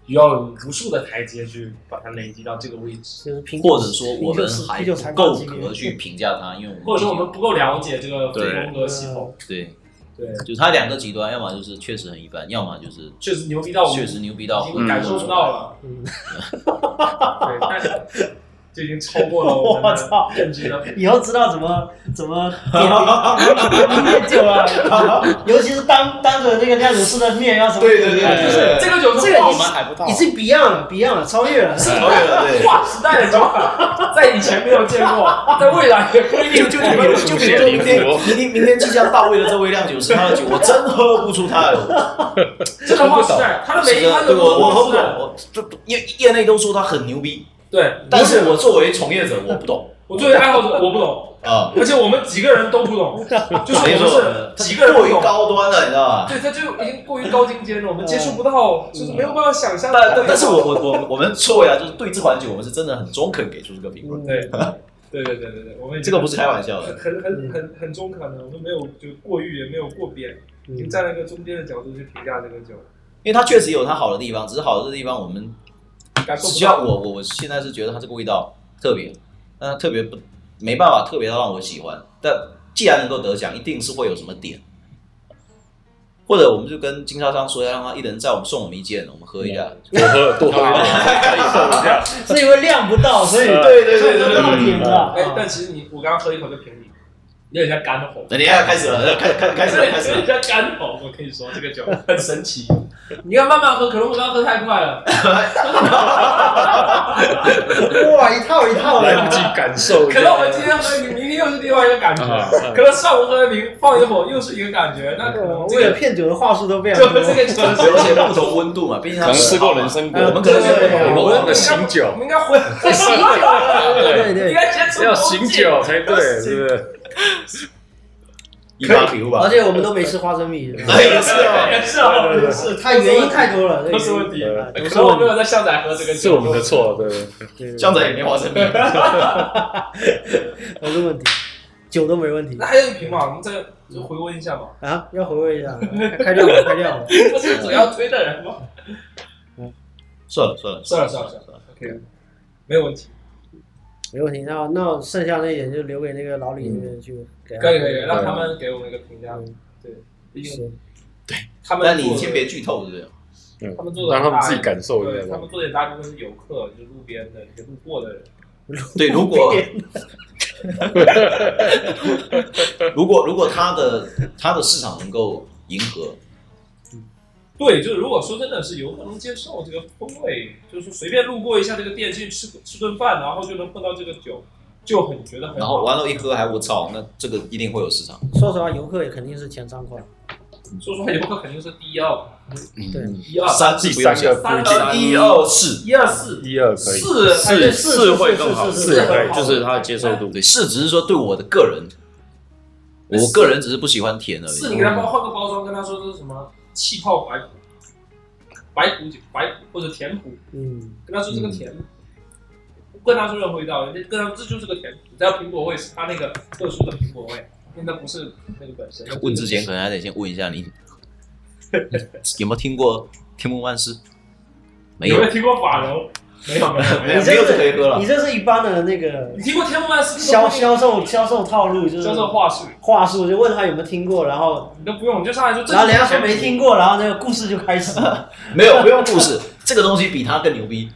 Speaker 1: 要有无数的台阶去把它累积到这个位置，
Speaker 3: 就是拼，
Speaker 2: 或者说我们还
Speaker 3: 啤酒才
Speaker 2: 不够格
Speaker 3: <laughs>
Speaker 2: 去评价它，因为
Speaker 1: 或者说我
Speaker 2: 们
Speaker 1: 们不够了解这个
Speaker 2: 对
Speaker 1: 风
Speaker 3: 啊
Speaker 1: 格系统。
Speaker 2: 对，
Speaker 1: 对，
Speaker 2: 就它两个极端，要么就是确实很一般，要么就是
Speaker 1: 确实牛逼到我
Speaker 2: 确实牛逼到
Speaker 1: 已经感受不到了。
Speaker 2: <laughs>
Speaker 3: 嗯， <laughs>
Speaker 1: 对，但是这已经超过了 <laughs> 我们
Speaker 3: 我操
Speaker 1: 的认知的。
Speaker 3: 以后知道怎么怎么点
Speaker 2: <laughs>
Speaker 3: 烈酒了， <laughs> 尤其是当当着那个酿酒师的面要怎么啊
Speaker 2: 对对对对对
Speaker 1: 这个酒
Speaker 3: 这
Speaker 1: 是
Speaker 3: 个
Speaker 1: 爆
Speaker 3: 已
Speaker 1: 满
Speaker 3: 经
Speaker 5: 还不
Speaker 2: <laughs>
Speaker 3: 已经 Beyond 了，Beyond 了，超越了。
Speaker 2: 超越了对。
Speaker 1: 划时代的酒法，在以前没有见过，在未来也不一定 <laughs> 就
Speaker 2: 就就比如说明天，明天明天即将到位的这位酿酒师，他的酒我真喝不出他有
Speaker 1: 真的划时代，他的每一款
Speaker 2: 对
Speaker 1: 酒
Speaker 2: 我
Speaker 1: 都
Speaker 2: 我喝
Speaker 1: 划
Speaker 2: 不
Speaker 1: 时
Speaker 2: 懂，
Speaker 1: 代。
Speaker 2: 我就业业内都说他很牛逼，
Speaker 1: 对，
Speaker 2: 但是我作为从业者我不懂
Speaker 1: 我作为爱好者，我不懂，
Speaker 2: 啊，
Speaker 1: 而且我们几个人都不懂，就是
Speaker 2: 所以
Speaker 1: 我
Speaker 2: 说
Speaker 1: 们是
Speaker 2: 他
Speaker 1: 几个人
Speaker 2: 过
Speaker 1: 不
Speaker 2: 于
Speaker 1: 懂。
Speaker 2: 高端了，你知道吧？
Speaker 1: 对，这就已经过于高精尖了，我们接触不到，就是没有办法想象。
Speaker 2: 嗯但但但是我我我我们作为啊，就是对这款酒，我们是真的很中肯给出这个评论，
Speaker 1: 对，对对对对对，我们已经
Speaker 2: 这个不是开嗯玩笑
Speaker 1: 很
Speaker 2: 的。
Speaker 1: 很很很很中肯的，我们没有就过誉，也没有过贬，
Speaker 2: 嗯
Speaker 1: 已经站在一个中间的角度去评价这个酒，
Speaker 2: 因为它确实有它好的地方，只是好的地方我们
Speaker 1: 感受
Speaker 2: 只
Speaker 1: 不
Speaker 2: 需要
Speaker 1: 到。
Speaker 2: 我我我现在是觉得它这个味道特别，但它特别不没办法特别让我喜欢。但既然能够得奖，一定是会有什么点，或者我们就跟经销商说一下，让他一人再我们送我们一件，我们喝一
Speaker 1: 嗯
Speaker 2: 下。
Speaker 4: 多喝多喝一点，
Speaker 3: 是因为量不到，所以
Speaker 2: 对对
Speaker 3: 所以就到点了。
Speaker 1: 哎，但其实你我刚刚喝一口就评你，有点像干红。
Speaker 2: 那你要开始了，开开开始了，开始
Speaker 1: 有
Speaker 2: 了
Speaker 1: <laughs> 点。像干红，我跟你说这个酒 <laughs> 很神奇。你要慢慢喝，可能我刚刚喝太快了，
Speaker 3: 哇，一套一套
Speaker 4: 来
Speaker 3: 的，
Speaker 4: 不及感受一
Speaker 1: 可
Speaker 4: 下
Speaker 1: 能。我们今天喝一瓶，明天又是另外一个感觉
Speaker 4: 啊，
Speaker 1: 可能上午喝一瓶，放一会儿又是一个感觉，那可能这
Speaker 3: 为了
Speaker 1: 个
Speaker 3: 骗酒的话术都非常
Speaker 1: 就
Speaker 3: 多。
Speaker 1: 这个酒
Speaker 2: 而且不同温度嘛，毕竟
Speaker 4: 可
Speaker 2: 它
Speaker 4: 能吃过人
Speaker 2: 人
Speaker 4: 参
Speaker 2: 我们
Speaker 4: 果，
Speaker 2: 可能是
Speaker 1: 我
Speaker 4: 我
Speaker 1: 们
Speaker 4: 忘了醒
Speaker 1: 我
Speaker 4: 酒
Speaker 1: 们，应该回喝醒酒了，
Speaker 3: 对
Speaker 1: 应
Speaker 3: 对，
Speaker 1: 该先从
Speaker 4: 要醒酒才对，是不是？
Speaker 2: 一八瓶吧
Speaker 3: 而，且我们都没吃花生米，
Speaker 2: 对，是
Speaker 4: 哦
Speaker 2: 啊，
Speaker 1: 也是啊，
Speaker 4: 对对对
Speaker 3: 是它原因太多了，
Speaker 1: 都是问题。
Speaker 4: 呃
Speaker 3: 都
Speaker 1: 可
Speaker 3: 是
Speaker 1: 能我没
Speaker 3: 问
Speaker 1: 有在下载喝这个酒，
Speaker 4: 是我们的错，对。
Speaker 2: <laughs>
Speaker 3: 题，
Speaker 2: 这样子也没花
Speaker 1: <laughs>
Speaker 2: 生米。
Speaker 3: 都是问题，酒都没问题
Speaker 1: 那还有一瓶嘛，我们再就回温一下 <laughs> 嘛。
Speaker 3: 啊！要回味一下，开掉吧，开掉吧。
Speaker 1: 不是主要推的人吗？
Speaker 2: 算了算了，
Speaker 1: 算了算了算了，OK，没有问题，
Speaker 3: 没问题，那那剩下那一点就留给那个老李那边去给他。
Speaker 1: 可以可以，让他们给我们一个评价。对，毕竟
Speaker 3: 是
Speaker 1: 他们
Speaker 2: 但你
Speaker 1: 做的
Speaker 2: 先别剧透，对不对？
Speaker 4: 嗯
Speaker 1: 他们做的
Speaker 4: 让他们自己感受一
Speaker 1: 对，
Speaker 4: 下
Speaker 1: 他
Speaker 4: 吧
Speaker 1: 们。做的大部分是游客，就是路边的一些路过的人。
Speaker 2: <laughs> 对，如果如果如果它的它的市场能够迎合，
Speaker 1: 对，就是如果说真的是游客能接受这个风味，就是随便路过一下这个店进去吃吃顿饭，然后就能碰到这个酒，就很觉得很好
Speaker 2: 然后完了，一喝还我操，那这个一定会有市场。
Speaker 3: 说实话，游客也肯定是前三款，
Speaker 1: 说实话，游客肯定是第一二，
Speaker 3: 对，
Speaker 1: 一二
Speaker 2: 三
Speaker 4: 嗯第
Speaker 2: 不用
Speaker 4: 三
Speaker 2: 想，
Speaker 4: 个
Speaker 1: 三
Speaker 4: 不
Speaker 1: 个
Speaker 2: 呃一
Speaker 4: 一
Speaker 2: 二四，
Speaker 1: 一二四
Speaker 4: 定，一二可以，
Speaker 1: 四哎对
Speaker 5: 四
Speaker 1: 四
Speaker 5: 四会更好，
Speaker 3: 是
Speaker 1: 是是
Speaker 5: 四
Speaker 1: 是
Speaker 5: 会
Speaker 1: 是
Speaker 5: 就是它的接受度
Speaker 2: 对，是只是说对我的个人，
Speaker 1: 那是
Speaker 2: 我个人只是不喜欢甜而
Speaker 1: 是你给他
Speaker 2: 已。
Speaker 1: 包换个包装，跟他说这是什么气泡白葡、白葡酒、白葡或者甜葡，
Speaker 3: 嗯，
Speaker 1: 跟他说这个甜，不跟他说任何味道，人家跟他说这就是个甜葡，只要苹果味是它那个特殊的苹果味，那不是那个本身。
Speaker 2: 问之前可能还得先问一下你，有没有听过天幕万事？没
Speaker 1: 有
Speaker 2: 有
Speaker 1: 没，有听过法柔？没有没有没
Speaker 3: <laughs>
Speaker 2: 没
Speaker 1: 有
Speaker 2: 有，没有就
Speaker 3: 这个
Speaker 2: 可以喝了
Speaker 3: 你。这是一般的那个
Speaker 1: 你听过天幕万斯
Speaker 3: 销销售销售套路，就是
Speaker 1: 销售话术，
Speaker 3: 话术，就问他有没有听过，然后
Speaker 1: 你都不用，你就上来说这
Speaker 3: 然后
Speaker 1: 是
Speaker 3: 人家
Speaker 1: 甜
Speaker 3: 说
Speaker 1: 葡
Speaker 3: 没听，过，然后那个故事就
Speaker 1: <laughs>
Speaker 3: 开始了。
Speaker 2: <laughs> 没有，不用故事，这个东西比它更牛逼。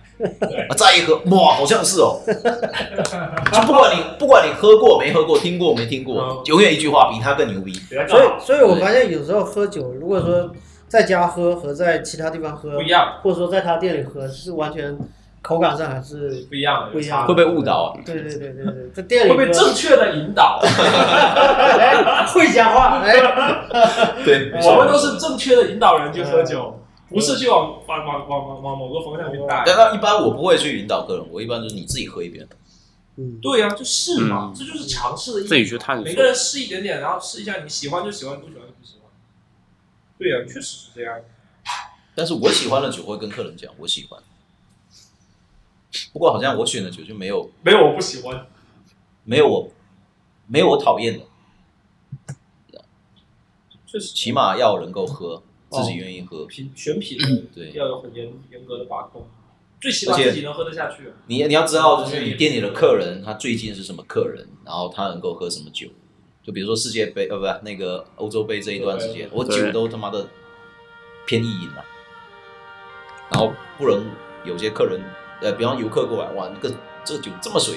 Speaker 2: 啊再一喝，哇，好像是哦。就不管你不管你喝过没喝过，听过没听过
Speaker 1: 嗯，
Speaker 2: 永远一句话，比它更牛逼。
Speaker 1: 给他
Speaker 3: 所
Speaker 1: 更
Speaker 3: 以，
Speaker 1: 好，
Speaker 3: 所以我发现有时候喝酒，如果说在家喝和在其他地方喝
Speaker 1: 不，一样，
Speaker 3: 或者说在他店里喝，是完全口感上还是
Speaker 1: 不一样的，
Speaker 3: 不一样的，
Speaker 2: 会被误导啊
Speaker 3: 对对对对对，在店
Speaker 1: 会
Speaker 3: 里喝
Speaker 1: 被正确的引导，
Speaker 3: 哎 <laughs> 会讲话，
Speaker 1: <laughs>
Speaker 3: 哎，
Speaker 2: 对
Speaker 1: 我们都是正确的引导人去喝
Speaker 3: 嗯
Speaker 1: 酒，不是去往往往往往往某个方向去带。
Speaker 2: 但那一般我不会去引导客人，我一般就是你自己喝一遍。
Speaker 3: 嗯，
Speaker 1: 对呀、就试嘛，
Speaker 5: 嗯
Speaker 1: 这就是尝试的意义。
Speaker 5: 自己去探索
Speaker 1: 每个人试一点点，然后试一下，你喜欢就喜欢，不喜欢就不喜欢。对呀、确实是这样。
Speaker 2: 但是我喜欢的酒会跟客人讲我喜欢，不过好像我选的酒就没有
Speaker 1: 没有我不喜欢，
Speaker 2: 没有我没有我讨厌的，
Speaker 1: 确实
Speaker 2: 起码要能够喝，自
Speaker 1: 哦
Speaker 2: 己愿意喝。
Speaker 1: 品选品的
Speaker 2: 对，
Speaker 1: 要有很严严格的把控，最起码
Speaker 2: 而且
Speaker 1: 自己能喝得下去。
Speaker 2: 你你要知道，就是你店里的客人，他最近是什么客人，然后他能够喝什么酒。就比如说世界杯，呃，不，那个欧洲杯这一段时间，我酒都他妈的偏意淫了。然后不能有些客人，呃，比方游客过来，哇，那个这个酒这么水。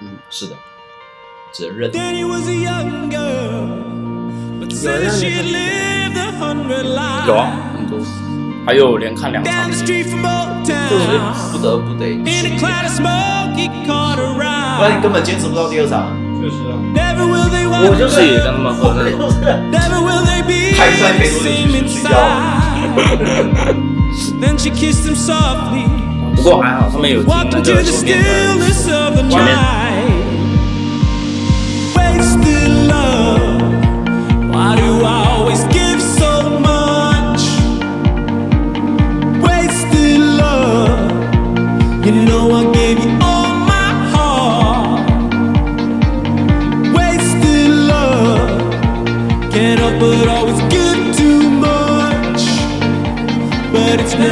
Speaker 2: 嗯，是的，只能认。
Speaker 7: Daddy was a young girl, but said she lived a hundred
Speaker 5: 有啊
Speaker 7: lives
Speaker 5: 很多，还有连看两场
Speaker 7: down
Speaker 5: 的，
Speaker 7: the street from Old
Speaker 2: 所以
Speaker 7: Town.
Speaker 2: 不得不得试
Speaker 7: In
Speaker 2: 一
Speaker 7: a
Speaker 2: 点，
Speaker 7: cloud of smoke, he caught a
Speaker 2: 不然你
Speaker 7: ride.
Speaker 2: 根本坚持不到第二场。
Speaker 1: 确实啊，
Speaker 7: Never will they
Speaker 5: 我
Speaker 7: want,
Speaker 5: 就是也跟他们喝那种，
Speaker 7: never will they be
Speaker 2: Hai tay phải
Speaker 7: the
Speaker 2: đuổi
Speaker 7: same
Speaker 2: đi,
Speaker 7: inside. Then she kissed him softly,
Speaker 5: 不过还好他们有听
Speaker 7: walked
Speaker 5: 那
Speaker 7: into
Speaker 5: 个
Speaker 7: the
Speaker 5: 前面的
Speaker 7: stillness of the
Speaker 5: Why not?
Speaker 7: night. Wasted love, why do I always give so much? wasted love. You know I gave you all my heart. Wasted love. Can't help but always give too much. But it's never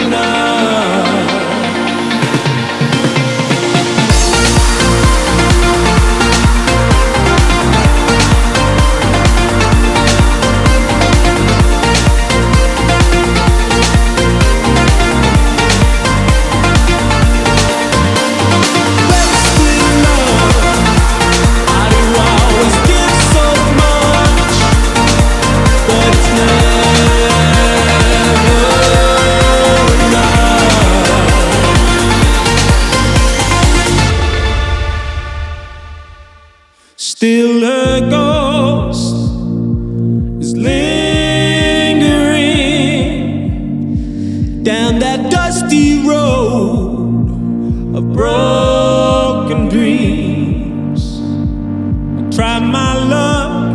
Speaker 7: enough. Wasted love. Why do I always give so much? But it's never enough. still a ghost is lingering down that dusty road of broken dreams. I tried my luck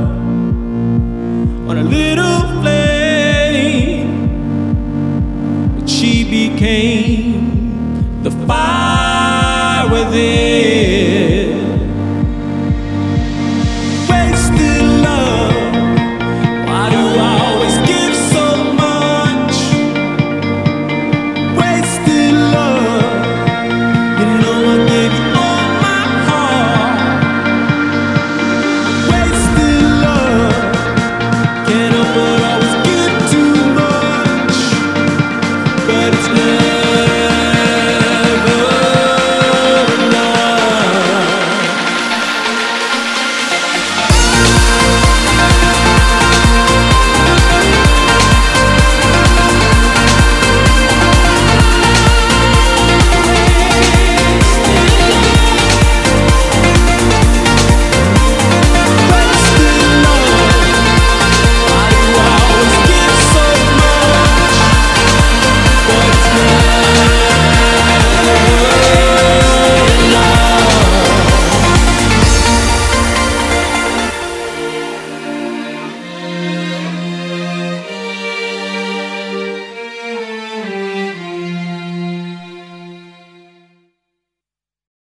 Speaker 7: on a little flame, but she became the fire within.